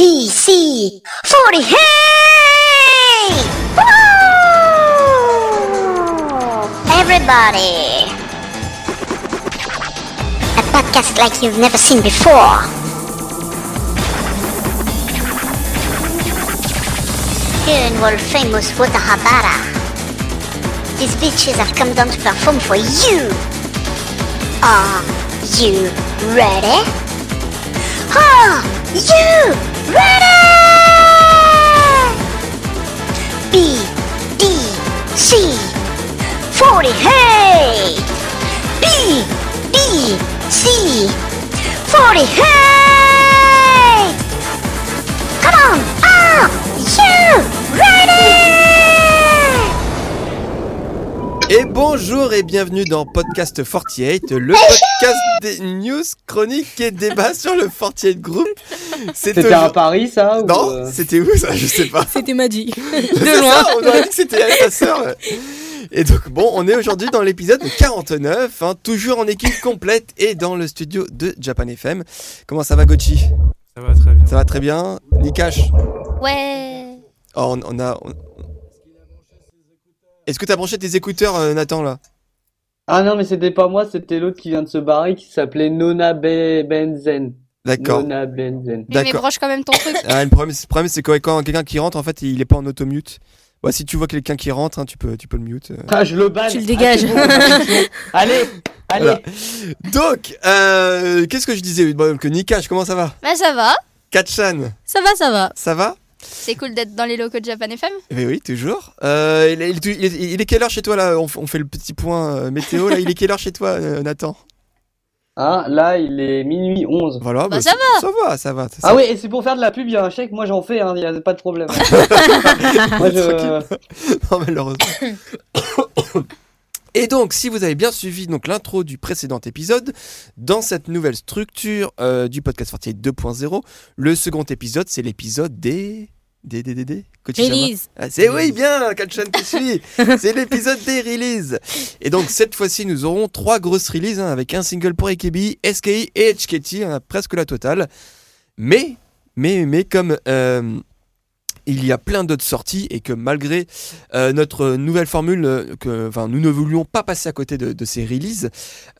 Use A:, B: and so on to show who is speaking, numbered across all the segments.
A: PDC 40 Hey! Woo! Everybody! A podcast like you've never seen before. Here in world famous Watahabara. These bitches have come down to perform for you. Are you ready? Are you ready? B D C 40 hey B D C 40 hey Come on are you ready
B: Et bonjour et bienvenue dans Podcast 48, le podcast des news, chroniques et débats sur le 48 Group. C'est
C: C'était
B: aujourd-
C: à Paris, ça ou,
B: Non,
C: euh,
B: c'était où ça Je sais pas.
D: C'était Maddy.
B: C'est
D: De loin.
B: ça, on aurait dit que c'était avec ta sœur. Et donc bon, on est aujourd'hui dans l'épisode 49, hein, toujours en équipe complète et dans le studio de Japan FM. Comment ça va Gochi
E: Ça va très bien.
B: Ça va très bien Nikash
A: Ouais
B: Oh, on, on a... on- Est-ce que t'as branché tes écouteurs euh, Nathan là
C: Ah non, mais c'était pas moi, c'était l'autre qui vient de se barrer qui s'appelait Nona Be- Benzen.
B: D'accord.
C: Nona Benzen.
F: Mais, mais
B: D'accord.
F: broche quand même ton truc.
B: Ah, le problème, c'est- le problème, c'est que quand quelqu'un qui rentre, en fait, il est pas en auto-mute. Ouais, si tu vois quelqu'un qui rentre, hein, tu, peux, tu peux le mute. euh.
C: Ah, je le banne.
D: Tu le dégages.
C: Ah, c'est bon. allez, allez.
B: Voilà. Donc, euh, qu'est-ce que je disais Bon, Que Nikash, comment ça va
F: bah ça va,
B: Katchan,
D: Ça va, ça va.
B: ça va
F: c'est cool d'être dans les locaux de Japan FM.
B: Eh ben oui, toujours. Euh, il, est- il est- il est- il est quelle heure chez toi là on, f- on fait le petit point euh, météo là. Il est quelle heure chez toi, euh, Nathan
C: Hein, là, il est minuit 11.
B: Voilà.
F: Bah, ça
B: va. Ça va, ça va. ça-
C: Ah oui, et c'est pour faire de la pub, il y a un chèque, moi j'en fais, hein, il y a pas de problème. moi, je...
B: Non, malheureusement. Et donc, si vous avez bien suivi donc l'intro du précédent épisode, dans cette nouvelle structure euh, du podcast Fortier 2.0, le second épisode, c'est l'épisode des des des des, des... Coach Jama.
D: Élise.
B: Ah, c'est oui, bien, Kalchan qui suit. C'est l'épisode des releases. Et donc, cette fois-ci, nous aurons trois grosses releases hein, avec un single pour AKB, SKI et HKT, hein, presque la totale. Mais, mais, mais, comme euh, il y a plein d'autres sorties et que malgré euh, notre nouvelle formule, euh, que, enfin, nous ne voulions pas passer à côté de, de ces releases,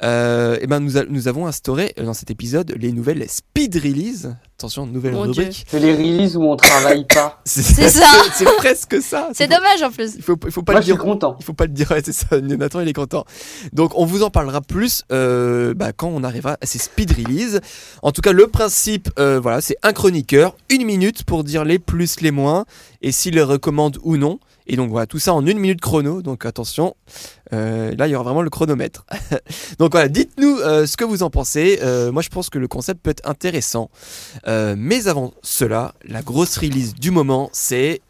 B: euh, eh ben, nous, a- nous avons instauré euh, dans cet épisode les nouvelles speed releases. Attention, nouvelle
D: Mon Dieu.
B: rubrique.
C: C'est les releases où on travaille pas.
F: C'est ça.
B: C'est c'est presque ça.
F: C'est dommage en plus.
B: Il faut, il faut pas
C: Moi,
B: le
C: je suis
B: dire.
C: content.
B: Il faut pas le dire, ouais, c'est ça. Nathan, il est content. Donc, on vous en parlera plus euh, bah, quand on arrivera à ces speed release. En tout cas, le principe, euh, voilà, c'est un chroniqueur, une minute pour dire les plus, les moins, et s'il les recommande ou non. Et donc, voilà, tout ça en une minute chrono. Donc, attention, euh, là, il y aura vraiment le chronomètre. donc, voilà, dites-nous euh, ce que vous en pensez. Euh, moi, je pense que le concept peut être intéressant. Euh, mais avant cela, la grosse release du moment, c'est.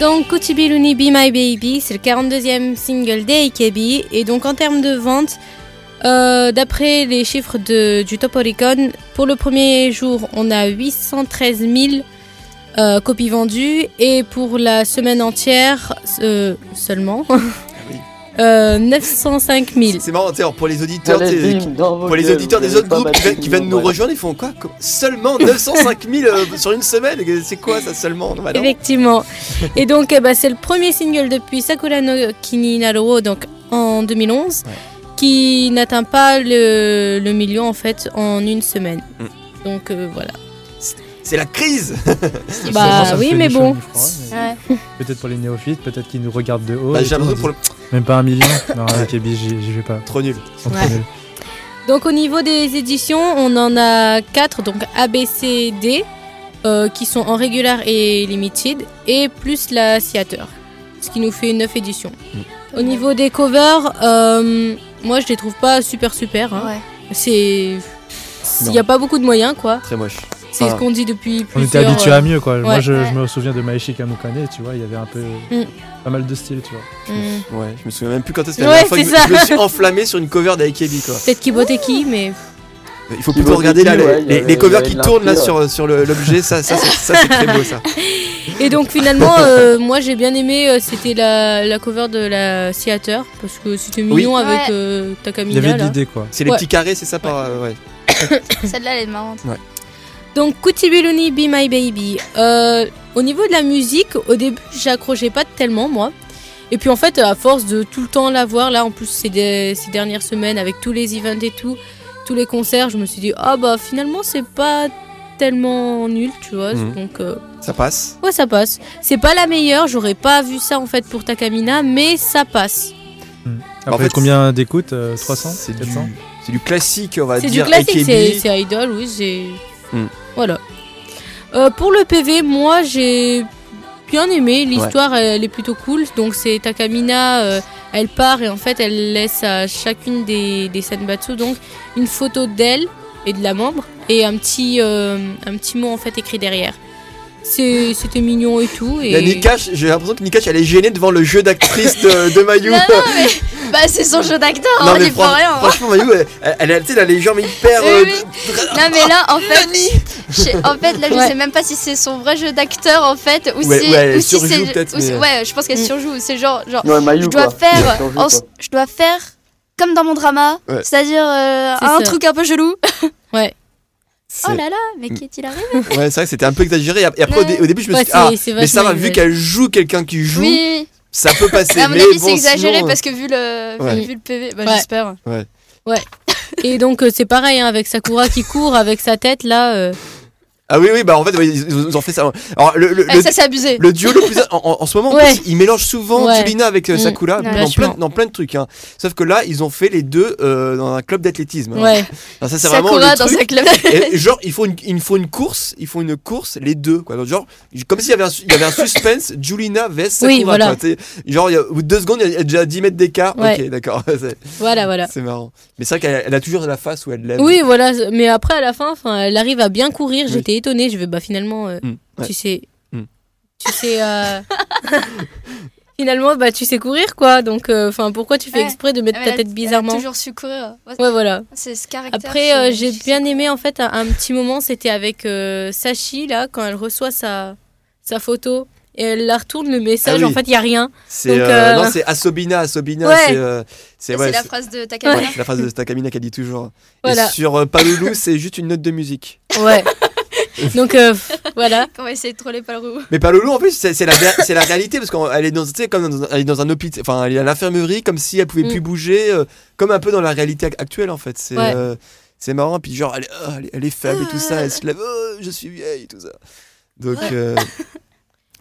D: Donc, Kuchibiruni Be My Baby, c'est le 42e single des AKB. Et donc, en termes de vente, euh, d'après les chiffres de- du Top Oricon, pour le premier jour, on a 813 000 euh, copies vendues. Et pour la semaine entière, euh, seulement,
G: euh, 905 000.
B: C'est marrant, tu sais, alors, pour les auditeurs, tu sais, qui- pour les auditeurs des autres groupes qui, viennent- qui viennent nous rejoindre, ils font quoi Comme- Seulement 905 000 euh, sur une semaine C'est quoi ça seulement
G: Eh
B: Non, bah non.
G: ben, Effectivement. Et donc, euh, bah, c'est le premier single depuis Sakura no Kini Naruo, donc en 2011,
B: Ouais.
G: qui n'atteint pas le, le million en fait en une semaine.
B: Mm.
G: Donc euh, voilà.
B: C'est la crise
G: Bah
H: Ça me
G: oui,
H: fait
G: mais
H: ni chaud
G: bon.
H: ni froid, mais
F: Ouais.
H: Peut-être pour les néophytes, peut-être qu'ils nous regardent de haut.
B: Bah,
H: et
B: J'ai
H: qu'ils
B: l'impression
H: nous
B: pour le...
H: disent, Même pas un million. non, avec Ebi, j'y j'y vais pas.
B: Trop nul.
H: Ils sont trop
G: Ouais.
H: nuls.
G: Donc au niveau des éditions, on en a 4, donc A, B, C, D, euh, qui sont en regular et limited, et plus la theater, ce qui nous fait 9 éditions.
B: Mm.
G: Au niveau des covers, euh, moi je les trouve pas super super. hein.
F: Ouais.
G: C'est. Il
B: Non.
G: n'y a pas beaucoup de moyens, quoi.
B: Très moche.
G: C'est
B: Enfin,
G: ce qu'on dit depuis
H: On était
G: plusieurs...
H: habitués
G: euh,
H: à mieux, quoi. Moi,
G: ouais.
H: je, je
F: Ouais.
H: me souviens de Maeshi Kanukane, tu vois, il y avait un peu. Pas mal de styles, tu vois.
G: mm.
B: Ouais, je me souviens même plus quand est-ce que la
G: Ouais,
B: dernière fois que
G: c'est
B: je me-
G: ça.
B: je me suis enflammé sur une cover d'Aikebi quoi.
G: Peut-être Kiboteki, mais...
B: Il faut
C: Qui
B: plutôt
C: vaut
B: regarder
C: des
B: là,
C: billes, ouais,
B: les,
C: il y
B: les-
C: avait-
B: les covers
C: il y
B: qui
C: avait de
B: tournent là
C: l'info,
B: sur, sur le- l'objet, ça, ça, c'est- ça c'est très beau ça.
G: Et donc finalement, euh, moi j'ai bien aimé, euh, c'était la, la cover de la Theater, parce que c'était
B: Oui.
G: mignon avec
F: Ouais.
G: euh,
H: Il y avait
G: Takamina,
H: de
G: là.
H: l'idée, quoi.
B: C'est les
G: Ouais.
B: petits carrés, c'est ça par. euh, ouais.
F: Celle-là, elle est marrante.
G: Donc Kutibiruni, Be My Baby. Euh, au niveau de la musique, au début j'accrochais pas tellement, moi. Et puis en fait, à force de tout le temps la voir, là en plus ces, des- ces dernières semaines, avec tous les events et tout, tous les concerts, je me suis dit, ah bah finalement c'est pas tellement nul, tu vois.
H: Mmh.
B: Mhm.
G: Donc... euh,
B: Ça passe.
G: Ouais, ça passe. C'est pas la meilleure, j'aurais pas vu ça en fait pour Takamina, mais ça passe.
H: Après,
B: Bah, En fait,
H: combien d'écoutes euh, 300
B: C'est du,
H: 400
B: c'est du classique, on va
G: C'est du
B: dire.
G: classique,
B: AKB.
G: c'est c'est idol, oui, c'est.
B: Hmm.
G: Voilà. Euh, pour le PV, moi j'ai bien aimé. L'histoire, elle est plutôt cool. Donc c'est Takamina, euh, elle part et en fait elle laisse à chacune des, des Senbatsu donc une photo d'elle et de la membre et un petit, euh, un petit mot en fait écrit derrière. C'est- C'était mignon et tout. Et...
B: Il y a Nikash, j'ai l'impression que Nikash elle est gênée devant le jeu d'actrice de, de Mayu.
F: Non, non, mais bah, c'est son jeu d'acteur,
B: Non,
F: on
B: mais
F: n'y peut
B: fran-
F: rien. hein.
B: franchement, Mayu, elle, elle, elle, a- tu sais, elle a les jambes hyper.
F: Oui,
B: euh,
F: oui. Non, mais là, en fait, je sais- en fait, là, je
G: Ouais.
F: sais même pas si c'est son vrai jeu d'acteur en fait, ou
B: Ouais,
F: si,
B: ouais, elle
F: ou si
B: surjoue
F: c'est,
B: peut-être,
F: ou si-
B: mais- euh.
F: ouais, je pense qu'elle
G: Mm.
F: surjoue. C'est genre, genre,
C: Ouais, Mayu,
F: je dois
C: quoi.
F: faire,
C: Surjoue,
F: en-
C: quoi.
F: je dois faire comme dans mon drama,
B: Ouais.
F: c'est-à-dire euh,
G: C'est
F: un
G: ça.
F: truc un peu chelou.
B: c'est-
F: Oh là là, mais qu'est-il arrivé
B: Ouais, c'est vrai que c'était un peu exagéré. Et après, au, dé- au début, je me
G: Ouais,
B: suis dit, ah,
G: c'est- c'est
B: mais ça va,
G: vachement
B: vu qu'elle joue quelqu'un qui joue,
F: Oui,
B: ça peut passer.
F: à mon
B: mais
F: avis,
B: bon,
F: c'est exagéré
B: sinon, euh,
F: parce que vu le, vu-
B: Ouais.
F: vu le PV, bah,
G: Ouais.
F: j'espère.
G: Et donc euh, c'est pareil hein, avec Sakura qui court avec sa tête là. euh,
B: Ah oui, oui, bah en fait, ouais, ils ils ont fait ça. Alors, le, le-
F: Ah,
B: le-
F: ça, c'est abusé.
B: le duo le plus. En, en- en ce moment, en
G: Ouais.
B: plus, ils mélangent souvent
G: Ouais.
B: Julina avec euh,
G: Mm.
B: Sakura
F: Ouais,
B: dans, plein,
G: vachement.
B: dans plein de trucs. hein. Sauf que là, ils ont fait les deux euh, dans un club d'athlétisme. Alors,
G: Ouais.
B: alors ça, c'est vraiment. le
F: Sakura dans
B: truc.
F: sa club.
B: Et genre, ils font, une, ils font une course, ils font une course, les deux. Quoi. Donc, genre, comme s'il y avait un, su- il y avait un suspense, Julina vs Sakura.
G: Oui, voilà.
B: quoi. T'sais, Genre, il y a- au bout de deux secondes, il y a déjà 10 mètres d'écart.
G: Ouais.
B: Ok, d'accord. C'est-
G: Voilà, voilà.
B: C'est marrant. Mais c'est vrai qu'elle elle a toujours la face où elle lève.
G: Oui, voilà. c'est- Mais après, à la fin, enfin, elle arrive à bien courir.
B: Oui.
G: J'étais étonnée. Je vais, bah finalement, euh,
B: Mm, ouais.
G: tu sais.
B: Mm.
G: Tu sais. euh, finalement, bah tu sais courir quoi. Donc, euh, enfin, pourquoi tu fais
F: Ouais.
G: exprès de
F: Ah,
G: mettre
F: mais
G: ta
F: elle a-
G: tête
F: elle
G: bizarrement
F: a toujours su courir. Ouais,
G: Ouais, voilà.
F: C'est ce caractère.
G: Après, euh,
F: je-
G: j'ai
F: je-
G: bien aimé en fait un, un petit moment. C'était avec euh, Sachi là, quand elle reçoit sa, sa photo. Et elle la retourne le message,
B: Ah oui.
G: en fait, il n'y a rien.
B: C'est
G: Donc,
B: euh,
G: euh,
B: non, c'est Asobina, Asobina,
G: Ouais.
B: c'est euh, c'est
F: C'est
B: ouais,
F: la
B: c'est-
F: phrase de Takamina.
B: ouais, c'est la phrase de Takamina qu'elle dit toujours.
G: Voilà.
B: Et sur euh, Paloulou, c'est juste une note de musique.
G: Ouais. Donc, euh, voilà.
F: On va essayer de troller Palrou.
B: Mais Paloulou, en plus, c'est c'est la, ver- c'est la réalité parce qu'elle est dans, tu sais, comme dans, elle est dans un hôpital, enfin, elle est à l'infirmerie, comme si elle pouvait
G: Mm.
B: plus bouger, euh, comme un peu dans la réalité ac- actuelle en fait. C'est
G: Ouais.
B: euh, c'est marrant, puis genre, elle, est- ah, elle est- elle est faible et tout ça, elle se lève, Oh, je suis vieille et tout ça. Donc, euh,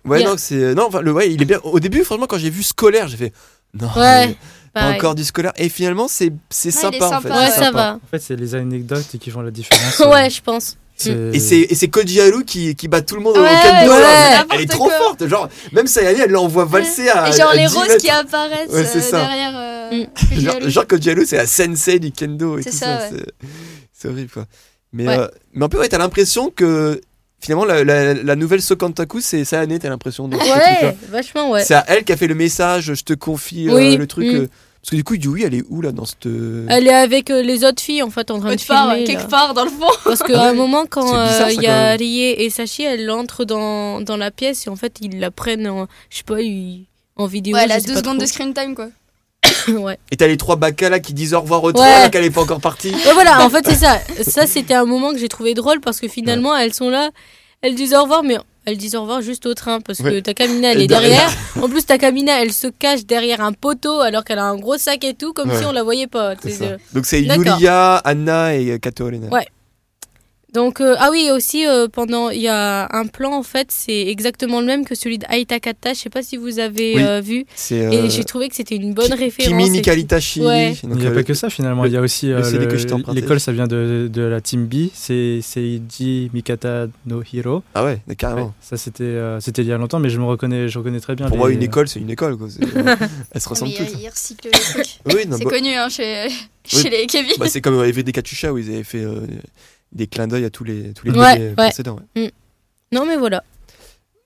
B: ouais,
G: Yeah.
B: non, c'est. Non, enfin, le, ouais, il est bien. Au début, franchement, quand j'ai vu scolaire, j'ai fait. Non,
G: Ouais.
B: mais- Pas
G: Pareil.
B: encore du scolaire. Et finalement, c'est c'est
F: Non,
B: sympa,
F: il est
B: en
F: sympa,
B: fait.
F: ouais.
G: Ouais,
B: C'est
G: ça
B: sympa.
G: va.
H: En fait, c'est les anecdotes qui font la différence.
G: Ouais, je pense.
H: c'est-
B: Et c'est et c'est Koji Haru qui, qui bat tout le monde au
F: Ouais,
B: Kendo.
G: ouais,
B: là.
F: n'importe
B: Elle est trop
F: quoi.
B: forte. Genre, même Sayani, elle l'envoie valser à.
F: Et genre
B: à
F: les
B: 10
F: roses
B: mètres.
F: qui apparaissent
B: Ouais, c'est
F: euh,
B: ça.
F: derrière. euh,
G: Mm.
F: que j'ai
B: Genre,
F: allumé.
B: genre Koji Haru, c'est la sensei du Kendo et
F: C'est
B: tout ça.
F: ça,
B: c'est- C'est horrible, quoi. Mais,
G: Ouais.
B: euh, mais en plus, ouais, t'as l'impression que. Finalement, la, la, la nouvelle Sokantaku, c'est Sayane, t'as l'impression. dans ce
G: Ouais,
B: truc-là.
G: vachement, ouais.
B: C'est à elle qui a fait le message, je te confie euh,
G: Oui,
B: le truc.
G: mm.
B: euh, Parce que du coup, Yui, elle est où là dans cette.
G: Elle est avec euh, les autres filles en fait en train de
F: Autre
G: filmer.
F: part, ouais,
G: là.
F: quelque part dans le fond.
G: Parce
B: Ah
G: qu'à un
B: oui.
G: moment quand
B: C'est bizarre,
G: euh,
B: ça,
G: il
B: quand
G: y a
B: même.
G: Rie et Sachi, elles entrent dans, dans la pièce et en fait ils la prennent en, je sais pas, ils- en vidéo.
F: Ouais, elle
G: je
F: a
G: sais
F: deux
G: pas
F: secondes de
G: trop.
F: screen time quoi.
G: ouais.
B: Et t'as les trois bacs là qui disent au revoir aux
G: Ouais.
B: trois alors qu'elle est pas encore partie.
G: Ouais, voilà, en fait, c'est ça. Ça, c'était un moment que j'ai trouvé drôle parce que finalement, elles sont là, elles disent au revoir, mais elles disent au revoir juste au train parce que
B: Ouais.
G: Takamina, elle,
B: Elle
G: est
B: est derrière.
G: derrière. En plus, Takamina, elle se cache derrière un poteau alors qu'elle a un gros sac et tout, comme
B: Ouais.
G: si on la voyait pas.
B: C'est
G: tu sais,
B: ça.
G: euh.
B: Donc c'est
G: D'accord.
B: Yulia, Anna et euh, Kato Elena.
G: Ouais. Donc, euh, ah oui, aussi, euh, pendant, il y a un plan, en fait, c'est exactement le même que celui d'Aitakata. Je sais pas si vous avez
B: Oui.
G: euh, vu.
B: C'est euh,
G: Et j'ai trouvé que c'était une bonne
B: Ki-
G: référence.
B: Kimi euh,
G: et
B: Nikalitashi.
G: Ouais.
H: Il n'y a pas que ça finalement,
B: le-
H: il y a aussi euh,
B: le CD que
H: le-
B: je t'ai emprunté.
H: l'école, ça vient de, de la team B, c'est Seiji Mikata no Hiro.
B: Ah ouais, mais
H: Ouais,
B: carrément.
H: ça c'était euh, c'était il y a longtemps, mais je me reconnais, je reconnais très bien.
B: Pour
H: les-
B: moi, une école, c'est une école. Quoi. C'est- Elles se ressemblent
G: Ah,
F: Mais, euh,
B: toutes.
F: ils recyclent les trucs.
B: Oui, non,
F: C'est
B: bah-
F: connu hein, chez, chez les Kevin.
B: bah, c'est comme euh, VD Katusha où ils avaient fait euh, des clins d'œil à tous les, tous les
G: Ouais,
B: VD
G: ouais.
B: précédents. ouais.
G: tout. Non, mais voilà.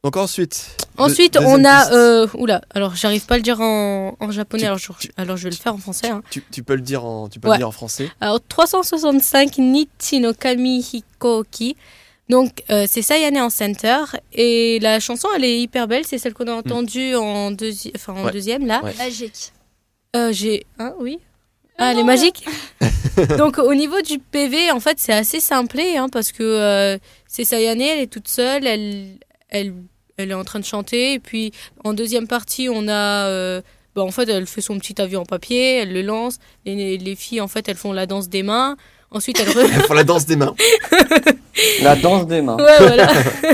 B: Donc ensuite. deux-
G: Ensuite,
B: deuxième
G: on a.
B: piste.
G: euh, oula, alors j'arrive pas à le dire en, en japonais,
B: Tu-
G: alors, je,
B: tu-
G: alors je vais le faire en français. hein.
B: Tu, tu peux le dire en, tu peux
G: Ouais.
B: le dire en français.
G: Alors 365 Nichi no Kami Hikoki. Donc euh, c'est Sayane en center. Et la chanson, elle est hyper belle. C'est celle qu'on a entendue en, deuxi- enfin, en
B: Hmm. Ouais.
G: deuxième là.
B: Ouais.
F: Magique.
G: Euh, J'ai. Hein, oui Ah, elle est magique Donc au niveau du PV, en fait, c'est assez simplé hein, parce que euh, c'est Sayane, elle est toute seule, elle, elle, elle est en train de chanter. Et puis en deuxième partie, on a. euh, bah, en fait, elle fait son petit avion en papier, elle le lance. Les, les filles, en fait, elles font la danse des mains. Ensuite, elles. re-
B: Elles font la danse des mains.
C: La danse des mains.
G: Ouais, voilà.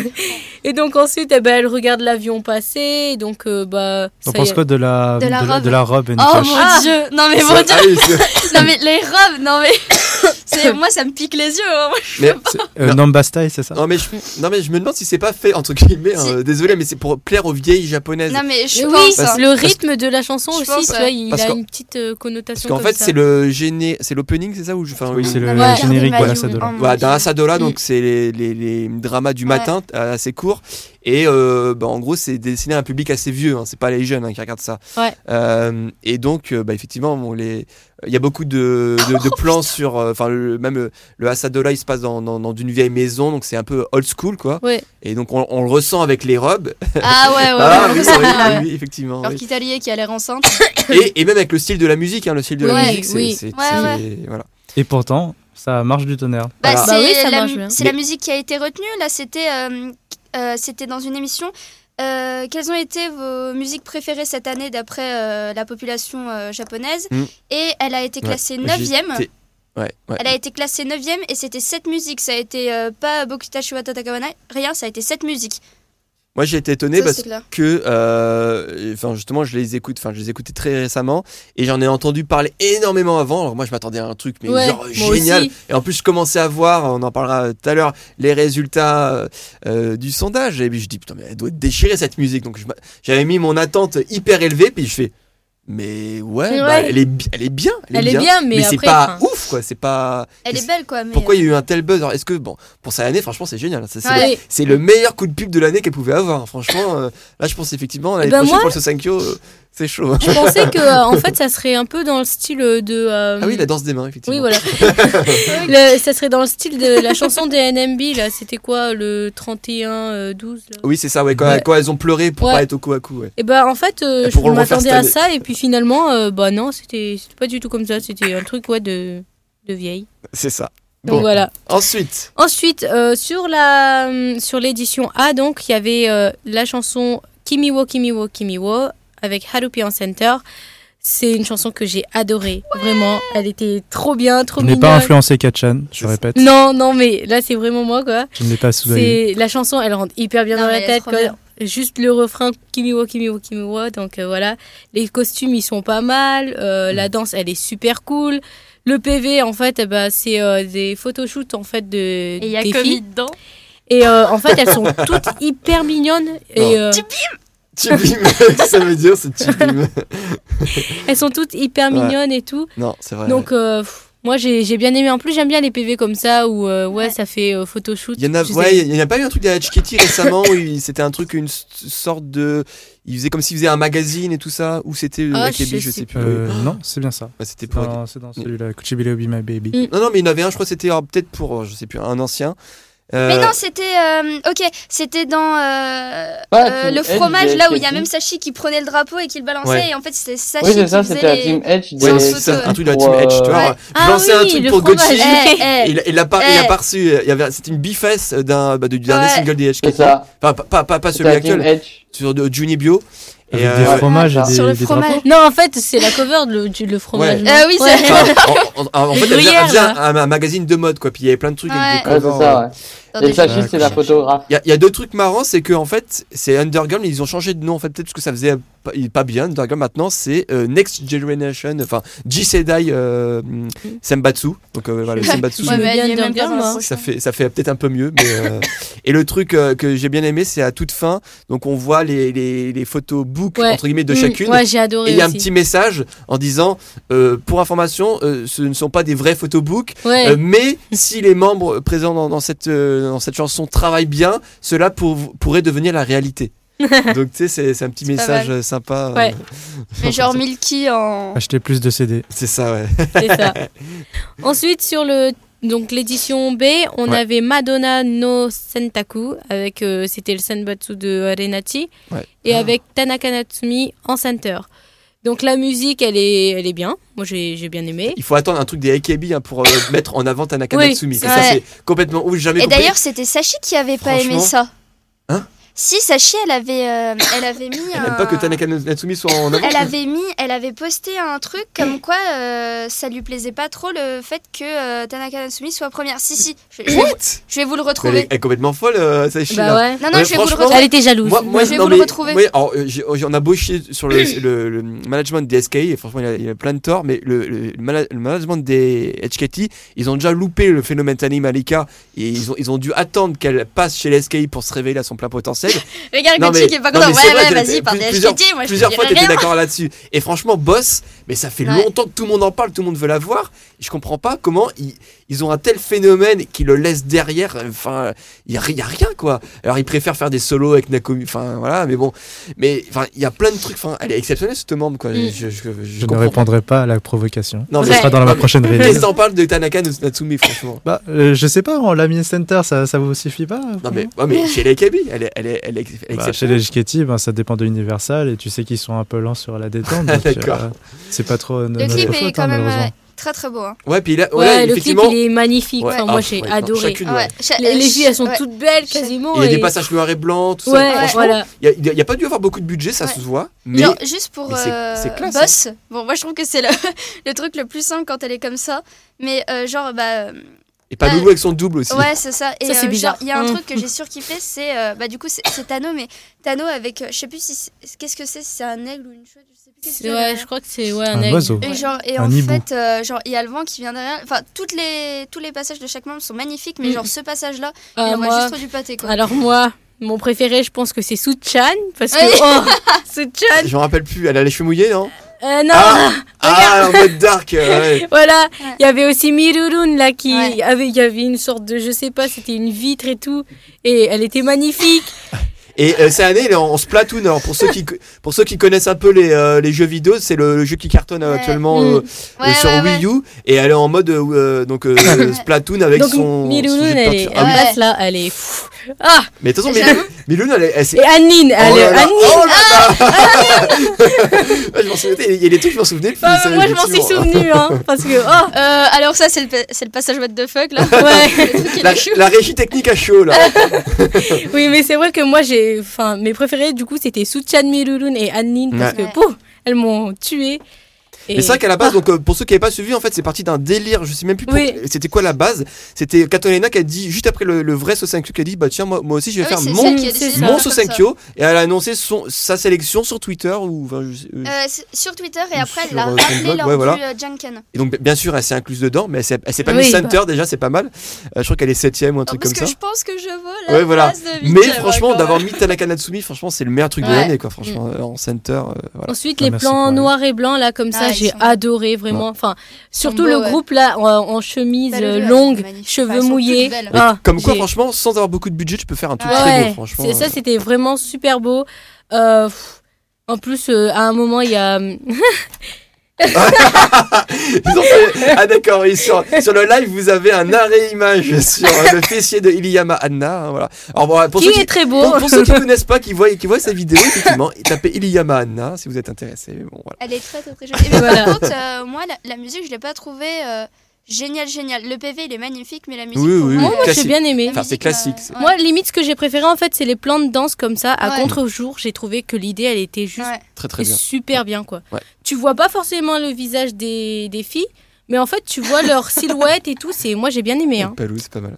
G: et donc ensuite, eh ben, elle regarde l'avion passer. et Donc, euh, bah. ça
H: On
G: y
H: pense
G: est.
H: quoi de la
F: De la robe.
H: robe et
F: Oh
H: Nikash
F: mon
G: Ah.
F: dieu Non mais mon
B: C'est-
F: dieu
B: ah oui, c'est-
F: Non mais les robes Non mais c'est- Moi ça me pique les yeux hein.
B: mais,
H: Euh,
B: Non.
H: Namba Style, c'est ça
B: non, mais je, non, mais je me demande si c'est pas fait, entre guillemets, hein,
F: Si.
B: euh, désolé, mais c'est pour plaire aux vieilles japonaises.
F: Non mais je
G: Mais
F: pense
G: oui,
F: hein.
G: le rythme de la chanson
F: Je
G: aussi,
F: pense,
G: tu
F: ouais.
G: vois, il
B: Parce
G: a
B: qu'en-
G: une petite euh,
B: Parce
G: connotation
B: qu'en
G: comme
B: fait,
G: ça.
B: c'est le géné... c'est l'opening, c'est ça ou je... enfin,
H: Oui, c'est le
F: Ouais.
H: générique, voilà, ça
F: Regardez
H: donne.
F: Mayuri.
B: Voilà, dans Asadora,
G: Mm.
B: donc c'est les, les, les dramas du
F: Ouais.
B: matin euh, assez courts. Et euh, bah, en gros, c'est destiné à un public assez vieux, hein, c'est pas les jeunes hein, qui regardent ça.
G: Ouais.
B: Euh, et donc, euh, bah, effectivement, bon, les... il y a beaucoup de, de, de plans sur. euh, Enfin, le- même euh, le Asadora, il se passe dans, dans, dans une vieille maison, donc c'est un peu old school, quoi.
G: Ouais.
B: Et donc, on, on le ressent avec les robes.
F: Ah ouais ouais,
B: ah,
F: ouais,
B: oui,
F: ouais, ouais,
B: oui,
F: ouais.
B: oui, effectivement.
F: Alors
B: oui.
F: qu'Italier qui a l'air enceinte.
B: Et, et même avec le style de la musique, hein, le style de la
G: Ouais,
B: musique, c'est.
G: oui.
B: c'est-
F: Ouais,
B: c'est- Voilà.
H: Et pourtant, ça marche du tonnerre.
F: Bah,
B: Voilà.
F: c'est
G: Bah oui, ça
F: la,
G: marche
F: mu-
G: bien.
F: c'est la musique qui a été retenue. Là, c'était euh, euh, c'était dans une émission. Euh, quelles ont été vos musiques préférées cette année d'après euh, la population euh, japonaise
B: Mm.
F: Et elle a été classée
B: Moi, j'ai
F: 9e.
B: été- Ouais, Bah, ouais.
F: Elle a été classée 9e et c'était 7 musiques. Ça a été euh, pas Bokutashi wa Tatakawana, rien, ça a été 7 musiques.
B: Moi, j'ai été étonné
F: Ça,
B: parce
F: c'est clair.
B: que, euh, enfin, justement, je les écoute, enfin, je les écoutais très récemment et j'en ai entendu parler énormément avant. Alors, moi, je m'attendais à un truc, mais
G: Ouais,
B: genre
G: moi
B: génial.
G: aussi.
B: Et en plus, je commençais à voir, on en parlera euh, tout à l'heure, les résultats euh, euh, du sondage. Et puis, je dis, putain, mais elle doit être déchirée cette musique. Donc, je m'a- j'avais mis mon attente hyper élevée, puis je fais, mais ouais,
G: Ouais.
B: bah, elle, est, bi- elle est bien.
G: Elle est bien, mais
B: c'est
G: après,
B: pas
G: enfin-
B: ouf, quoi. C'est pas.
F: Elle
B: Mais
F: est belle quoi. Mais euh,
B: Pourquoi il y a eu un tel buzz Alors, Est-ce que, bon, pour sa année, franchement, c'est génial. Ça, c'est
F: Ouais.
B: le- C'est le meilleur coup de pub de l'année qu'elle pouvait avoir. Franchement, euh, là, je pense effectivement, l'année
G: Eh ben,
B: prochaine
G: moi-
B: pour le Sosankyo, euh, c'est chaud. hein.
G: Je pensais que euh, en fait ça serait un peu dans le style euh, de euh,
B: Ah oui, la danse des mains, effectivement.
G: oui, voilà. Le- ça serait dans le style de la chanson des NMB là, c'était quoi le 31 euh, 12 là
B: Oui, c'est ça, ouais, quand,
G: Ouais.
B: quand elles ont pleuré pour
G: Ouais.
B: pas être au coup à coup. Ouais.
G: Et ben en fait euh,
B: Elles
G: je
B: pourront le refaire
G: m'attendais
B: cette
G: à
B: année.
G: ça et puis finalement euh, bah non, c'était c'était pas du tout comme ça, c'était un truc ouais de de vieille.
B: C'est ça.
G: Donc
B: Bon.
G: voilà.
B: Ensuite,
G: Ensuite, euh, sur la hum, sur l'édition A, donc il y avait euh, la chanson Kimi wo Kimi wo Kimi wo avec Harupi en center. C'est une chanson que j'ai adorée, vraiment. Elle était trop bien, trop
H: Je n'ai
G: mignonne.
H: pas influencé Kachan, je
B: C'est-
H: répète.
G: non, non, mais là c'est vraiment moi quoi.
H: Je ne l'ai pas sous-aimé.
G: C'est la chanson, elle rentre hyper bien
F: Non,
G: dans la
F: mais elle est
G: tête.
F: trop
G: quoi.
F: bien.
G: Juste le refrain Kimi wo Kimi wo Kimi wo. Donc euh, voilà, les costumes ils sont pas mal, euh, la danse elle est super cool. Le PV en fait, eh ben, c'est euh, des photoshoots en fait de
F: Et il y a
G: des filles.
F: Comi dedans.
G: Et euh, en fait, elles sont toutes hyper mignonnes.
B: Non.
G: Et, euh,
B: Tibim, ça veut dire, c'est Tibim.
G: elles sont toutes hyper
B: Ouais.
G: mignonnes et tout.
B: Non, c'est vrai.
G: Donc, euh, pff, moi, j'ai j'ai bien aimé. En plus, j'aime bien les PV comme ça où euh, ouais,
F: Ouais.
G: ça fait euh, photoshoot.
B: Il y en a,
G: tu sais.
B: ouais, il y en a pas eu un truc d'Hatch Kitty récemment où il- c'était un truc, une s- sorte de. Il faisait comme s'il faisait un magazine et tout ça, ou c'était euh,
G: Ah,
B: Akebi,
G: je
B: je
G: sais
B: sais plus.
H: Euh,
B: Oui.
H: non, c'est bien ça.
B: Bah, c'était
H: C'est
B: pour
H: dans, c'est dans celui-là, Kuchibili Obi My Baby.
G: Mm.
B: oh, Non, non, mais il y en avait un, je crois que c'était euh, peut-être pour, euh, je sais plus, un ancien. Euh,
F: Mais non, c'était. euh, ok, c'était dans euh,
C: Ah,
F: euh,
C: Team
F: le
C: Edge,
F: fromage,
C: j'ai-
F: là où
C: j'ai
F: il y a
C: dit.
F: même Sachi qui prenait le drapeau et qui le balançait.
B: Ouais.
F: Et en fait, c'était Sachi
C: Oui, c'est
F: qui
C: ça,
F: faisait
C: c'était la
F: les-
C: team Edge.
F: Ouais,
B: ouais,
C: des-
F: c'est
B: c'est un
F: photo,
B: un truc de la
C: pour,
B: team Edge, tu
C: euh,
B: vois.
G: Ah
B: Lancer un
G: oui,
B: truc
G: le
B: pour
G: fromage.
B: Gucci.
F: Eh, eh.
B: Il, il a pas, il a
F: Eh.
B: pas reçu. euh, il y avait- C'était une bifesse d'un, bah, du dernier
F: Ouais.
B: single des Edge.
C: C'est ça.
B: Enfin, pas, pas, pas, pas
C: C'était
B: celui
C: la team
B: actuel,
C: Edge.
B: sur de Juni Bio.
H: Avec
B: Et
H: des
B: euh,
H: fromages et
C: Sur
H: des,
F: sur le
H: des
F: fromage.
G: eh. Non, en fait, c'est la cover, le, du- le fromage.
B: Ouais.
G: Ah non
F: Euh, oui, c'est-
G: Ouais.
B: enfin, en, en- en fait, elle faisait- elle
G: Gruyère,
B: faisait
G: là.
B: un, un magazine de mode, quoi. Puis il y avait plein de trucs avec des
C: Ouais, c'est
B: covers, euh,
C: ça, ouais. Et
F: Attendez,
C: Sachi, c'est la photographe.
B: Il y, a- il y a deux trucs marrants, c'est que en fait, c'est Underground, ils ont changé de nom en fait, peut-être parce que ça faisait pas, il est pas bien. Underground maintenant, c'est euh, Next Generation, enfin Jisedai euh, hmm, Senbatsu. Donc euh, voilà, le Senbatsu.
G: Ouais,
F: Ouais,
G: mais
F: mais
G: bien
F: elle y est même pas
G: Underground,
F: dans la
G: hein.
F: prochaine.
B: Ça fait, ça fait peut-être un peu mieux. Mais, euh, et le truc euh, que j'ai bien aimé, c'est à toute fin, donc on voit les, les, les photos book
G: Ouais.
B: entre guillemets de
G: Mm,
B: chacune.
G: Ouais, j'ai
B: Et
G: adoré
B: il y a un
G: aussi.
B: petit message en disant, euh, pour information, euh, ce ne sont pas des vrais photobooks,
G: Ouais.
B: euh, mais si les membres présents dans, dans cette, euh, dans cette chanson travaillent bien, cela pour- pourrait devenir la réalité. Donc tu sais, c'est- c'est un petit
F: C'est pas
B: message euh, sympa. euh,
G: Ouais.
F: Mais genre Milky en.
H: Acheter plus de CD.
B: C'est ça, ouais.
G: C'est ça. Ensuite, sur le donc l'édition B, on
B: Ouais.
G: avait Madonna no Sentaku avec euh, c'était le Senbatsu de Renati
B: Ouais.
G: et avec Tanaka Natsumi en center. Donc la musique, elle est elle est bien. Moi j'ai j'ai bien aimé.
B: Il faut attendre un truc des AKB hein, pour euh, mettre en avant Tanaka
G: Oui,
B: Natsumi.
G: c'est
B: Et ça,
F: vrai.
B: c'est complètement ouf, j'ai jamais
F: Et
B: compris.
F: d'ailleurs, c'était Sachi qui avait pas aimé ça.
B: Hein
F: Si, Sachi, elle avait, euh, elle avait mis.
B: elle
F: un-
B: n'aime pas que Tanaka Natsumi soit en avant.
F: Elle avait mis, elle avait posté un truc comme quoi euh, ça lui plaisait pas trop le fait que euh, Tanaka Natsumi soit première. Si si, je, je vais, vous-
B: What
F: je vais vous le
B: elle, est,
F: retrouver.
B: elle est complètement folle, euh, Saichi, là.
G: Bah ouais.
F: Non non,
B: Ouais,
F: je vais vous le
B: franchement,
F: retrouver.
G: Elle était jalouse.
B: Moi, moi,
F: Je vais
B: non,
F: vous le
B: mais-
F: retrouver.
B: ouais, alors, euh, j'ai- j'ai- on a beau chier sur le, le- le management des SKI, et franchement, il a, il a plein de torts, mais le, le- le mana- le management des HKT, ils ont déjà loupé le phénomène Tani Malika, et ils ont, ils ont dû attendre qu'elle passe chez les SKI pour se révéler à son plein potentiel.
F: Regarde
B: Non,
F: Gucci
B: mais-
F: qui est pas
B: non,
F: content.
B: mais c'est
F: Ouais
B: vrai,
F: ouais,
B: j'ai-
F: vas-y, par
B: plus-
F: des
B: plusieurs-
F: HTT, moi je
B: Plusieurs
F: te
B: fois,
F: dirais
B: t'étais
F: rien.
B: d'accord là-dessus. Et franchement, Boss, mais ça fait
F: Ouais.
B: longtemps que tout le monde en parle, tout le monde veut la voir. Je comprends pas comment ils, ils ont un tel phénomène qui le laisse derrière. euh, Enfin, il y, a ri- y a rien quoi. Alors, ils préfèrent faire des solos avec Nakomi. Enfin, voilà, mais bon. Mais enfin, il y a plein de trucs. Enfin, elle est exceptionnelle cette membre quoi.
G: Mm.
B: Je, je- je- je
H: Je ne
B: comprends
H: répondrai pas à la provocation.
B: Non,
H: Non,
B: mais-
H: sera dans la
B: Ouais.
H: prochaine
B: pas. Qu'est-ce que
H: vidéo.
B: t'en parles de Tanaka Natsumi, franchement
H: Bah, euh, je sais pas, en Lamy Center, ça, ça vous suffit pas
B: Non, mais, ouais, mais chez les KB, elle est, elle est, elle est ex- elle est
H: Bah, chez
B: exceptionnelle.
H: les Jiketi, ben, ça dépend de Universal et tu sais qu'ils sont un peu lents sur la détente. donc,
B: D'accord.
H: euh, c'est pas trop
F: Le
H: notre
F: clip
H: faute,
F: est
H: hein,
F: quand même euh,
H: malheureusement.
F: très très beau. hein.
B: Ouais, puis là, ouais,
G: Ouais, le clip
B: effectivement.
G: il est magnifique.
B: Ouais,
G: Enfin,
B: ah,
G: moi j'ai
B: ouais, non,
G: adoré.
B: chacune,
F: Ah
B: ouais.
F: ouais. Cha-
G: Les, les
F: euh,
G: filles elles sont
F: ouais.
G: toutes belles quasiment.
B: Il y a
G: et-
B: des passages noirs et blancs, tout ça.
G: Ouais,
B: Franchement,
G: voilà.
B: Il y, a- il y a pas dû avoir beaucoup de budget, ça
F: Ouais.
B: se voit. Mais
F: Genre, juste pour
B: mais c'est-
F: euh,
B: c'est classe, hein.
F: Boss, bon, moi je trouve que c'est le, le truc le plus simple quand elle est comme ça, mais euh, genre, bah. euh,
B: et pas
F: Ah.
B: loulou avec son double aussi.
F: Ouais, c'est ça. Et
G: Ça, c'est
F: euh,
G: bizarre.
F: genre, il y a un
G: Mm.
F: truc que j'ai surkiffé, c'est. euh, bah, du coup, c'est c'est Tano, mais Tano avec. euh, je sais plus si. c'est- Qu'est-ce que c'est Si c'est un aigle ou une chose, je sais plus. qu'est-ce que
G: Ouais, je crois que c'est ouais, un,
H: Un
G: aigle.
H: oiseau.
F: Et,
G: Ouais.
F: genre, et
H: Un
F: en
H: hibou.
F: fait, euh, genre, il y a le vent qui vient derrière. Enfin, toutes les, tous les passages de chaque membre sont magnifiques, mais
G: Mm.
F: genre, ce passage-là,
G: Ah,
F: il envoie
G: moi,
F: juste trop du pâté, quoi.
G: alors moi, mon préféré, je pense que c'est Suchan parce que
F: Oui.
G: oh, Suchan.
B: Je me rappelle plus, elle a les cheveux mouillés, non
G: Euh, non.
B: Ah. Ah, en mode dark euh, ouais.
G: Voilà, il y avait aussi Mirurun là qui
F: Ouais.
G: avait il y avait une sorte de je sais pas, c'était une vitre et tout et elle était magnifique.
B: Et euh, cette année, elle est en en Splatoon. Alors, pour ceux qui, pour ceux qui connaissent un peu les, euh, les jeux vidéo, c'est le, le jeu qui cartonne euh,
F: Ouais.
B: actuellement
G: Mm.
B: euh,
F: Ouais,
B: euh, sur
F: ouais, ouais.
B: Wii U. Et elle est en mode euh, euh, donc, euh,
F: Ouais.
B: Splatoon avec
G: Donc
B: son. son jeu
G: Mirurun
B: de
G: elle est
B: peinture.
G: en
B: Ah,
F: ouais.
G: place là, elle est pff, ah
B: Mais de toute façon,
F: Et
B: Milou- Miloune, elle, est- Ah, elle s'est-
G: et Anine, elle
B: Oh
G: est
B: là là,
G: Anine.
B: oh là là Ouais, je m'en souvenais, il y a des trucs, je m'en souvenais plus.
G: Ah,
B: ça,
G: moi je m'en suis
B: effectivement.
G: souvenu hein parce que oh
F: Euh, alors, ça, c'est le, pa- c'est le passage what the fuck, là.
G: ouais.
F: Le truc, il
B: La,
F: est chaud.
B: la régie technique à chaud là.
G: oui, mais c'est vrai que moi j'ai enfin mes préférés du coup c'était Suchan Mirurun et Anine parce
F: Ouais.
G: que pouf, elles m'ont tué. Et...
B: Mais c'est vrai qu'à la base, donc, euh, pour ceux qui n'avaient pas suivi, en fait, c'est parti d'un délire. Je sais même plus pour-
G: Oui.
B: c'était quoi la base. C'était Katolena qui a dit, juste après le, le vrai Sosenkyo, qui a dit Bah tiens, moi, moi aussi, je vais
F: Ah
B: faire
F: oui, c'est
B: mon,
F: celle qui a décidé de
B: mon
F: faire comme ça.
B: Sosenkyo. Et elle a annoncé son, sa sélection sur Twitter. Ou, enfin, je sais- euh,
F: Euh, c'est- sur Twitter et
B: Ou
F: après
B: sur,
F: elle l'a
B: euh,
F: rappelé
B: Sandblog,
F: lors
B: ouais, voilà.
F: du euh, Junken.
B: Et donc, bien sûr, elle s'est incluse dedans, mais elle s'est elle s'est pas
G: Oui,
B: mise
G: bah.
B: center déjà, c'est pas mal. Euh, je crois qu'elle est 7ème ou un
F: Alors,
B: truc
F: Ah, parce
B: comme
F: que
B: ça.
F: je pense que je vaux la
B: Ouais, voilà.
F: place de
B: Mais
F: huitième,
B: franchement,
F: encore.
B: d'avoir mis Tanaka Natsumi, franchement, c'est le meilleur truc de
F: Ouais. Mm.
B: l'année, quoi. Franchement, euh, en center, euh, voilà.
G: Ensuite,
H: Ah,
G: les
H: merci
G: plans
H: pour elle.
G: noirs et blancs, là, comme ça,
F: Ah, ils
G: j'ai
F: sont-
G: adoré, vraiment. Enfin, surtout
F: beaux,
G: le
F: ouais.
G: groupe, là, en, en chemise
F: T'as le
G: euh,
F: bleu,
G: longue,
F: elles sont magnifiques. Enfin,
G: cheveux
F: elles sont
G: mouillés.
F: toutes belles.
G: Ah,
B: Comme quoi,
G: j'ai-
B: franchement, sans avoir beaucoup de budget, tu peux faire un truc
F: Ah Ouais.
B: très beau,
G: Ouais,
B: franchement.
G: c'est
B: euh.
G: ça, c'était vraiment hum, super beau. Euh, pff, en plus, euh, à un moment, il y a...
B: Ils ont fait- Ah d'accord, oui, sur, sur le live, vous avez un arrêt image sur euh, le fessier de Iliyama Anna. hein, voilà. Alors, voilà, pour,
G: Qui
B: ceux
G: est
B: qui,
G: très beau.
B: pour, pour ceux qui connaissent pas, qui voient, qui voient sa vidéo, effectivement, tapez Iliyama Anna si vous êtes intéressé. mais Bon, voilà.
F: Elle est très très très jolie. Mais
G: Voilà.
F: par contre, euh, moi, la, la musique, je l'ai pas trouvée euh, géniale, géniale. Le PV, il est magnifique, mais la musique.
B: Oui,
F: pour
B: oui,
G: Moi,
F: moi,
B: oui.
G: moi, j'ai
B: Classique.
G: bien aimé.
F: la
B: Enfin, c'est
F: musique,
B: classique,
F: euh,
B: c'est-
F: ouais.
G: Moi, limite, ce que j'ai préféré, en fait, c'est les plans de danse comme ça, à
F: Ouais.
G: contre-jour. J'ai trouvé que l'idée, elle était juste
F: Ouais.
B: Très très
G: et
B: bien.
G: super bien, quoi.
B: Ouais.
G: Tu vois pas forcément le visage des, des filles, mais en fait, tu vois leur silhouette et tout. C'est Moi, j'ai bien aimé. hein.
B: Palou, c'est pas mal.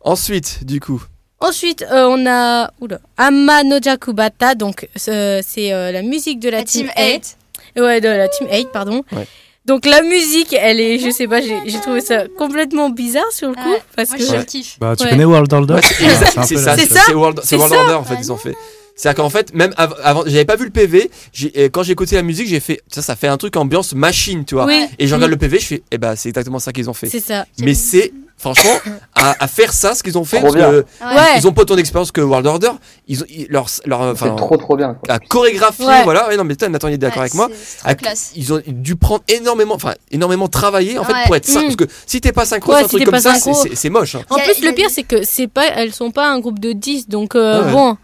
B: Ensuite, du coup,
G: Ensuite, euh, on a oula, Amma Nojakubata. Donc, euh, c'est euh, la musique de la,
F: La Team 8.
G: Eight. Ouais, de la Team 8, pardon.
B: Ouais.
G: Donc, la musique, elle est, je sais pas, j'ai j'ai trouvé ça complètement bizarre sur le coup.
F: Ouais.
G: Parce
F: Moi,
G: que.
F: je
B: Ouais.
F: kiffe.
H: Bah, tu
G: Ouais.
H: connais World Order
B: Ouais,
H: Ouais,
B: c'est
H: un
B: c'est
H: peu
B: ça,
H: la-
G: c'est
B: c'est c'est World, c'est
G: C'est
B: World
G: ça.
B: Order en fait, ils ont fait. C'est-à-dire qu'en fait, même av- avant, j'avais pas vu le PV, j'ai- euh, quand j'ai écouté la musique, j'ai fait, ça, ça fait un truc ambiance machine, tu vois.
G: Oui.
B: Et je regarde le PV, je fais, eh ben, c'est exactement ça qu'ils ont fait.
G: C'est ça.
B: Mais c'est, franchement, à, à faire ça, ce qu'ils ont fait,
C: Trop
B: parce que
G: Ouais.
B: ils ont pas autant d'expérience que World Order, ils ont, ils- leur, leur,
C: C'est
B: enfin,
C: trop trop bien. quoi.
B: à chorégraphier,
G: Ouais.
B: voilà. Ouais, non, mais putain, Nathan, il est d'accord
F: Ouais,
B: avec moi.
F: c'est- C'est
B: Ah,
F: trop classe.
B: Ils ont dû prendre énormément, enfin, énormément travailler, en fait,
F: Ouais.
B: pour être ça.
G: Mm.
B: Parce que si t'es pas synchro
G: Ouais,
B: sur un
G: si
B: truc
G: t'es
B: comme
G: pas
B: ça, c'est-
G: synchro.
B: c'est c'est moche. hein.
G: En
F: Y a-
G: plus,
F: y a-
G: le pire, c'est que c'est pas, elles sont pas un groupe de 10, donc euh,
B: Ouais.
G: bon.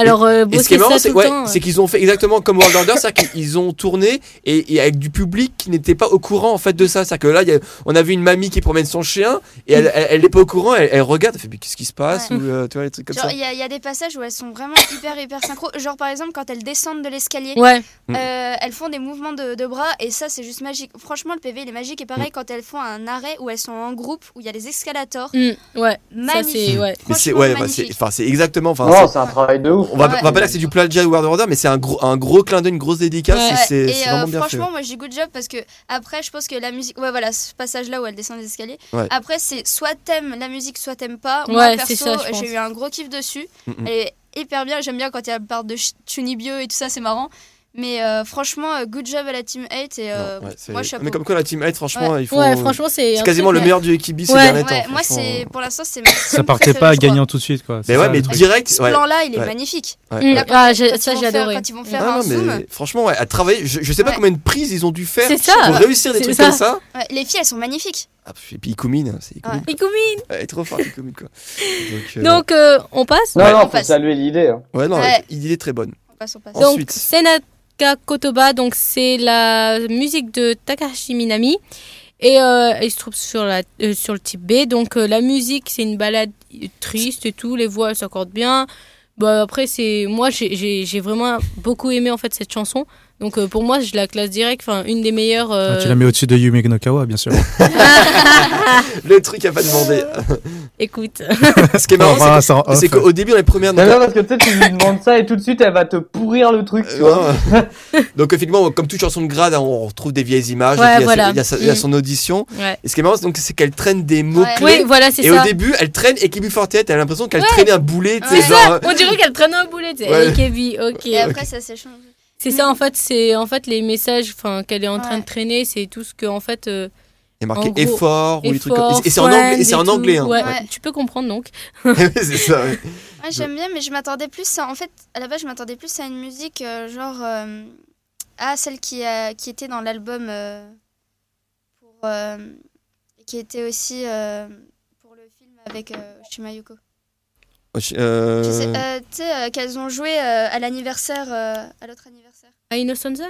G: Alors, euh,
B: Et ce qui
G: bosser
B: est marrant,
G: ça
B: c'est
G: tout le
B: ouais,
G: temps.
B: c'est qu'ils ont fait exactement comme World Order, c'est-à-dire qu'ils ont tourné et, et avec du public qui n'était pas au courant en fait de ça. C'est-à-dire que là, il y a- on a vu une mamie qui promène son chien et elle, elle, elle est pas au courant, elle, elle regarde, elle fait mais qu'est-ce qui se passe
F: Ouais.
B: ou euh, tu vois les trucs comme
F: Genre,
B: ça.
F: il y, a- il y a des passages où elles sont vraiment hyper hyper synchro. Genre, par exemple, quand elles descendent de l'escalier,
G: Ouais,
B: Mm.
F: euh, elles font des mouvements de, de bras et ça, c'est juste magique. Franchement, le PV, il est magique. Et
B: Mm.
F: pareil, quand elles font un arrêt où elles sont en groupe, où il y a les escalators,
G: mm, ouais. Ça,
F: magnifique.
G: c'est. Ouais.
B: Mais c'est
F: Franchement,
B: ouais, bah, c'est
F: magnifique.
B: enfin c'est exactement enfin
C: Non,
B: c'est-
C: c'est un travail de ouf.
B: on va,
F: ouais.
B: on va pas dire que c'est du plagiat de World Order, mais c'est un gros un gros clin d'œil, une grosse dédicace.
G: Ouais.
B: et
F: Ouais,
B: C'est
F: et,
B: c'est
F: euh,
B: vraiment bien fait.
F: franchement, moi j'ai good job parce que après, je pense que la musique, ouais, voilà, ce passage-là où elle descend les escaliers.
B: Ouais.
F: Après, c'est soit t'aimes la musique, soit t'aimes pas.
G: Ouais,
F: moi,
G: c'est
F: perso,
G: ça, je pense.
F: j'ai eu un gros kiff dessus.
B: Mm, mm.
F: Elle est hyper bien. J'aime bien quand il y a part de ch- Chunibyo et tout ça, c'est marrant. Mais euh, franchement, euh, good job à la team 8 et euh,
B: Non, ouais, c'est-
F: moi chapeau.
B: mais comme quoi la team 8 franchement ils font
G: Ouais, franchement, c'est.
B: c'est
G: un
B: quasiment le
G: truc,
B: meilleur du équipe ces
G: Ouais.
B: derniers temps.
F: Ouais, moi,
B: franchement. euh.
F: c'est pour l'instant, c'est ma
H: Ça partait pas gagnant tout de suite, quoi. c'est
B: Mais ouais,
H: ça,
B: mais
H: le truc.
B: direct.
F: Ce
B: ouais,
F: plan-là, il est
B: Ouais.
F: magnifique.
B: ouais,
G: Mm.
B: ouais.
G: Ah, j'ai-
F: Quand ils
G: ça,
F: vont
G: j'ai
F: faire-
G: adoré.
F: Quand ils vont faire
B: Ah
F: un
B: non, mais
F: zoom,
B: franchement, ouais, à travailler, je, je sais pas
F: Ouais.
B: combien de prises ils ont dû faire
G: C'est ça.
B: pour réussir des
G: C'est
B: trucs
G: ça.
B: comme ça.
F: ouais, les filles, elles sont magnifiques.
B: Ah, puis- et puis Ikumin, c'est Ikumin.
F: Ouais.
G: Ikumi
B: Elle est trop forte, Ikumin, quoi. Donc, euh,
G: Donc, euh, on passe.
C: Non,
B: Ouais.
C: non,
F: On
C: faut
F: passe.
C: saluer l'idée. hein.
B: ouais, non,
F: Ouais.
B: il il est très bonne.
F: On passe, on passe.
G: Donc,
B: Ensuite.
G: Senaka Kotoba, donc c'est la musique de Takahashi Minami. Et euh, il se trouve sur, la, euh, sur le type B. Donc, euh, la musique, c'est une balade triste et tout. Les voix, elles s'accordent bien. Bah, après, c'est moi, j'ai- j'ai j'ai vraiment beaucoup aimé en fait cette chanson. Donc, euh, pour moi, je la classe direct. Enfin, une des meilleures.
H: Ah, tu
G: euh,
H: l'as mis au-dessus de Yumi no Kawa, bien sûr.
B: Le truc à pas demander.
G: euh, Écoute.
B: Ce qui est
H: On
B: marrant,
H: verra ça en
B: c'est que- c'est
H: off.
B: qu'au début, les premières.
C: Non, non, parce que tu sais, tu lui demandes ça et tout de suite, elle va te pourrir le truc, tu vois.
B: Euh, ouais. Donc effectivement, comme toute chanson de grade, hein, on retrouve des vieilles images.
G: Ouais,
B: et puis il y a
G: voilà.
B: sa- il, y a sa- il y a
G: Mm.
B: son audition.
G: Ouais.
B: Et ce qui est marrant, c'est donc, c'est qu'elle traîne des mots
F: Ouais.
B: clés.
G: Oui, voilà, c'est
B: et
G: ça.
B: au début, elle traîne et Kibi Fortier, elle a l'impression qu'elle
G: Ouais.
B: traînait un boulet. tu sais,
F: Ouais.
B: genre, euh,
G: On dirait qu'elle traîne un boulet. tu sais.
B: Ouais.
G: Hey, Kevin, ok.
F: Et après, ça s'échange.
G: C'est ça en fait, c'est en fait les messages enfin qu'elle est en train
F: Ouais.
G: de traîner, c'est tout ce que en fait euh,
B: Il y a marqué
G: En gros,
B: effort ou des trucs comme
G: effort,
B: Et c'est en anglais.
G: friends
B: et c'est en
G: tout.
B: anglais, hein.
G: Ouais,
F: Ouais.
G: tu peux comprendre donc.
B: c'est ça, ouais.
F: Ouais, j'aime bien, mais je m'attendais plus à... En fait, à la base, je m'attendais plus à une musique euh, genre... euh, Ah, celle qui, a... qui était dans l'album... euh, Pour... euh, Qui était aussi euh, pour le film avec euh, Shimayuko.
B: Euh,
F: Tu sais, euh, tu sais, euh, qu'elles ont joué euh, à l'anniversaire... euh, à l'autre anniversaire.
G: Aino Sanzai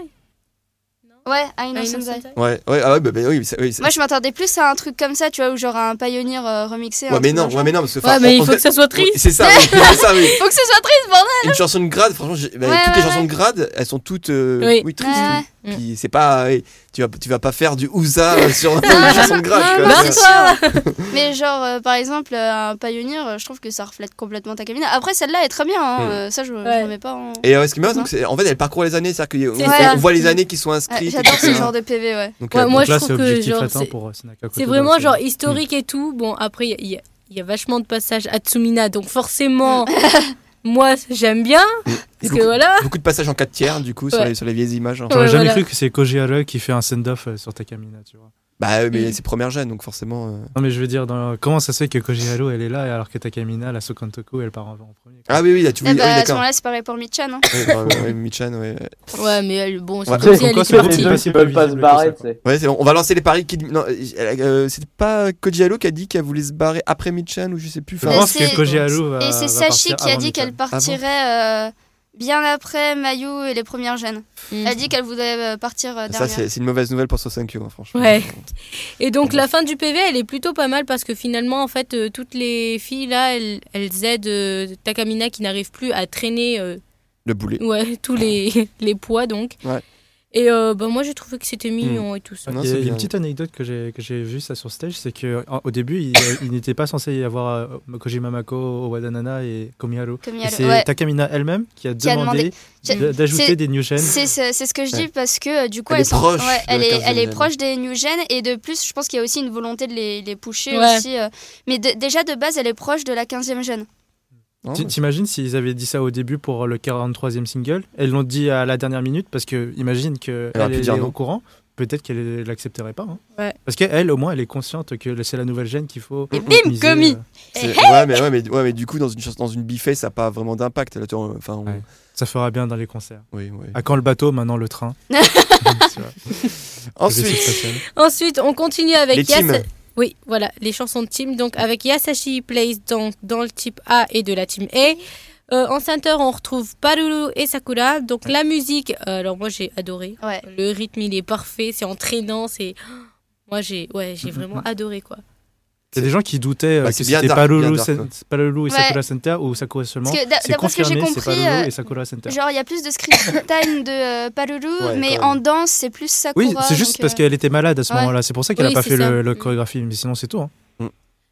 F: Ouais, à Aino
G: Aino
F: Sanzai.
G: Sanzai
B: Ouais, ouais, ah ouais, bah, bah, oui, ça- oui, ça-
F: Moi, je m'attendais plus à un truc comme ça, tu vois, où genre un Pioneer euh, remixé. un
B: ouais, mais
F: truc
B: non,
F: dans le
B: ouais, mais non, parce que. enfin,
G: Ouais, mais
B: on-
G: il
B: on-
G: faut que ça soit triste.
B: C'est ça, oui, c'est ça, oui.
F: genre. Faut que ce soit triste, bordel
B: Une chanson de grade, franchement, j'ai- bah,
F: Ouais,
B: toutes les
F: ouais,
B: chansons
F: ouais.
B: de grade, elles sont toutes euh,
G: Oui.
B: tristes.
F: Ouais,
B: oui.
G: ouais.
B: Puis c'est pas, oui, tu vas, tu vas pas faire du ouza euh, sur une chanson de grade. quoi.
G: Barre-toi.
F: hein. c'est sûr. Mais genre, euh, par exemple, euh, un Pioneer, euh, je trouve que ça reflète complètement ta cabine. Après, celle-là est très bien, hein,
B: Mm.
F: euh, ça, je ne
G: Ouais.
F: remets pas en...
B: Et euh, ce qui est marrant, donc, c'est- en fait, elle parcourt les années, c'est-à-dire qu'on
G: C'est
B: on-
F: ça.
B: on voit les années qui sont inscrites.
F: Ouais,
B: et
F: Ah, J'adore
B: tout
F: ce
B: ça.
F: genre de PV, ouais.
B: Donc,
G: Ouais,
B: euh,
G: moi,
H: Donc
G: je
H: là,
G: trouve
H: c'est
G: que,
H: objectif
G: genre,
H: atteint
G: c'est-
H: pour euh, Sinaka
G: C'est
H: Kotoba,
G: vraiment
H: c'est-
G: genre historique et tout. Bon, après il y, a- il y a- il y a vachement de passages à Tsumina donc forcément moi j'aime bien
B: il y a
G: parce que voilà.
B: Beaucoup de passages en 4 tiers, du coup, sur,
G: Ouais.
B: les, sur les vieilles images. hein.
G: Ouais.
H: J'aurais jamais
G: voilà.
H: cru que c'est Koji Haruki qui fait un send-off euh, sur Takamina, tu vois.
B: Bah, euh, mais c'est première jeune, donc forcément. euh.
H: Non, mais je veux dire, dans- comment ça se fait que Koji Halo, elle est là, alors que Takamina, la Sokantoku, elle part en en premier quoi.
B: Ah oui, oui, là, tu
F: Eh
B: oui,
F: bah,
B: ah oui,
F: à ce
B: d'accord.
F: moment-là, c'est pareil pour Michan. Hein.
B: Ouais, bah, ouais, ouais, Michan, ouais.
G: Ouais, mais elle, bon, c'est
B: euh, Ouais.
G: comme si
H: Comme
G: elle
H: quoi,
G: était
H: c'est
C: que
H: parti.
C: les
G: partie.
C: deux qui peuvent pas se
H: Visible que
C: barrer,
H: ça,
C: tu sais.
B: Ouais, c'est bon, on va lancer les paris. Kid... Non, euh, c'était pas Koji Halo qui a dit qu'elle voulait se barrer après Michan ou je sais plus.
H: Je
B: Enfin,
F: Mais
H: pense
F: c'est-
H: que Koji Halo va.
F: Et c'est
H: va
F: Sachi
H: partir
F: qui a
H: avant
F: dit
H: Mika.
F: qu'elle
B: Ah
F: partirait euh, bien après Mayu et les premières gènes.
G: Mm.
F: Elle dit qu'elle voulait euh, partir euh,
B: Mhm. ça,
F: dernière.
B: c'est c'est une mauvaise nouvelle pour Sosankyo, hein, franchement.
G: Ouais. Et donc la fin du PV, elle est plutôt pas mal parce que finalement, en fait, euh, toutes les filles là, elles, elles aident euh, Takamina qui n'arrive plus à traîner euh,
B: Le boulet.
G: ouais, tous les, les poids donc.
B: Ouais. Hmm.
G: Et euh, bah, moi, j'ai trouvé que c'était mignon et tout ça.
B: Non,
H: Il y
B: c'est
H: a il y a
B: bien.
H: une petite anecdote que j'ai que j'ai vue ça sur stage, c'est que en- au début il, il n'était pas censé y avoir euh, Koji Mamako, Owadanana et Komiharo.
F: Comme il y
H: Et
F: a le-
H: c'est
F: ouais.
H: Takamina elle-même qui a
F: Qui a
H: demandé,
F: demandé.
H: d'a- d'ajouter
F: C'est-
H: des new gens.
F: C'est c'est- c'est ce que je dis
B: Ouais.
F: parce que euh, du coup
B: Elle est
F: sont-
B: proche
F: ouais,
B: de
F: elle,
B: la
F: est,
B: quinzaine
F: elle est
B: jeune.
F: proche des new gen et de plus je pense qu'il y a aussi une volonté de les, les pousser
G: Ouais.
F: aussi euh, mais de- déjà de base elle est proche de la 15e jeune.
B: Non,
H: Ti- T'imagines s'ils avaient dit ça au début pour le 43e single Elles l'ont dit à la dernière minute parce que imagine que
B: Elle aurait
H: elle,
B: pu
H: elle
B: dire
H: est
B: non.
H: au courant. Peut-être qu'elle l'accepterait pas. hein.
G: Ouais.
H: Parce qu'elle, au moins, elle est consciente que c'est la nouvelle gêne qu'il faut.
B: Et
G: bim,
H: miser,
G: commis.
H: euh,
G: Eh,
B: c'est- ouais, mais, ouais, mais, ouais, mais du coup, dans une, chanson- dans une biffée, ça n'a pas vraiment d'impact. Là, tu vois, Enfin, on-
H: Ouais. Ah, Ça fera bien dans les concerts.
B: oui, oui.
H: À quand le bateau Maintenant le train. C'est vrai.
B: Ensuite,
G: Ensuite, on continue avec
B: les teams.
G: Yas- Oui, voilà, les chansons de team. Donc avec Yasashi Place donc, dans le type A et de la team A. Euh, en center, on retrouve Paruru et Sakura. Donc la musique, euh, alors moi j'ai adoré.
F: Ouais.
G: Le rythme, il est parfait, c'est entraînant, c'est... Moi j'ai ouais, j'ai vraiment adoré quoi.
H: Il y a des gens qui doutaient euh,
B: Bah,
H: que
B: c'est bien
H: c'était
B: dark, bien
H: Palulu,
B: dark,
H: Sen-
B: quoi.
H: Palulu et
F: Ouais.
H: Sakura Center ou Sakura seulement.
F: Parce que d'a-
H: C'est
F: d'après ce que j'ai
H: confirmé, c'est
F: compris,
H: Palulu
F: euh,
H: et Sakura Center.
F: Genre il y a plus de script time de euh, Palulu
B: Ouais,
F: mais
B: quand
F: en
B: même.
F: danse c'est plus Sakura.
H: Oui, c'est juste
F: donc,
H: parce
F: euh,
H: qu'elle était malade à ce
F: ouais.
H: moment-là. C'est pour ça qu'elle n'a
G: Oui,
H: pas
G: c'est
H: fait
G: ça.
H: le, le
G: Mm.
H: chorégraphie. Mais sinon, c'est tout. hein.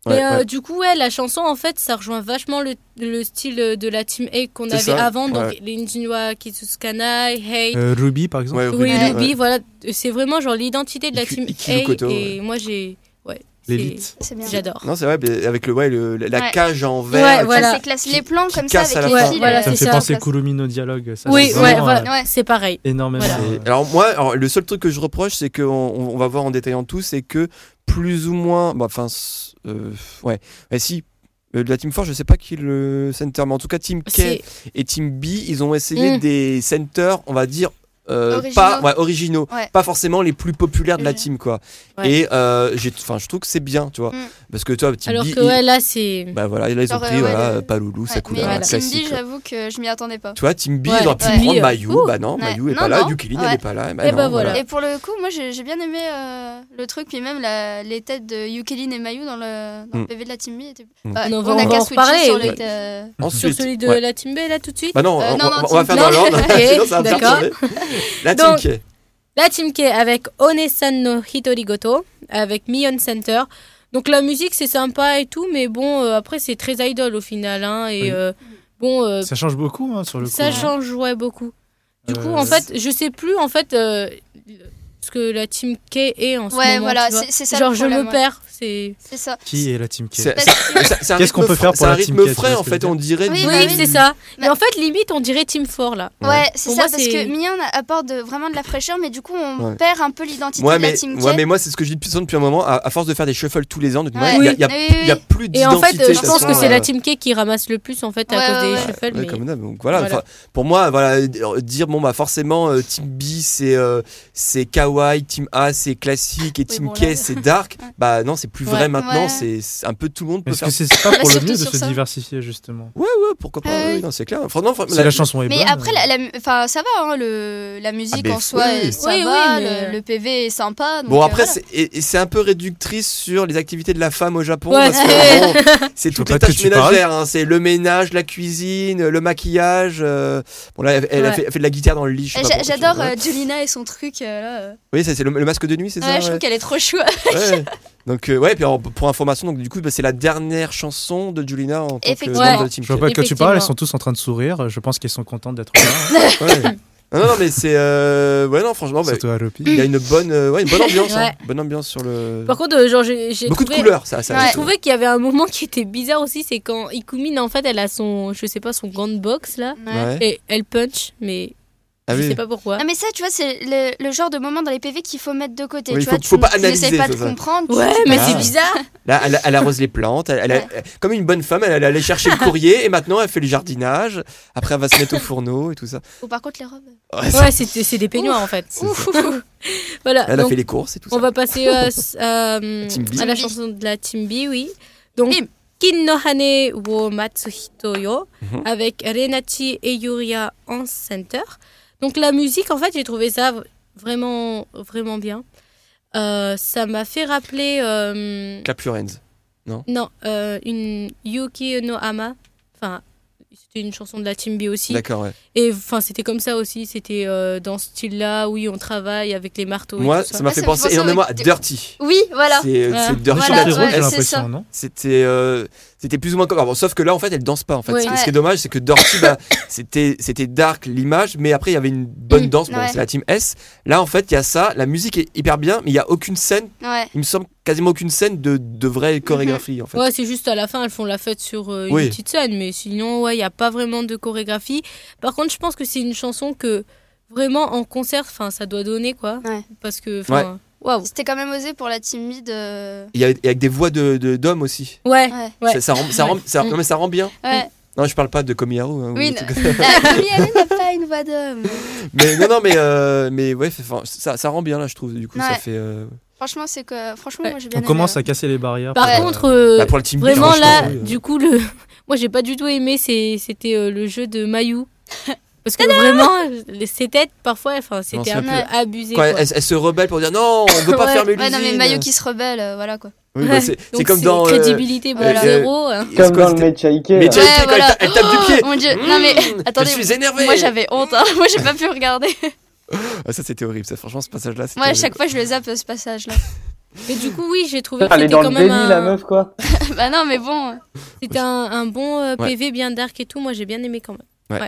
B: Ouais,
G: Mais euh,
B: ouais.
G: du coup, ouais, la chanson, en fait, ça rejoint vachement le, le style de la team A qu'on
B: C'est
G: avait
B: ça,
G: avant. Donc
B: ouais.
G: les Ninjinwa Kitsuskanai, Hate,
H: Euh, Ruby, par exemple.
B: Ouais,
G: Oui,
B: Ruby,
G: Ruby,
B: ouais.
G: voilà, c'est vraiment genre l'identité de la
B: Iku-
G: team
B: Ikiru
G: A
B: Koto,
G: et moi j'ai ouais, c'est-
H: L'élite.
F: c'est bien.
G: J'adore.
B: Non, c'est vrai, mais avec le, ouais, le- la
F: Ouais.
B: cage en verre.
G: Ouais,
B: avec-
G: voilà.
F: Ça, c'est classe. Les plans
B: Qui-
F: comme
B: qui
F: ça
B: casse
F: avec
B: à
F: les
B: la
G: fin.
F: filles,
G: Ouais, voilà,
F: euh,
H: Ça me
G: c'est
H: fait
G: ça.
H: penser Kurumino dialogue. Ça,
G: Oui,
H: c'est
G: ouais,
H: vraiment,
G: voilà,
H: euh,
F: Ouais.
G: c'est pareil.
H: Énormément.
G: Voilà.
H: euh,
B: Et alors moi, alors, le seul truc que je reproche, c'est qu'on on on va voir en détaillant tout, c'est que plus ou moins, bah, enfin, s- euh, ouais, Ouais, si. euh, de la Team 4, je sais pas qui est le center, mais en tout cas Team K
G: C'est-
B: et Team B, ils ont essayé
G: Mm.
B: des centers, on va dire, euh,
F: Originaux.
B: pas ouais, originaux,
F: Ouais.
B: pas forcément les plus populaires de la
F: Mhm.
B: team, quoi.
G: Ouais.
B: Et euh, j'ai- enfin, je trouve que c'est bien, tu vois,
F: Mm.
B: parce que toi, Team
G: Alors
B: B,
G: que
B: ils-
G: ouais, là c'est
B: bah voilà, là, ils ont
F: Genre, euh,
B: pris
F: ouais,
B: voilà,
F: le-
B: Paloulou,
F: ouais,
B: Sakura,
F: mais euh,
G: voilà.
F: Team
B: classique,
F: B,
B: quoi.
F: j'avoue que je m'y attendais pas.
B: Tu vois, Team B,
G: Ouais,
B: ils auraient pu
F: ouais.
B: prendre
G: Ouh.
B: Mayu, bah non,
F: Ouais.
B: Mayu est
F: Non,
B: pas là,
F: non.
B: Yukilin,
F: Ouais.
B: elle est pas là, bah
G: Eh
B: non, voilà.
G: ben voilà.
F: Et pour le coup, moi j'ai j'ai bien aimé euh, le truc, puis même la- les têtes de Yukelin et Mayu dans le, dans le
B: Mm.
F: PV de la Team B. était-
B: Mm.
F: Bah,
G: Ah, On
F: on,
G: va- on
F: a
G: va
F: qu'à
G: en
F: switcher
G: reparler,
F: sur,
G: ouais.
F: les têtes-
G: sur
B: Ensuite,
G: celui de
B: ouais.
G: la team B là tout de suite.
B: Bah non,
F: Euh,
B: on,
F: non,
B: on-
F: non,
B: on va
F: Team
B: faire dans
G: K.
B: l'ordre.
G: Ok,
B: sinon ça va faire
G: d'accord.
B: tourner. La
G: Donc-
B: Team K.
G: La team K avec Onesan no Hitorigoto avec Mion Center. Donc la musique c'est sympa et tout mais bon euh, après c'est très idol au final hein, et
H: Oui.
G: euh, bon euh,
H: Ça change beaucoup hein, sur le coup.
G: Ça
H: hein.
G: change, ouais, beaucoup. Du coup,
H: Euh,
G: en fait, je sais plus, en fait, euh, ce que la team K est en ce
F: Ouais,
G: moment.
F: voilà,
G: tu vois.
F: c'est- c'est ça le
G: Genre, je
F: problème,
G: me
F: ouais.
G: perds. C'est.
F: C'est ça.
H: Qui est la team K
B: C'est-
F: Parce
B: c'est-
F: que-
B: c'est- c'est un
H: Qu'est-ce qu'on
B: rythme
H: peut faire
B: fra-
H: pour la
B: C'est un
H: Team
B: rythme
H: K, tu
B: frais,
H: vois
B: en
H: ce que
B: fait,
H: je veux
B: on dirait.
F: Oui,
B: du-
G: Oui,
F: bah
G: c'est ça. Mais
F: Bah-
G: en fait, limite, on dirait Team 4 là.
F: Ouais, c'est
G: Pour
F: ça,
G: moi,
F: parce
G: c'est-
F: que Mion apporte de- vraiment de la fraîcheur, mais du coup, on
B: Ouais.
F: perd un peu l'identité
B: Ouais
F: de la
B: mais,
F: Team K.
B: ouais, mais moi, c'est ce que je dis depuis, depuis un moment. À, à force de faire des shuffles tous les ans, de toute
F: Ouais.
B: manière, il y a- il y a,
F: Oui,
B: il y a
F: oui,
B: plus
G: Et
B: d'identité.
G: en fait,
B: de
G: euh, je
B: toute
G: pense que
B: façon,
G: c'est
B: euh,
G: la team K qui ramasse le plus en fait à
F: Ouais,
G: cause des
F: ouais, ouais.
G: shuffles.
B: ouais,
G: mais-
B: comme d'hab. Donc, voilà,
G: Voilà.
B: enfin, pour moi, voilà, euh, dire bon bah forcément euh, Team B c'est euh, c'est kawaii, Team A c'est classique et Team
F: bon,
B: K
F: là-
B: c'est dark. Bah non, c'est plus vrai
G: Ouais.
B: maintenant.
F: Ouais.
B: C'est c'est un peu tout le monde peut
H: Est-ce
B: faire.
H: que c'est pas pour le
F: surtout
H: mieux de
F: sur
H: se
F: ça.
H: diversifier justement
B: Ouais ouais, pourquoi pas.
F: Ouais,
B: oui,
F: Ah oui.
B: non, c'est clair. Enfin, non, enfin,
H: Si la chanson est
F: Mais
H: bonne.
F: après, la, la- enfin, ça va, hein, le, la musique
B: euh, ben,
F: en soi,
B: oui.
F: ça
G: Oui,
F: va,
G: oui, mais- euh,
F: le, le PV est sympa. donc,
B: Bon
F: euh,
B: après
F: voilà.
B: c'est- et- et c'est un peu réductrice sur les activités de la femme au Japon
G: Ouais.
B: parce que bon, c'est
H: Je
B: toutes
H: vois
B: les
H: pas de
B: tâches
H: quoi tu parles.
B: ménagères hein. c'est le ménage la cuisine le maquillage euh, bon là elle, elle a
G: Ouais.
B: fait, elle fait de la guitare dans le lit je sais pas
F: J'a-
B: pourquoi, tu
F: J'adore
B: vois.
F: euh, Julina et son truc. euh, là, euh.
B: oui ça, c'est le, le masque de nuit c'est
F: Ouais, je
B: ça
F: trouve
B: ouais.
F: qu'elle est trop chou.
B: Ouais. donc euh, ouais puis alors, pour information donc du coup bah, c'est la dernière chanson de Julina en tant que
F: Effectivement.
B: membre de
G: Ouais.
B: Team
H: Je vois
B: K.
H: pas de quoi tu parles, elles
G: Effectivement.
H: sont tous en train de sourire. Je pense qu'elles sont contentes d'être là.
B: Ouais. non, non non, mais c'est euh, ouais non franchement bah,
H: Surtout à Lopi.
B: il y a une bonne euh, ouais, une bonne ambiance hein.
G: Ouais.
B: bonne ambiance sur le
G: Par contre, euh, genre, j'ai j'ai
B: beaucoup
G: trouvé.
B: de couleurs ça, ça
F: Ouais.
G: J'ai
B: reste-
G: trouvé qu'il y avait un moment qui était bizarre aussi, c'est quand Ikumin en fait elle a son, je sais pas, son gant box là,
B: Ouais.
G: et elle punch, mais
B: Ah
G: je
B: oui.
G: sais pas pourquoi.
F: Ah mais ça, tu vois, c'est le, le genre de moment dans les PV qu'il faut mettre de côté.
B: Oui,
F: tu
B: faut-
F: vois, tu
B: faut pas
F: tu n'essayes
B: analyser,
F: pas
B: c'est
F: de
B: ça.
F: comprendre.
G: Ouais,
F: tu-
G: mais
B: Ah.
G: c'est bizarre.
B: Là, elle, elle arrose les plantes. Elle, elle a- comme une bonne femme, elle, elle allait chercher le courrier et maintenant elle fait le jardinage. Après, elle va se mettre au fourneau et tout ça.
F: Ou par contre les robes.
B: Ouais, ça-
G: Ouais, c'est c'est des peignoirs en fait.
B: C'est ça.
G: voilà.
B: Elle a
G: donc,
B: fait les courses et tout
G: on
B: ça.
G: va passer à, à, euh,
B: Team B.
G: à
F: Team
G: la
F: B.
G: chanson de la Team B, oui. Donc,
A: Bim.
G: Kin no Hane wo Matsuhito yo,
B: Mhm.
G: avec Renachi et Yuria en center. Donc, la musique, en fait, j'ai trouvé ça v- vraiment, vraiment bien. Euh, ça m'a fait rappeler. euh,
B: Clap your hands.
G: non, euh, une Yuki no Ama. Enfin, c'était une chanson de la Team B aussi.
B: D'accord, ouais.
G: Et enfin, c'était comme ça aussi. C'était euh, dans ce style-là, oui, on travaille avec les marteaux. et
B: Moi,
G: tout ça.
B: ça m'a
F: Ah,
B: fait
F: ça me
B: penser
F: pensait
B: énormément
F: au-
B: à Dirty.
F: Oui, voilà.
B: C'est euh,
G: Ouais.
B: c'est Dirty.
F: Voilà,
B: la-
H: Chantier rouge,
F: ouais,
H: j'ai
B: elle-
F: c'est
H: l'impression, non
B: C'était euh, c'était plus ou moins comme- bon, sauf que là en fait elle danse pas en fait.
G: Ouais.
B: Ce qui- Ce
F: Ouais.
B: qui est dommage c'est que Dorothy bah, c'était c'était dark l'image mais après il y avait une bonne
G: Mm,
B: danse bon,
F: ouais.
B: c'est la team S. Là en fait il y a ça, la musique est hyper bien mais il y a aucune scène,
F: Ouais.
B: il me semble quasiment aucune scène de, de vraie chorégraphie en fait.
G: Ouais, c'est juste à la fin, elles font la fête sur euh, une
B: Oui.
G: petite scène, mais sinon, ouais, il n'y a pas vraiment de chorégraphie. Par contre, je pense que c'est une chanson que vraiment en concert, enfin, ça doit donner quoi.
F: Ouais.
G: Parce que, enfin, waouw.
F: C'était quand même osé pour la timide. euh,
B: Il y a- et avec des voix de de- d'hommes aussi.
G: Ouais.
F: Ouais.
G: Ouais.
B: Ça, ça rend ça rend ça,
G: Mm.
B: non, mais ça rend bien.
F: Ouais.
B: Non, je parle pas de Komiharu hein, ou
F: Oui,
B: des
F: non.
B: trucs comme ça.
F: La Camille, elle n'a pas une voix d'homme.
B: mais non non mais euh, mais ouais fait- enfin, ça ça rend bien là je trouve du coup ça
F: Ouais.
B: fait euh,
F: Franchement, c'est que franchement,
G: Ouais.
F: moi j'ai bien
H: On
F: aimé,
H: commence
F: euh,
H: à casser les barrières.
G: Par
F: Ouais.
G: contre, euh,
B: bah, pour le team B,
G: vraiment
B: franchement,
G: là,
B: oui, euh,
G: du coup, le... moi, j'ai pas du tout aimé, c'est- c'était euh, le jeu de Mayu. Parce que vraiment, les- ses têtes, parfois, enfin, c'était
B: c'est
G: un
B: un
G: peu abusé.
B: quand
G: quoi.
B: elle, elle- elle se rebelle pour dire non, on veut pas
G: Ouais.
B: fermer
F: Ouais,
B: l'usine.
F: non mais Mayo qui se rebelle, euh, voilà quoi.
B: Oui, bah, c'est c'est
G: Donc,
B: comme dans. euh,
G: crédibilité, bon,
F: voilà.
G: zéro. hein.
B: c'est
C: Comme
B: quoi,
C: dans le
B: c'était-
C: Mechaike.
B: Mais
C: là.
B: tu as été
F: Ouais,
B: quand elle
F: voilà.
B: ta- elle tape du pied.
F: Oh, mon dieu, non mais
B: Mmh,
F: attendez,
B: Je suis énervé.
F: moi j'avais honte, hein. moi j'ai pas pu regarder.
B: Ah, ça c'était horrible. Ça, franchement, ce passage-là. c'était
F: Moi à
B: horrible.
F: chaque fois je le zappe ce passage là.
G: Mais du coup, oui, j'ai trouvé que
C: Elle est
G: c'était
C: dans
G: quand
C: le
G: même
C: déni,
G: un...
C: la meuf, quoi.
F: bah non mais bon.
G: C'était un, un bon euh,
B: Ouais.
G: PV bien dark et tout. Moi, j'ai bien aimé quand même.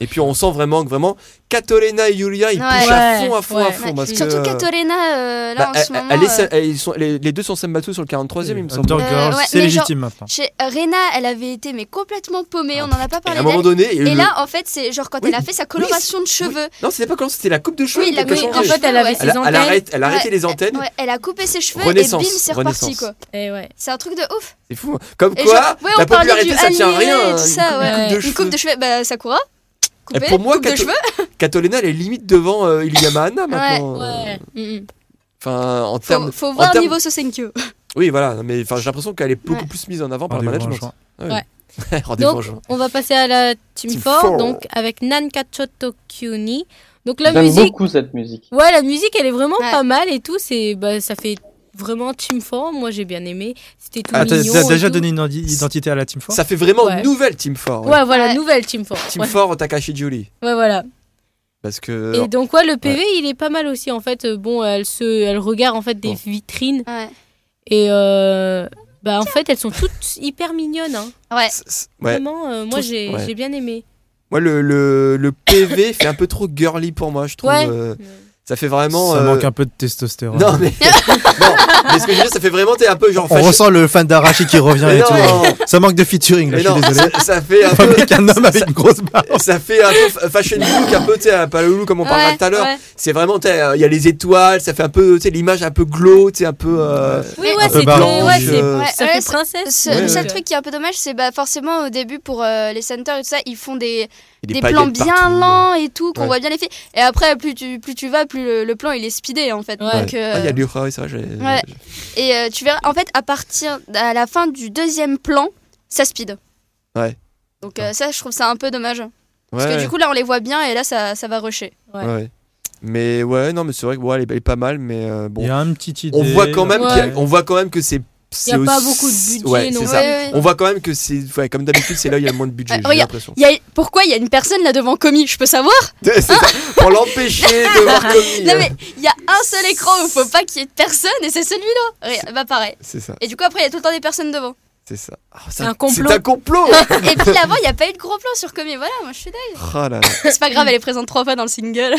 B: Et puis on sent vraiment que vraiment, Katolena et Yulia ils
F: Ouais.
B: poussent à
G: Ouais.
B: fond, à fond, à
G: Ouais.
B: fond.
F: Ouais.
B: parce
F: Surtout
B: que, euh,
F: Katolena euh, là
B: bah,
F: en
B: elle-
F: ce moment.
B: elle est-
F: euh,
B: elles sont- les, les deux sont Sembatu sur le 43e, il me semble.
H: Undergirl,
F: Euh, ouais,
H: c'est
F: mais genre-
H: légitime maintenant.
F: Chez Rena, elle avait été mais complètement paumée,
B: Ah,
F: on en a
B: Et
F: pas
B: à
F: parlé
B: un moment
F: d'elle.
B: donné, il y a eu
F: Et
B: le-
F: là, en fait, c'est genre quand
B: Oui,
F: elle a fait sa coloration de
B: oui.
F: cheveux.
B: non, c'était pas quand c'était la coupe de cheveux.
F: Oui,
B: qui
F: la
B: a
F: coupe-
B: changé.
G: en fait, elle avait
B: Elle
G: ses
B: a, elle
G: antennes.
B: arrête, elle a arrêté
F: Ouais,
B: les antennes.
F: Ouais, elle a coupé ses cheveux et bim,
B: Renaissance,
F: c'est reparti
B: Renaissance.
F: quoi.
G: Et Eh ouais.
F: C'est un truc de ouf.
B: C'est fou. hein. Comme
F: Et
B: quoi,
F: genre, ouais,
B: la
F: on parlait
B: popularité
F: du
B: ça tient à
F: admirer
B: rien.
F: et
B: hein,
F: tout ça,
B: une coupe
F: ouais.
B: de
F: Une
B: cheveux.
F: coupe de cheveux, bah Sakura,
B: Et
F: coupée,
B: pour moi,
F: coupe de
B: Kato-
F: cheveux.
B: Katolena, elle est limite devant euh, Iliyama Anna maintenant.
G: Ouais. Mm, mm.
B: Enfin, en termes.
F: Faut, faut
B: en
F: voir
B: termes-
F: niveau Sosenkyo.
B: Oui, voilà, mais enfin, j'ai l'impression qu'elle est beaucoup
F: Ouais.
B: plus mise en avant par le
H: Rendez-vous en
B: management.
H: juin.
B: Ouais. Rendez-vous en
G: Donc,
B: juin.
G: On va passer à la Team,
B: Team
G: 4,
B: four.
G: donc avec Nankacho Tokyuni. Donc la
C: J'aime
G: musique,
C: beaucoup cette musique.
G: ouais, la musique, elle est vraiment
F: Ouais.
G: pas mal et tout. C'est, bah, ça fait vraiment Team 4. Moi, j'ai bien aimé. C'était tout
B: Ah,
H: Ah, t'as
G: mignon.
H: t'as
G: et
H: déjà
G: tout.
H: donné une indi- identité à la Team 4
B: Ça fait vraiment
G: Ouais.
B: nouvelle Team Fort.
G: Ouais, voilà,
F: Ouais.
G: nouvelle Team 4.
B: Team
G: ouais.
B: Fort Takashi Julie.
G: Ouais, voilà.
B: Parce que.
G: Et donc, ouais, le PV, il est pas mal aussi en fait. Euh, Bon, elle se, elle regarde en fait des
B: Bon.
G: vitrines
F: Ouais.
G: et euh, bah en fait, elles sont toutes hyper mignonnes. Hein.
F: Ouais.
B: c- c- ouais.
G: Vraiment, euh, moi
B: Tous-
G: j'ai
B: ouais.
G: j'ai bien aimé.
B: Moi, le, le, le PV fait un peu trop girly pour moi, je trouve.
G: Ouais.
B: euh, ça fait vraiment.
H: Ça
B: euh,
H: manque un peu de testostérone.
B: Non, mais. non, mais ce que je veux dire, ça fait vraiment. T'es un peu genre.
H: On
B: fashion-
H: ressent le fan d'Arachi qui revient
B: Mais
H: et
B: non,
H: tout. hein. Ça manque de featuring là,
B: mais
H: je
B: non,
H: suis désolé.
B: ça, ça fait un
H: Pas
B: peu.
H: avec un homme avec une grosse barbe.
B: Ça fait un peu f- fashion look, un peu, tu sais, un paloulou comme on parlera
F: Ouais,
B: tout à l'heure.
F: ouais.
B: C'est vraiment, tu sais, euh, il y a les étoiles, ça fait un peu, tu sais, l'image un peu glow, tu sais, un peu. euh,
G: Oui,
F: Un
G: ouais,
H: peu euh.
G: c'est
H: baron,
G: ouais,
B: je-
G: c'est-
B: Ouais,
G: ça
F: ouais,
G: fait
F: c'est-
G: princesse.
F: Ce,
B: Ouais,
F: le
B: ouais.
F: seul truc qui est un peu dommage, c'est bah, forcément au début pour euh, les centers et tout ça, ils font des,
B: il y a
F: des
B: paillettes
F: plans bien
B: partout.
F: lents et tout, qu'on
B: Ouais.
F: voit bien les filles. Et après, plus tu, plus tu vas, plus le, le plan il est speedé en fait.
G: Ouais.
B: Ouais.
F: Donc, euh,
B: Ah, il y a du Roy, ça, j'ai.
F: Ouais. Et euh, tu verras, en fait, à partir à la fin du deuxième plan, ça speed.
B: Ouais.
F: Donc euh, ça, je trouve ça un peu dommage. Parce
B: Ouais.
F: que du coup, là, on les voit bien et là, ça, ça va rusher.
G: Ouais.
B: Ouais. Mais ouais, non, mais c'est vrai que bon, elle, est, elle est pas mal, mais euh,
H: Il y
B: bon.
H: a un petit idée.
B: On voit quand même,
G: Ouais.
B: qu'il y a- on voit quand même que c'est.
G: Il y a pas beaucoup de budget
B: Ouais,
G: non
B: c'est
G: plus.
B: ça.
F: Ouais, ouais.
B: On voit quand même que c'est, ouais, comme d'habitude, c'est là où il y a le moins de budget.
F: Ouais,
B: j'ai
F: Euh, regarde.
B: l'impression.
F: Il y a- pourquoi il y a une personne là devant Comi Je peux savoir
B: C'est ça, Pour l'empêcher de voir Comi.
F: Non mais il y a un seul écran où faut pas qu'il y ait de personne et c'est celui-là. Regarde, Bah pareil.
B: C'est ça,
F: Et du coup après il y a tout le temps des personnes devant.
B: c'est ça. Ah,
G: un complot.
B: C'est un complot.
F: Et puis l'avant il y a pas eu de gros plan sur Comi. Voilà, moi je suis dingue.
B: Oh là là.
F: C'est pas grave, elle est présente trois fois dans le single.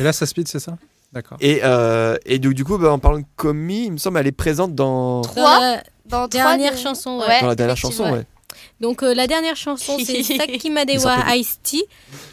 H: Et là, ça speed, c'est ça D'accord.
B: Et, euh, et donc, du coup, bah, en parlant de Comi, il me semble elle est présente dans,
G: Dans
F: Trois
G: la
F: Dans trois
G: Euh, dernière
F: des-
G: chanson, ouais.
F: Ouais.
B: dans la dernière
F: effectivement,
B: chanson. Ouais.
G: Donc euh, la dernière chanson, c'est Sakimadewa Ice-T.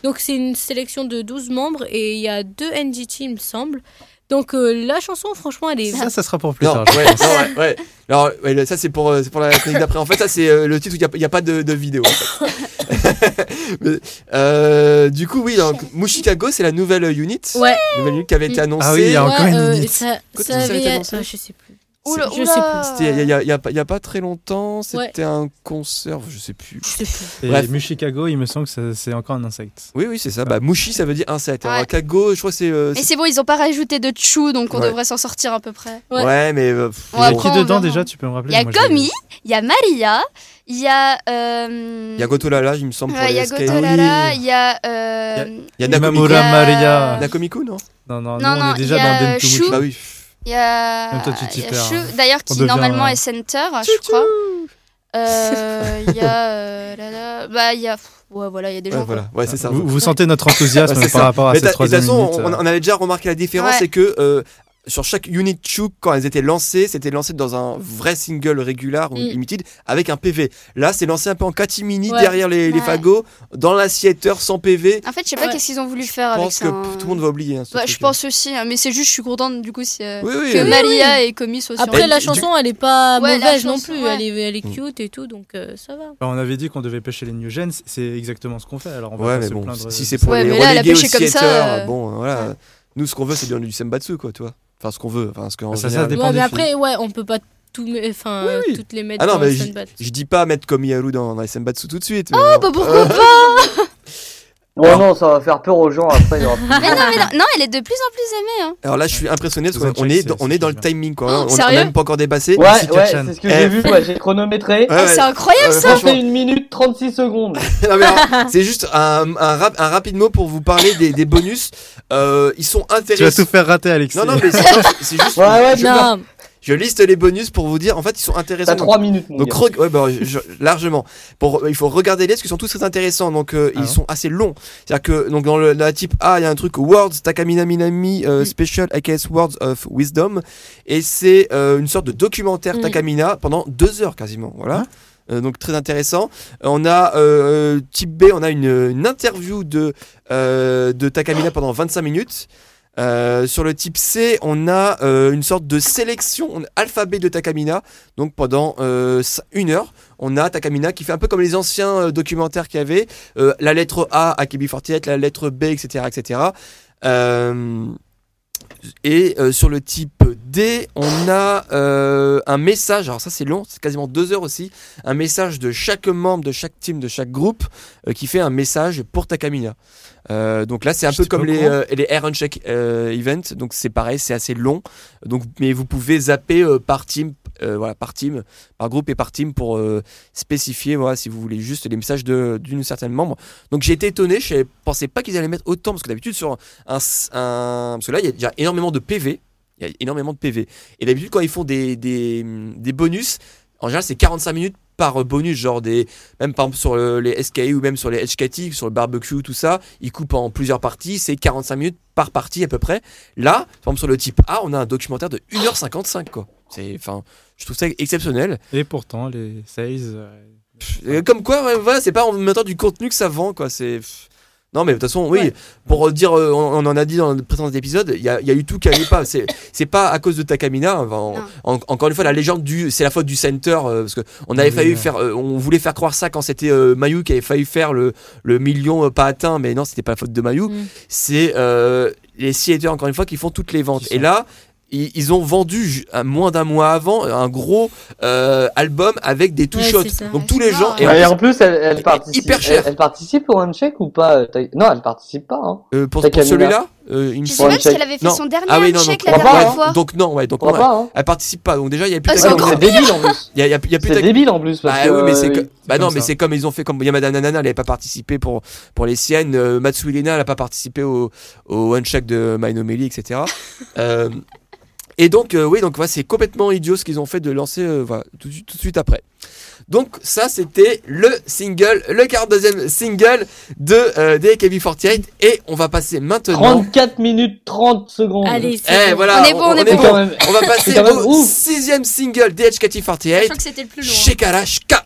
G: Donc c'est une sélection de 12 membres et il y a deux NGT, il me semble. Donc euh, la chanson, franchement, elle est...
H: Ça, ça sera pour plus
B: Non,
H: tard. je
B: ouais,
H: pense.
B: non, ouais, ouais. Alors, ouais, le- ça, c'est pour, euh, c'est pour la chronique d'après. En fait, ça, c'est euh, le titre où il n'y a, il y a pas de, de vidéo. en fait. Mais, euh, du coup, oui, donc, Mushikago, c'est la nouvelle unit.
G: Ouais,
B: Nouvelle unit qui avait
F: Mm.
B: été annoncée.
H: Ah oui, il y a
G: ouais,
H: encore une
G: euh,
H: minute.
G: ça,
B: Quand
G: ça
B: ça avait
G: avait...
B: été annoncé
G: ah, je sais plus.
F: Oula,
G: Je sais
F: oula.
G: plus.
B: C'était Il n'y a, il y a pas- il y a pas très longtemps. C'était un concert, je sais plus.
G: Je sais plus.
H: Et
B: Bref.
H: Mushikago, il me semble que ça- c'est encore un insecte.
B: Oui, oui, c'est ça. Bah, Mushi, ça veut dire insecte. Alors,
F: Ouais.
B: Kago, je crois que c'est. euh,
F: Mais c'est bon, ils ont pas rajouté de chou, donc on
B: Ouais.
F: devrait s'en sortir à peu près.
B: ouais.
G: ouais.
B: mais. euh, pff,
F: Ouais,
B: bon.
H: Qui
F: Après, on
H: dedans
F: verra.
H: déjà, tu peux me rappeler
F: Il y a
H: Moi, je l'ai-
F: Gomi, il y a Maria, il y a. euh,
B: Il y a Gotolala, il me semble, pour
F: ouais, il y
B: les
F: a
B: skate.
F: Gotolala, il y a. euh,
B: Il y a Nakomiku.
H: Imamura
F: Il y a-
H: Maria.
B: Nakomiku, non
H: Non, non, nous,
F: Euh, Non,
H: on
F: non,
H: est déjà
F: il y a,
H: dans
F: euh,
H: Den Tumushi.
F: Chou.
B: Bah oui.
F: Il y a.
H: Même toi, tu t'y
F: il y a
H: perds,
F: Chou,
H: hein.
F: D'ailleurs, qui
H: On devient
F: normalement
H: un-
F: est center, je crois. Euh, Il y a. euh, là, là, bah, il y a. Ouais, voilà, il y a des gens.
B: Ouais, voilà. Ouais, c'est ça.
H: Vous, vous sentez notre enthousiasme
B: Ouais, c'est
H: par
B: ça.
H: rapport à
B: Mais
H: cette
B: t'as- de toute
H: troisième
B: façon,
H: minute. euh.
B: on, on avait déjà remarqué la différence,
F: Ouais.
B: c'est que euh, sur chaque unit Chuk, quand elles étaient lancées, c'était lancé dans un vrai single régular ou
G: Mm.
B: limited avec un PV. Là, c'est lancé un peu en catimini
G: Ouais.
B: derrière les, les
F: Ouais.
B: fagots, dans l'assietteur sans PV.
F: En fait, je sais pas
G: Ouais.
F: qu'est-ce qu'ils ont voulu
B: Je
F: faire avec
B: pense
F: ça.
B: que
F: hein.
B: p- tout le monde va oublier. hein, ce
F: Ouais, je
B: truc-là.
F: pense aussi, hein, mais c'est juste, je suis contente du coup si, euh,
B: Oui, oui.
F: que
B: euh,
F: Maria et Comi soient sur
G: Après,
B: Et
G: la
B: du-
G: chanson, elle est pas
F: Ouais, la
G: mauvaise non
F: chanson,
G: plus.
F: ouais.
G: Elle, est, elle est
B: Mm.
G: cute et tout, donc euh, ça va.
H: Bah, on avait dit qu'on devait pêcher les New Gens, c'est exactement ce qu'on fait. Alors on va
B: Ouais,
H: pas
B: mais
H: se
B: bon,
H: plaindre.
B: si c'est pour
F: Ouais,
B: les
F: mais là, elle a
B: relégués
F: pêché
B: aux
F: comme ça,
B: siéteurs,
F: euh,
B: bon, voilà.
F: ouais.
B: Nous, ce qu'on veut, c'est bien du sembatsu, quoi, tu vois. Enfin, ce qu'on veut, enfin, ce qu'en
H: Bah, Ça, ça
B: général-
H: dépend.
G: Ouais,
H: des
G: mais
H: filles.
G: après, ouais, on peut pas tout, me- enfin,
B: Oui, oui.
G: toutes les mettre
B: Ah non,
G: dans
B: mais
G: le
B: j-
G: Sunbat.
B: Je dis pas mettre Komiyaru dans, dans les sembatsu tout de suite. mais bon.
F: Bah, pourquoi pas
C: Oh non, ça va faire peur aux gens après. il y aura plus de
F: mais non, mais non, non, elle est de plus en plus aimée. Hein.
B: Alors là, je suis impressionné parce
H: Zone
B: qu'on
H: check,
B: est,
H: c'est-
B: dans- on
H: c'est
B: est dans le
H: super.
B: timing, quoi. hein.
F: Oh,
B: on n'a
F: sérieux
B: même pas encore dépassé.
H: Jessica
C: Ouais, ouais,
H: Chan.
C: c'est ce que
B: Eh.
C: j'ai vu, moi j'ai chronométré.
B: Ouais,
F: Ah,
B: ouais.
F: c'est incroyable
B: Ouais,
F: ça
B: franchement,
C: 31 minutes 36 secondes.
B: non, mais alors, c'est juste un, un, rap- un rapide mot pour vous parler des, des bonus. Euh, ils sont
H: Tu vas
B: intéressants.
H: tout faire rater, Alexis.
B: Non, non, mais c'est c'est juste.
C: Ouais, ouais,
B: Ah, je,
G: Non,
B: je liste les bonus pour vous dire. En fait, ils sont
C: T'as
B: intéressants. Donc,
C: 3 minutes, mon
B: donc,
C: gars.
B: re- ouais, bah, je- largement. Pour, il faut regarder les parce qu'ils sont tous très intéressants. Donc, euh,
H: Ah
B: ils
H: bon
B: sont assez longs. C'est-à-dire que donc dans le, la type A, il y a un truc Words Takamina Minami euh, Special, AKS Words of Wisdom, et c'est euh, une sorte de documentaire
G: Mm.
B: Takamina pendant deux heures quasiment. Voilà.
H: Hein
B: Euh, donc très intéressant. Euh, On a euh, type B, on a une, une interview de, euh, de Takamina pendant 25 minutes. Euh, sur le type C, on a euh, une sorte de sélection on- alphabet de Takamina. Donc pendant euh, cin- une heure, on a Takamina qui fait un peu comme les anciens euh, documentaires qu'il y avait. Euh, la lettre A à KB48, la lettre B, etc. etc. Euh, et euh, sur le type D, on a euh, un message, alors ça c'est long, c'est quasiment deux heures aussi, un message de chaque membre, de chaque team, de chaque groupe, euh, qui fait un message pour Takamina. Euh, donc là c'est un
H: Je
B: peu
H: sais pas
B: comme les,
H: comment.
B: euh, les Aaron Check euh, Event, donc c'est pareil, c'est assez long, donc, mais vous pouvez zapper euh, par team. euh, voilà par team, par groupe et par team pour euh, spécifier voilà si vous voulez juste les messages de- d'une certaine membre. Donc j'ai été étonné, je pensais pas qu'ils allaient mettre autant parce que d'habitude sur un, un- parce que là il y a déjà énormément de PV, il y a énormément de PV. Et d'habitude quand ils font des, des, des bonus, en général c'est 45 minutes par bonus, genre des même par exemple sur le- les SKI ou même sur les HKT, sur le barbecue tout ça, ils coupent en plusieurs parties, c'est 45 minutes par partie à peu près. Là, par exemple sur le type A, on a un documentaire de 1h55 quoi. C'est enfin, je trouve ça exceptionnel.
H: Et pourtant, les 16. euh,
B: Euh, Comme quoi, ouais, voilà, c'est pas en mettant du contenu que ça vend, quoi. C'est. pff. Non, mais de toute façon, oui,
G: Ouais.
B: pour euh, dire, euh, on, on en a dit dans le précédent épisode, il y, a il y a eu tout qui allait pas. C'est c'est pas à cause de Takamina. enfin, en-
F: Non.
B: en- encore une fois, la légende du. C'est la faute du center, euh, parce que on avait
H: Oui,
B: failli
H: ouais.
B: faire. euh, on voulait faire croire ça quand c'était euh, Mayu qui avait failli faire le, le million euh, pas atteint, mais non, c'était pas la faute de Mayu.
G: Mm.
B: C'est euh, les siéteurs, encore une fois, qui font toutes les ventes.
H: Qui
B: Et
H: sont-
B: là. Ils ils ont vendu ju- à moins d'un mois avant un gros euh, album avec des two
G: Ouais,
B: shots.
G: c'est ça.
B: Donc tous les gens.
F: Et
C: Et,
F: en
B: en
C: en plus, elle, elle
B: est
C: participe.
B: hyper chère.
C: Elle, elle participe au handshake ou pas euh, t'as- Non, elle participe pas. Hein.
B: Euh, pour
C: Takamina.
B: pour celui-là, euh, il me
F: Je sais
B: semble-
C: Ouais,
F: même
C: check.
F: si elle avait fait
B: Non.
F: son dernier
B: Ah oui, non, non,
F: check la
C: on va
F: dernière
C: pas,
F: fois.
B: ouais, donc non, ouais, donc
C: Pourquoi
B: ouais,
C: pas hein.
B: elle participe Eh, pas. Donc déjà, il y a plus.
F: Ah,
B: de
F: c'est
C: Ouais,
B: Takamina.
C: donc
F: encore
C: c'est débile en plus.
B: Il y a, il y a- il y a plus.
C: C'est
B: de-
C: débile en plus. parce
B: Bah oui, mais
C: que,
B: c'est.
C: euh,
B: que- Bah non,
H: comme
B: mais
H: ça.
B: c'est comme ils ont fait comme Yamada Nanana, elle n'avait pas participé pour pour les siennes. euh, Matsu Elena, elle n'a pas participé au au one check de Maino Meli, etc. Euh, et donc euh, oui, donc voilà, c'est complètement idiot ce qu'ils ont fait de lancer euh, voilà, tout, de suite- tout de suite après. Donc ça, c'était le single, le quart deuxième single de euh, des AKB48 et on va passer maintenant.
C: 34 minutes 30 secondes.
G: allez,
B: Eh
G: c'est bon.
B: voilà,
F: On est bon, on est
C: C'est
F: bon.
C: quand même.
B: On va passer
C: C'est quand même
B: au
C: ouf.
B: sixième single
F: Je crois
B: DHKT48,
F: que c'était le plus long. hein.
B: Shekarashka.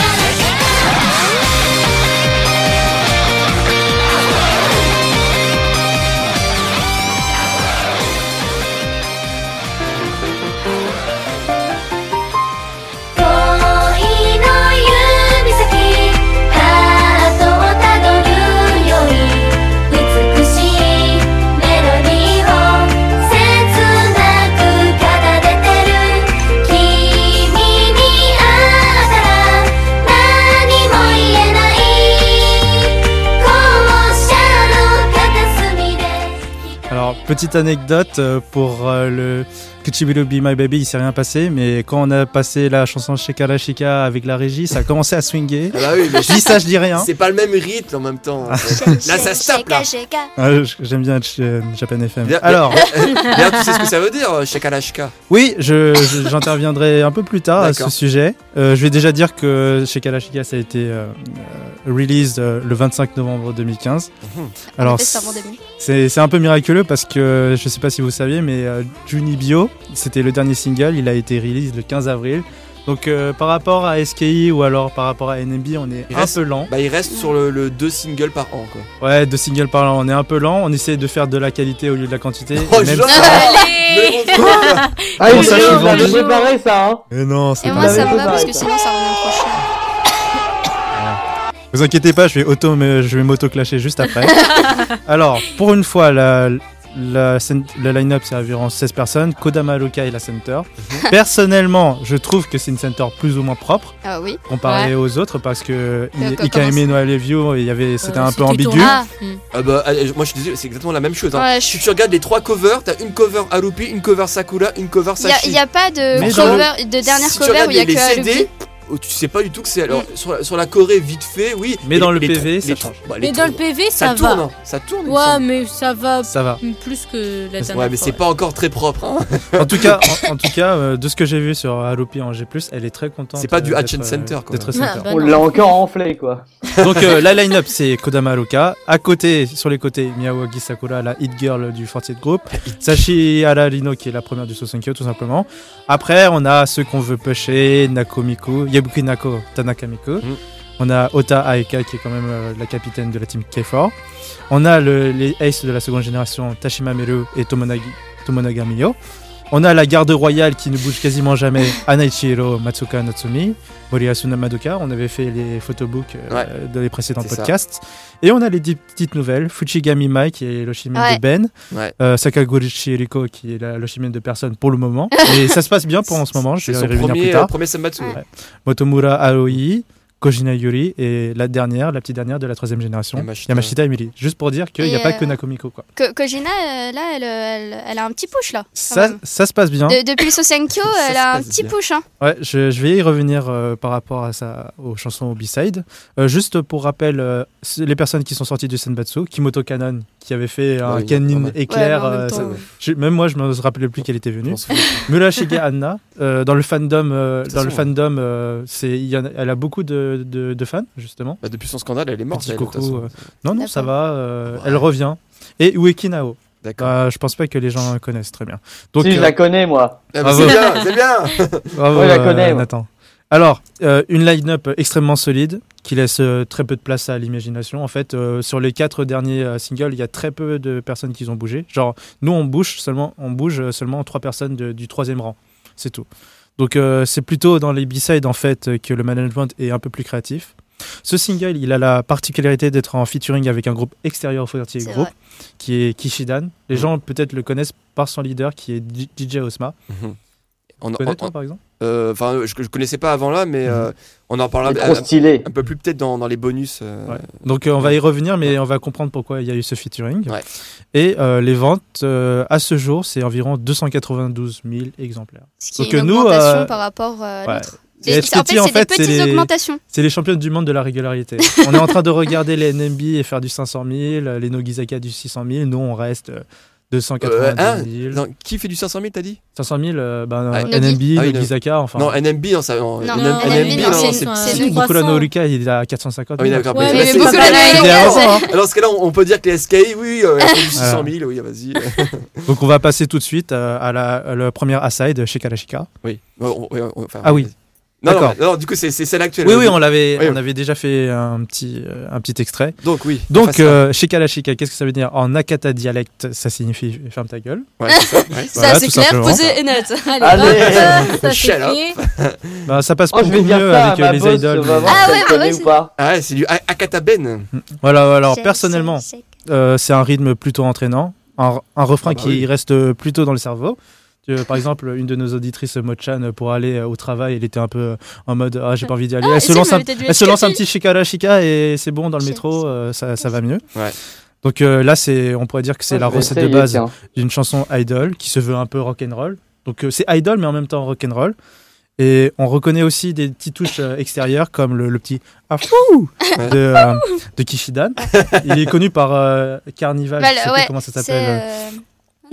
D: 「恋の指先」「ハートをたどるより」「美しいメロディーを切なく奏でてる」「君に会ったら何も言えない」「校舎の片隅で」
H: Alors, petite anecdote euh, pour euh, le Kuchibulu Be My Baby, il s'est rien passé, mais quand on a passé la chanson Sheka La Shika avec la régie, ça a commencé à swinguer.
B: Ah bah oui, mais
H: Je dis ça, je dis rien.
B: c'est pas le même rythme en même temps. en fait. Là, ça se tape, là.
H: Ah, j- J'aime bien être chez euh, Japan FM.
B: Bien-
H: Alors,
B: D'ailleurs, tu sais ce que ça veut dire, euh, Shakalashka
H: oui, je- je- j'interviendrai un peu plus tard à ce
B: D'accord.
H: sujet. Euh, je vais déjà dire que Sheka La Shika, ça a été euh, euh, released euh, le 25 novembre 2015.
B: Mhm.
H: Alors,
F: Faites ça avant début.
H: C'est c'est un peu miraculeux parce que je sais pas si vous saviez, mais euh, Juni Bio, c'était le dernier single, il a été release le 15 avril. Donc euh, par rapport à SKI ou alors par rapport à NMB, on est
B: Il
H: un
B: reste-
H: peu lent.
B: Bah, il reste sur le, le deux singles par an, quoi.
H: Ouais, de single par an, on est un peu lent. On essaie de faire de la qualité au lieu de la quantité.
B: Oh,
H: et même
B: genre
H: ça-
G: Allez
B: Mais bon,
C: Ah,
H: Comment
C: oui,
H: ça, je suis
C: on avait
H: vendu
C: préparé ça, hein.
H: Mais non, c'est
F: Et
H: pas
F: moi,
H: vrai.
F: ça me va
C: pareil,
F: parce
C: quoi.
F: que sinon, ça revient au prochain.
H: Vous inquiétez pas, je vais auto, me- je vais m'auto-clasher juste après. Alors, pour une fois, la, la, scène- la line-up c'est environ 16 personnes. Kodama Loka est la center.
G: Mhm.
H: Personnellement, je trouve que c'est une center plus ou moins propre
F: Ah oui.
H: comparée aux autres parce que
F: Euh,
H: I- Ikaeme no Alevio, il y avait, c'était un peu ambigu.
G: Ah, hmm.
B: Ah bah, allez, moi je suis désolé, c'est exactement la même chose. Hein.
F: Ouais, je
B: Si tu regardes les trois covers, t'as une cover Harupi, une cover Sakura, une cover
F: Il y a-
B: Sachi.
F: Il n'y a, pas de,
H: Mais dans
F: cover, de dernière
B: si tu
F: cover
B: regardes
F: où il y a
B: les
F: que
B: CD,
F: Haruki. Mm.
B: oh, tu sais pas du tout que c'est. Alors, sur, la, sur la Corée, vite fait, oui.
H: Mais dans le
B: les-
H: PV,
B: les-
H: ça
B: les-
H: change.
B: bah, les
G: Mais dans le
B: trous,
G: PV,
B: ça,
G: ça
B: tourne,
G: va.
B: hein, ça tourne. il me
G: Ouais,
B: semble.
G: mais ça va
H: Ça va.
G: plus que la dernière
B: Ouais, mais c'est
G: fois,
B: pas encore très propre. hein.
H: En tout cas, en, en tout cas euh, de ce que j'ai vu sur Harupi en G+, elle est très contente.
B: C'est pas du
H: euh,
B: Hatchin
H: d'être, euh,
B: Center, quoi.
H: d'être
G: ouais.
H: center.
G: Ah, bah
C: On
G: non.
C: l'a encore enflé, quoi.
H: Donc euh, la line-up c'est Kodama Aroka, à côté, sur les côtés Miyawagi Sakura, la hit girl du 48 Group, Sashi Ararino qui est la première du Sosenkyo tout simplement. Après on a ceux qu'on veut pusher, Nakomiku, Yabuki Nako, Tanaka Miku.
B: Mm.
H: On a Ota Aeka qui est quand même euh, la capitaine de la team K4. On a le- les aces de la seconde génération, Tashima Meru et Tomonagi, Tomonaga Miyo. On a la garde royale qui ne bouge quasiment jamais, Anaichiro Matsuka Natsumi, Moriasuna Madoka. On avait fait les photobooks euh,
B: Ouais.
H: dans les précédents
B: C'est ça.
H: podcasts. Et on a les dix petites nouvelles, Fuchigami Mai qui est l'oshimine
F: Ouais.
H: de Ben,
B: Ouais.
H: euh, Sakaguchi Riko qui est la- l'oshimine de personne pour le moment. Et ça se passe bien pour en ce moment, je
B: C'est
H: vais y
B: son
H: revenir plus
B: premier, euh,
H: tard. Mm.
B: premier Sambatsu.
H: Ouais. Motomura Aoi, Kojina Yuri et la dernière, la petite dernière de la troisième génération,
B: Yamashita.
H: Yamashita, Emily. Juste pour dire qu'il n'y a
F: Et,
H: pas
F: euh,
H: que Nakomiko. Quoi.
F: Ko- Kojina, euh, là, elle, euh, elle- elle a un petit push, là. quand
H: Ça,
F: même.
H: ça se passe bien.
F: De- depuis Sosenkyo,
B: Ça
F: elle
B: se
F: a un
B: passe
F: petit
B: bien.
F: push. Hein.
H: Ouais, je, je vais y revenir euh, par rapport à ça, aux chansons au B-side. Euh, juste pour rappel, euh, c- les personnes qui sont sorties du Senbatsu, Kimoto Kanon, qui avait fait un
B: oui, pas
H: Kenin
B: mal.
H: éclair,
G: Ouais, mais en même
H: euh,
G: temps,
H: ça-
G: ouais.
H: je- même moi je me rappelais plus qu'elle était
B: Je
H: venue.
B: m'en souviens.
H: Murashige Anna, euh, dans le fandom, euh,
B: De toute
H: dans le
B: façon,
H: fandom, euh, c'est, il y en a- elle a beaucoup de, de- de fans justement.
B: Bah, depuis son scandale, elle est morte.
H: Petit
B: elle, de toute
H: coucou,
B: façon.
H: euh, Non non, ça va, euh,
B: Ouais.
H: elle revient. Et Ueki Nao,
B: D'accord.
H: euh, je pense pas que les gens la connaissent très bien. Donc
C: si, je
H: euh,
C: la connais,
B: Ah,
C: moi.
B: mais
H: bravo.
B: c'est bien, c'est bien.
H: Bravo,
C: Ouais, je la
H: euh,
C: connais, ouais.
H: Nathan. Alors, euh, une line-up extrêmement solide qui laisse euh, très peu de place à l'imagination. En fait, euh, sur les quatre derniers euh, singles, il y a très peu de personnes qui ont bougé. Genre, nous, on bouge seulement, on bouge euh, seulement trois personnes de- du troisième rang. C'est tout. Donc, euh, c'est plutôt dans les B-sides, en fait, euh, que le management est un peu plus créatif. Ce single, il a la particularité d'être en featuring avec un groupe extérieur au Fortier
F: C'est
H: Group,
F: vrai.
H: qui est Kishidan. Les
C: Mm.
B: Mhm.
H: gens, peut-être, le connaissent par son leader, qui est D- DJ Osma.
B: On,
H: Tu
B: on-
H: connais,
B: on-
H: toi, Mhm. par exemple
B: euh, enfin, je, je connaissais pas avant là, mais euh, on en parlera
C: C'est
B: un,
C: trop stylé.
B: un peu plus peut-être dans, dans les bonus. euh,
H: Ouais. Donc euh, on va y revenir, mais on va comprendre pourquoi il y a eu ce featuring.
B: Ouais.
H: Et euh, les ventes, euh, à ce jour, c'est environ 292 000 exemplaires.
F: Ce qui est
H: Donc,
F: une
H: nous,
F: augmentation
H: euh,
F: par rapport euh, à
H: ouais.
F: l'autre.
H: Les
F: Des- En
H: STT,
F: fait,
H: en
F: c'est des
H: fait, c'est
F: petites
H: les-
F: augmentations.
H: C'est les championnes du monde de la régularité. on est en train de regarder les NMB et faire du 500 000, les Nogizaka du 600 000. Nous, on reste euh,
B: Euh, hein
H: 290 000.
B: Non, qui fait du 500 000, t'as dit
H: 500 000, euh, ben, euh,
B: Ouais.
H: NMB,
B: Ah oui,
H: le
B: non.
H: Gizaka, enfin.
B: Non, NMB, non, ça. Non,
F: Non,
B: NM-
F: NMB,
B: NMB,
F: non,
B: non,
F: c'est-
B: c'est.
F: c'est
H: Si,
F: une
H: Nicolas
F: croissance.
H: Noruka, il est à 450
B: Ah oui,
H: 000.
B: d'accord.
G: Ouais,
B: mais
G: mais
B: c'est-
G: beaucoup
B: c'est-
G: d'années,
B: c'est-
G: les gars,
B: c'est- Alors, ce cas-là, on on peut dire que les SKI, oui, euh, elles font du 600
H: Voilà.
B: 000, oui, ah, vas-y.
H: Donc on va passer tout de suite euh, à la, à la première aside chez Kalashika.
B: Oui. on- on- on- enfin,
H: Ah oui.
B: Non, non,
H: D'accord.
B: non, du coup, c'est c'est celle actuelle.
H: Oui, oui, on l'avait,
B: Oui,
H: on
B: oui.
H: avait déjà fait un petit, euh, un petit extrait.
B: Donc, oui.
H: Donc
B: Enfin,
H: euh, chez Kalashika, qu'est-ce que ça veut dire en Nakata dialecte Ça signifie ferme ta gueule.
B: ça- ouais, c'est ça, ouais.
H: Ça, Voilà, c'est tout clair, simplement. posé
I: posé et net.
G: Allez,
C: Allez.
G: hop, ça
B: Shut
G: c'est
B: up.
G: fait.
H: Bah, ça passe
C: Oh, je vais
H: beaucoup
C: dire
H: mieux
C: ça
H: avec
C: à
H: euh,
C: ma
H: les
C: boss,
H: idoles.
C: on va voir
F: Ah
C: si
F: ouais,
C: elle
F: bah
C: connaît
F: ouais,
C: ou pas.
B: Ah, ouais, c'est du A- Ben. Akataben.
H: Voilà, alors
A: Shake,
H: personnellement,
A: shake,
H: euh, c'est un rythme plutôt entraînant, un, un refrain
B: Ah bah
H: qui
B: oui.
H: reste plutôt dans le cerveau. Tu vois, Par exemple, une de nos auditrices, Mochan, pour aller euh, au travail, elle était un peu euh, en mode Ah, j'ai pas envie d'y aller. elle se lance un Elle se lance un petit shikara shika et c'est bon dans le
A: Shit.
H: métro, euh, ça, ça va mieux.
B: Ouais.
H: Donc euh, là, c'est, on pourrait dire que c'est
C: Ouais,
H: la
C: je vais
H: recette de
C: essayer,
H: base
C: tiens.
H: d'une chanson idol qui se veut un peu rock'n'roll. Donc euh, c'est idol mais en même temps rock'n'roll. Et on reconnaît aussi des petites touches euh, extérieures comme le, le petit afou
B: Ouais.
H: de, euh, de Kishidan. Il est connu par euh, Carnival, je sais
F: Voilà,
H: plus
F: Bah, ouais.
H: comment ça
F: c'est,
H: s'appelle.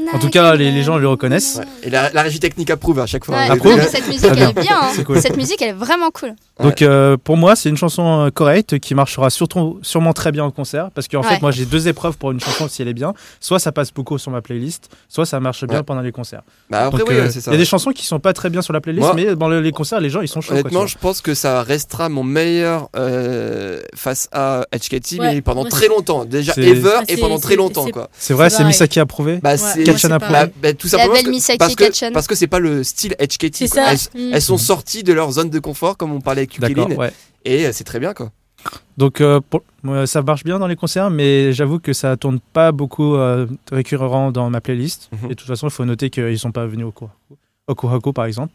F: euh,
H: En tout cas, les, les gens le reconnaissent.
B: Ouais. Et la, la régie technique approuve à chaque fois.
F: Ouais,
B: hein.
F: non,
H: Approuve.
F: mais cette musique,
H: Ah,
F: elle
H: bien.
F: est bien. hein.
H: C'est cool.
F: Cette musique, elle est vraiment cool.
H: Donc euh, pour moi, c'est une chanson euh, correcte qui marchera surtout, sûrement très bien au concert parce qu'en
F: Ouais.
H: fait, moi j'ai deux épreuves pour une chanson si elle est bien. Soit ça passe beaucoup sur ma playlist, soit ça marche bien
B: Ouais.
H: pendant les concerts.
B: Bah, après,
H: Donc,
B: oui,
H: euh,
B: ouais, c'est ça.
H: Il y a des chansons qui sont pas très bien sur la playlist,
B: Moi-
H: mais dans le- les concerts, les gens ils sont chauds. quoi, tu
B: Honnêtement,
H: vois.
B: je pense que ça restera mon meilleur euh, face à HKT, mais
G: Ouais.
B: pendant
G: Ouais,
B: très longtemps. Déjà
H: C'est-
B: Ever et
G: C'est-
B: pendant très
G: c'est-
B: longtemps,
G: c'est-
B: quoi.
H: c'est vrai,
G: c'est
H: c'est
G: pareil.
H: Katchana approuvé.
B: Bah,
G: Ouais,
B: c'est.
G: moi,
H: Katchana
G: c'est
H: Pro.
B: Bah,
G: pareil.
B: bah, tout
F: La
B: simplement
F: belle
B: parce que,
F: Misaki
B: parce, que,
F: Ketchen.
B: parce que c'est pas le style HKT.
G: C'est
B: quoi.
G: ça.
B: Elles,
G: Mm.
B: elles sont sorties de leur zone de confort, comme on parlait avec
H: D'accord.
B: Kukelin,
H: ouais.
B: et euh, c'est très bien quoi.
H: Donc euh, pour- moi, ça marche bien dans les concerts, mais j'avoue que ça tourne pas beaucoup euh, récurrent dans ma playlist.
B: Mhm.
H: Et de toute façon, il faut noter qu'ils sont pas venus au cours. Au Kuhako, par exemple.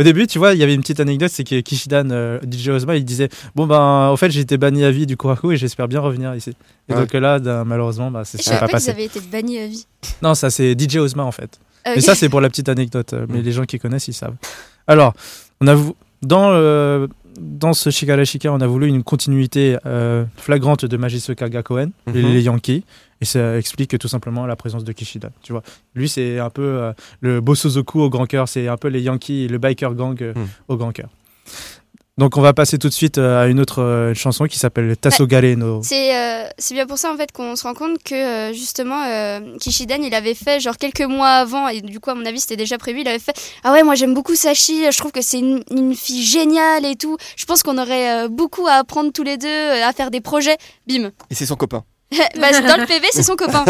H: Au début, tu vois, il y avait une petite anecdote, c'est que Kishidan, euh, DJ Ozma, il disait Bon, ben, au fait, j'ai été banni à vie du Kuhaku et j'espère bien revenir ici. Et
B: Ouais.
H: donc là, d'un- malheureusement, bah, c'est-
F: Je
H: ça n'a
F: savais
H: pas
F: pas qu'ils
H: passé.
F: avaient été bannis à vie.
H: Non, ça, c'est DJ Ozma, en fait.
F: Ah,
H: Mais
F: ok.
H: ça, c'est pour la petite anecdote. euh, Mais les gens qui connaissent, ils savent. Alors, on a vou- dans, euh, dans ce Shikara Shika, on a voulu une continuité euh, flagrante de Magiso Kaga Cohen,
B: Mhm.
H: les, les Yankees. Et ça explique tout simplement la présence de Kishida. Tu vois, lui, c'est un peu euh, le Bosozoku au grand cœur. C'est un peu les Yankees, le biker gang euh,
B: Mhm.
H: au grand cœur. Donc, on va passer tout de suite euh, à une autre euh, chanson qui s'appelle Tassogare no.
F: C'est euh, c'est bien pour ça en fait qu'on se rend compte que euh, justement euh, Kishidan il avait fait genre quelques mois avant et du coup à mon avis c'était déjà prévu il avait fait ah ouais moi j'aime beaucoup Sachi je trouve que c'est une, une fille géniale et tout je pense qu'on aurait euh, beaucoup à apprendre tous les deux euh, à faire des projets bim
B: Et c'est son copain.
F: bah, c'est- dans le PV c'est son copain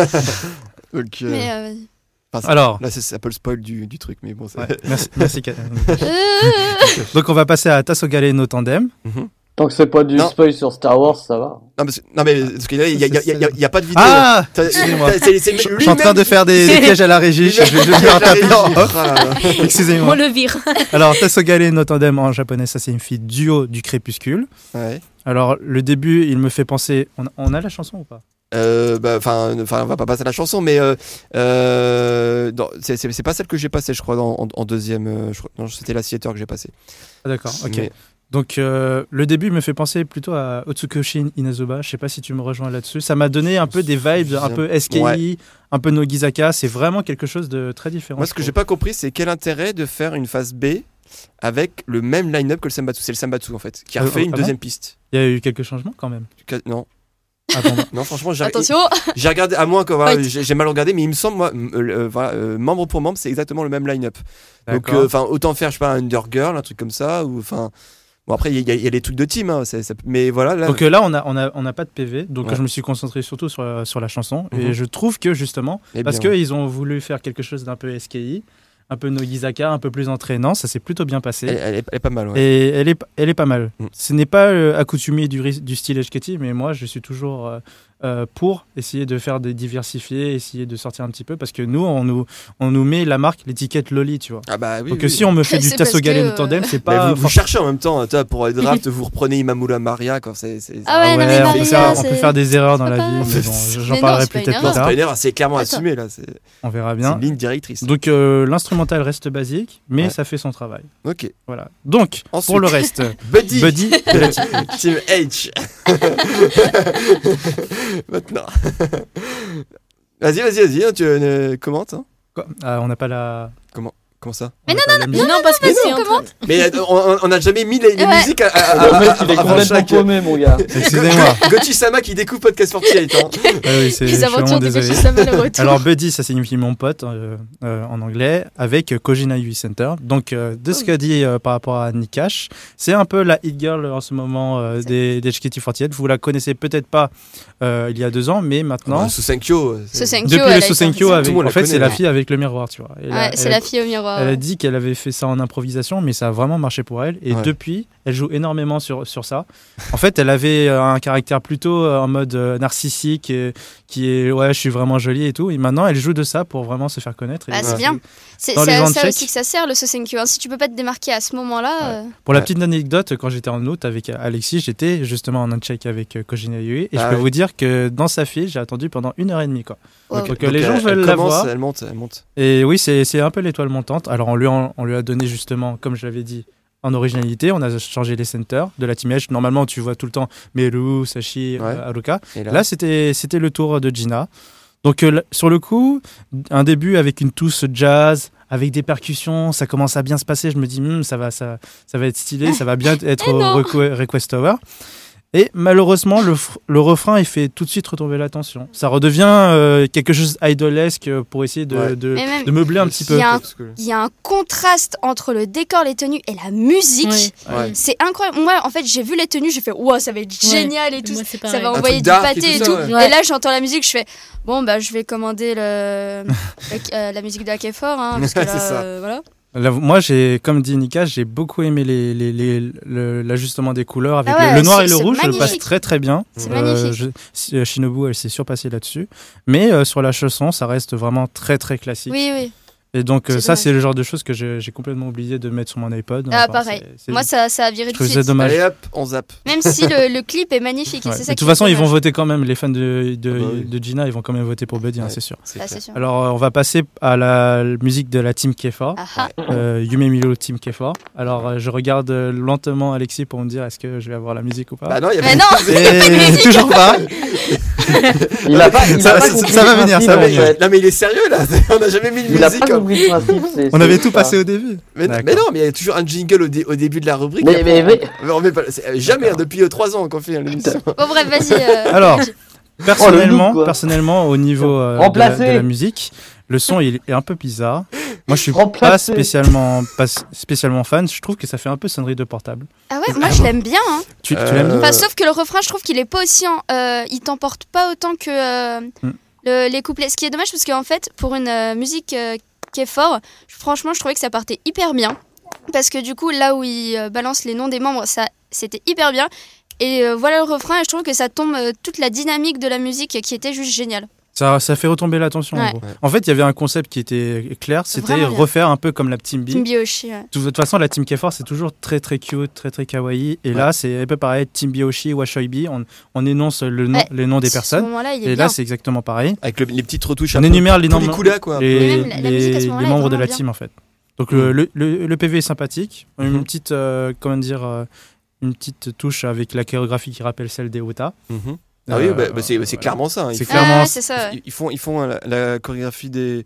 B: Donc, euh,
F: mais euh,
H: Alors,
B: là, c'est- c'est un peu le spoil du, du truc, mais bon, ça.
H: ouais, merci, merci Ka-
F: euh,
H: Donc, on va passer à Tassogare no Tandem.
C: Tant que c'est pas du
B: Non.
C: spoil sur Star Wars, ça va.
B: Non, parce, que- non, mais euh, parce qu'il y, a- il y a- il y a- il y a pas de vidéo.
H: Ah
B: T'as-
H: Excusez-moi.
B: t'as- c'est- c'est
H: Je je suis en
B: lui-même
H: train de faire des, des pièges à la régie. Je vais je vais faire un tapis.
G: On
B: Ah.
H: Excusez-moi.
G: le vire.
H: Alors, Tassogale no Tandem en japonais, ça signifie duo du crépuscule.
B: Ouais.
H: Alors, le début, il me fait penser. On, on a la chanson ou pas
B: Euh, bah, Enfin, enfin, on va pas passer à la chanson, mais euh, euh, dans- c'est- c'est c'est pas celle que j'ai passée, je crois, dans- en, en deuxième. euh, je crois- non, c'était la Theater que j'ai passée.
H: Ah, D'accord, ok.
B: Mais-
H: Donc, euh, le début me fait penser plutôt à Otsukoshin Inazuba. Je sais pas si tu me rejoins là-dessus. Ça m'a donné un peu des vibes, un peu SKI,
B: Ouais.
H: un peu Nogizaka. C'est vraiment quelque chose de très différent.
B: Moi, ce
H: je
B: que j'ai pas
H: trouve.
B: compris, c'est quel intérêt de faire une phase B avec le même line-up que le Sambatsu. C'est le Sambatsu, en fait, qui a
H: Euh,
B: refait
H: euh,
B: une
H: ah
B: deuxième piste.
H: Il y a eu quelques changements quand même.
B: Ca- Non,
H: Ah bon, bah,
B: non, franchement, j'ai
F: attention
B: j'ai regardé, à moins que voilà,
G: Fight.
B: j'ai j'ai mal regardé, mais il me semble, moi, m- euh, euh, voilà, euh, membre pour membre, c'est exactement le même line-up. Donc,
H: d'accord.
B: euh, enfin, autant faire, je sais pas, un Undergirl, un truc comme ça, ou enfin. Bon, après, il y, a- il y a les trucs de team, hein, ça- ça- mais voilà, là.
H: Donc euh, là, on n'a on a, on a pas de PV, donc
B: Ouais.
H: je me suis concentré surtout sur, la- sur la chanson.
B: Mhm.
H: Et je trouve que justement,
B: eh
H: parce
B: bien,
H: qu'ils ont voulu faire quelque chose d'un peu SKI, un peu Nogizaka, un peu plus entraînant, ça s'est plutôt bien passé.
B: Elle, elle est, elle est pas mal, Eh, ouais.
H: Et elle est, elle est pas mal.
B: Mhm.
H: Ce n'est pas euh, accoutumé du, ris- du style HKT, mais moi je suis toujours euh, euh, pour essayer de faire des diversifier, essayer de sortir un petit peu, parce que nous, on nous, on nous met la marque, l'étiquette Loli, tu vois.
B: Ah bah oui.
H: donc
B: oui,
H: si on me fait du
F: C'est parce que,
H: Tassogale
F: euh,
H: tandem, c'est
B: Mais
H: pas.
B: vous, vous cherchez en même temps, hein, toi, pour les drafts, vous reprenez Imamura Maria, quand c'est. c'est-
F: Ah ouais,
H: Ouais,
F: non mais
H: on, peut faire,
F: Maria
H: on peut
F: c'est
H: faire des erreurs dans la
F: pas-
H: vie, mais bon, j'en
F: non,
H: parlerai
F: c'est pas une
H: peut-être plus
F: erreur.
H: tard.
B: c'est une erreur, c'est clairement
F: Attends.
B: assumé, là. C'est
H: On verra
B: c'est
H: Eh bien.
B: une ligne directrice.
H: Donc euh, l'instrumental reste basique, mais
B: Ouais.
H: ça fait son travail.
B: Ok.
H: Voilà. Donc
B: Ensuite.
H: pour le reste,
B: Buddy.
H: Buddy, euh,
B: Team H. Maintenant. Vas-y, vas-y, vas-y, hein, tu euh, commentes. hein.
H: Quoi Ah, on n'a pas la.
B: Comment ça
H: Mais non, non,
G: Non, parce que
B: Mais
G: si
B: non,
G: on commente.
B: Mais euh, on on n'a jamais mis les, les
F: Ouais.
B: musiques à, à- à-
C: Le mec, il est
B: à- à
C: complètement
B: chaque-
C: paumé, mon gars.
H: Excusez-moi.
B: Gochi Sama qui découvre Podcast 48. Hein.
H: Ah oui, c'est- je
I: Les
H: suis vraiment
I: aventures de
H: désolé.
I: Gachisama le retour.
H: Alors Buddy, ça signifie mon pote euh, euh, en anglais, avec euh, Kojina Yui Center. Donc euh, de ce qu'a dit euh, par rapport à Nick Cash, c'est un peu la hit girl en ce moment euh, des, des Chiquiti 48. Vous la connaissez peut-être pas euh, il y a deux ans, mais maintenant,
B: Ah, Susenkyo, euh,
I: Ce
B: c'est-
I: Senkyo,
H: depuis
I: elle a
H: le
I: été
H: Sosenkyo,
I: en
H: avec,
B: Tout le monde
H: en
B: la
H: fait
B: connaît, hein.
H: c'est la
B: ouais.
H: fille avec le miroir, tu vois. Elle a-
I: Ouais, c'est
H: elle a-
I: la fille au miroir.
H: Elle a dit qu'elle avait fait ça en improvisation, mais ça a vraiment marché pour elle. Et
B: Ouais.
H: depuis, elle joue énormément sur, sur ça. En fait, elle avait euh, un caractère plutôt euh, en mode euh, narcissique, et- qui est ouais, je suis vraiment jolie et tout. Et maintenant, elle joue de ça pour vraiment se faire connaître. Et
F: Bah, c'est
H: voilà.
F: bien. C'est
H: Dans
F: c'est
H: les
F: à
H: handshakes.
F: ça aussi que ça sert le Sosenkyo. hein. Si tu peux pas te démarquer à ce moment-là, euh,
H: Pour la
B: Ouais.
H: petite anecdote, quand j'étais en août avec Alexis, j'étais justement en check avec euh, Kojina Yui. Et
B: Ah
H: je peux
B: ouais.
H: vous dire que dans sa file, j'ai attendu pendant une heure et demie. Quoi.
F: wow.
H: Donc, euh, les
B: elle-
H: gens
B: elle
H: veulent la
B: commence,
H: voir.
B: Elle monte, elle monte.
H: Et oui, c'est c'est un peu l'étoile montante. Alors, on lui, en- on lui a donné justement, comme je l'avais dit, en originalité, on a changé les centers de la team Edge. Normalement, tu vois tout le temps Meru, Sashi,
B: Ouais.
H: euh, Haruka.
B: Et
H: Là, c'était c'était le tour de Gina. Donc, euh, là- sur le coup, un début avec une touche jazz, avec des percussions, ça commence à bien se passer. Je me dis, Hmm, ça, va, ça, ça va être stylé, ça va bien être
I: Eh non.
H: requ- Request Tower. Et malheureusement, le, fr- le refrain, il fait tout de suite retomber l'attention. Ça redevient euh, quelque chose idolesque euh, pour essayer de-
B: Ouais.
H: de,
F: Mais même,
H: de meubler un petit peu.
F: Il y a un-
B: Parce que-
F: il y a un contraste entre le décor, les tenues et la musique.
G: Oui.
B: Ouais.
F: C'est incroyable. Moi, en fait, j'ai vu les tenues, j'ai fait Wow, ça va être génial et tout.
G: Moi, c'est
F: ça
G: pareil.
F: va
B: Un truc
F: envoyer du
B: dark
F: pâté
B: et
F: et
B: tout
F: tout.
B: ça,
F: Et,
G: ouais.
F: là, j'entends la musique, je fais Bon, bah, je vais commander le... le- euh, la musique de Akefort. Hein, parce que là,
B: C'est ça.
F: euh, voilà.
H: Là, moi, j'ai, comme dit Nika, j'ai beaucoup aimé les, les- les- le- l'ajustement des couleurs avec
F: Ah ouais,
H: le, le noir
F: c'est-
H: et le
F: c'est
H: rouge. Je passe
F: magnifique.
H: très très bien.
F: C'est
H: Euh,
F: magnifique.
H: je- si- euh, Shinobu, elle s'est surpassée là-dessus. Mais euh, sur la chanson, ça reste vraiment très très classique.
F: Oui, oui.
H: Et donc, euh,
F: C'est
H: ça,
F: dommage.
H: c'est le genre de choses que j'ai, j'ai complètement oublié de mettre sur mon iPod.
F: Ah, pareil.
H: c'est- c'est-
F: Moi, ça, ça a viré
H: je
F: tout de
H: trouve
F: suite.
H: ça dommage.
B: Allez hop, on zappe.
F: Même si le, le clip est magnifique.
H: Ouais.
F: Et c'est
H: Mais
F: ça
H: de
F: qui est
H: toute façon, ils vont
F: dommage.
H: voter quand même. Les fans de, de,
B: Ah bah oui.
H: de Gina, ils vont quand même voter pour Buddy, hein,
B: Ouais.
H: c'est sûr.
B: C'est
F: Ah,
B: clair.
F: c'est sûr.
H: Alors, euh, on va passer à la musique de la team Kefa.
F: Ah, ah.
H: euh, Yume Milo Team Kefa. Alors euh, je regarde euh, lentement Alexis pour me dire est-ce que je vais avoir la musique ou pas.
B: Bah non, il y a
F: Mais
B: pas-
F: non
H: Et toujours pas.
C: Il a pas, il a
H: Ça-
C: pas
H: ça-
C: compris
H: ça va
C: le
H: venir,
C: principe,
H: ça va
C: en
H: venir.
C: fait.
B: Non mais il est sérieux là, on n'a jamais mis de
C: Il a
B: musique.
C: pas
B: comme-
C: compris le principe. c'est-
H: On
C: c'est
H: avait
C: ça.
H: tout passé au début.
B: Mais,
H: D'accord.
B: mais non, mais il y a toujours un jingle au, dé- au début de la rubrique.
C: Mais, mais, mais,
B: On met pas- c'est- jamais, hein, depuis 3 ans qu'on fait hein, l'émission.
F: Bon, bref, vas-y. euh,
H: Alors personnellement,
C: look, quoi.
H: personnellement au niveau euh, de, la,
C: Remplacé.
H: de la musique, le son il est un peu bizarre. Moi je suis pas
C: Remplacé.
H: spécialement pas spécialement fan. Je trouve que ça fait un peu sonnerie de portable.
F: Ah ouais, moi, je l'aime bien. hein.
H: Tu, tu
B: Euh,
H: l'aimes bien
F: Enfin, sauf que le refrain, je trouve qu'il est pas aussi. en- euh, il t'emporte pas autant que euh,
H: Hmm.
F: le- les couplets. Ce qui est dommage parce qu'en fait, pour une euh, musique euh, qui est fort, je- franchement, je trouvais que ça partait hyper bien. Parce que du coup, là où il euh, balance les noms des membres, ça, c'était hyper bien. Et euh, voilà le refrain, et je trouve que ça tombe euh, toute la dynamique de la musique qui était juste géniale.
H: Ça, ça fait retomber l'attention. en
F: Ouais.
H: gros.
B: Ouais.
H: En fait, il y avait un concept qui était clair, c'était
F: Vraiment bien.
H: refaire un peu comme la Team B.
F: Team Bioshi, ouais.
H: De toute façon, la team Kfor, c'est toujours très très cute, très très kawaii. Et là, c'est un peu pareil, Team Bioshi, Washoibi. On, on énonce le nom,
F: Ouais.
H: les noms des
F: Ce
H: personnes.
F: moment-là, il est
H: Et
F: bien.
H: là, c'est exactement pareil.
B: Avec le- les petites retouches.
H: On
B: un peu
H: énumère les noms.
B: Kulikula, quoi. un peu.
H: Les,
F: Oui, même la- la musique à ce
H: les-
F: moment-là
H: les
F: est
H: membres de
F: vraiment
H: la
F: bien.
H: team, en fait. Donc
B: Mm.
H: le, le- le- le PV est sympathique. Une
B: Mhm.
H: petite, euh, comment dire, euh, une petite touche avec la chorégraphie qui rappelle celle des Ota.
B: Mhm. Ah oui,
H: Euh,
B: bah, bah, c'est c'est
H: voilà.
B: clairement ça. hein,
H: C'est
B: ils, font,
H: clairement,
F: Ah, ouais, c'est ça. ouais.
B: ils- ils font, ils font, euh, la, la chorégraphie des.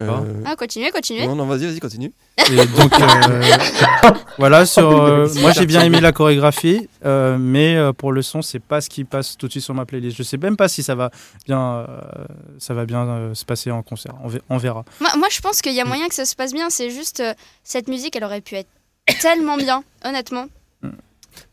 H: Ah.
B: euh,
F: Ah, continuez, continuez.
B: non, non, vas-y, vas-y, continue.
H: Et donc euh, voilà,
B: Ah
H: sur, euh, moi j'ai bien aimé la chorégraphie, euh, mais euh, pour le son c'est pas ce qui passe tout de suite sur ma playlist. Je sais même pas si ça va bien, euh, ça va bien euh, se passer en concert. On, ve- on verra.
F: Moi, moi, je pense qu'il y a moyen que ça se passe bien. C'est juste euh, cette musique, elle aurait pu être tellement bien, honnêtement.
B: Bon, De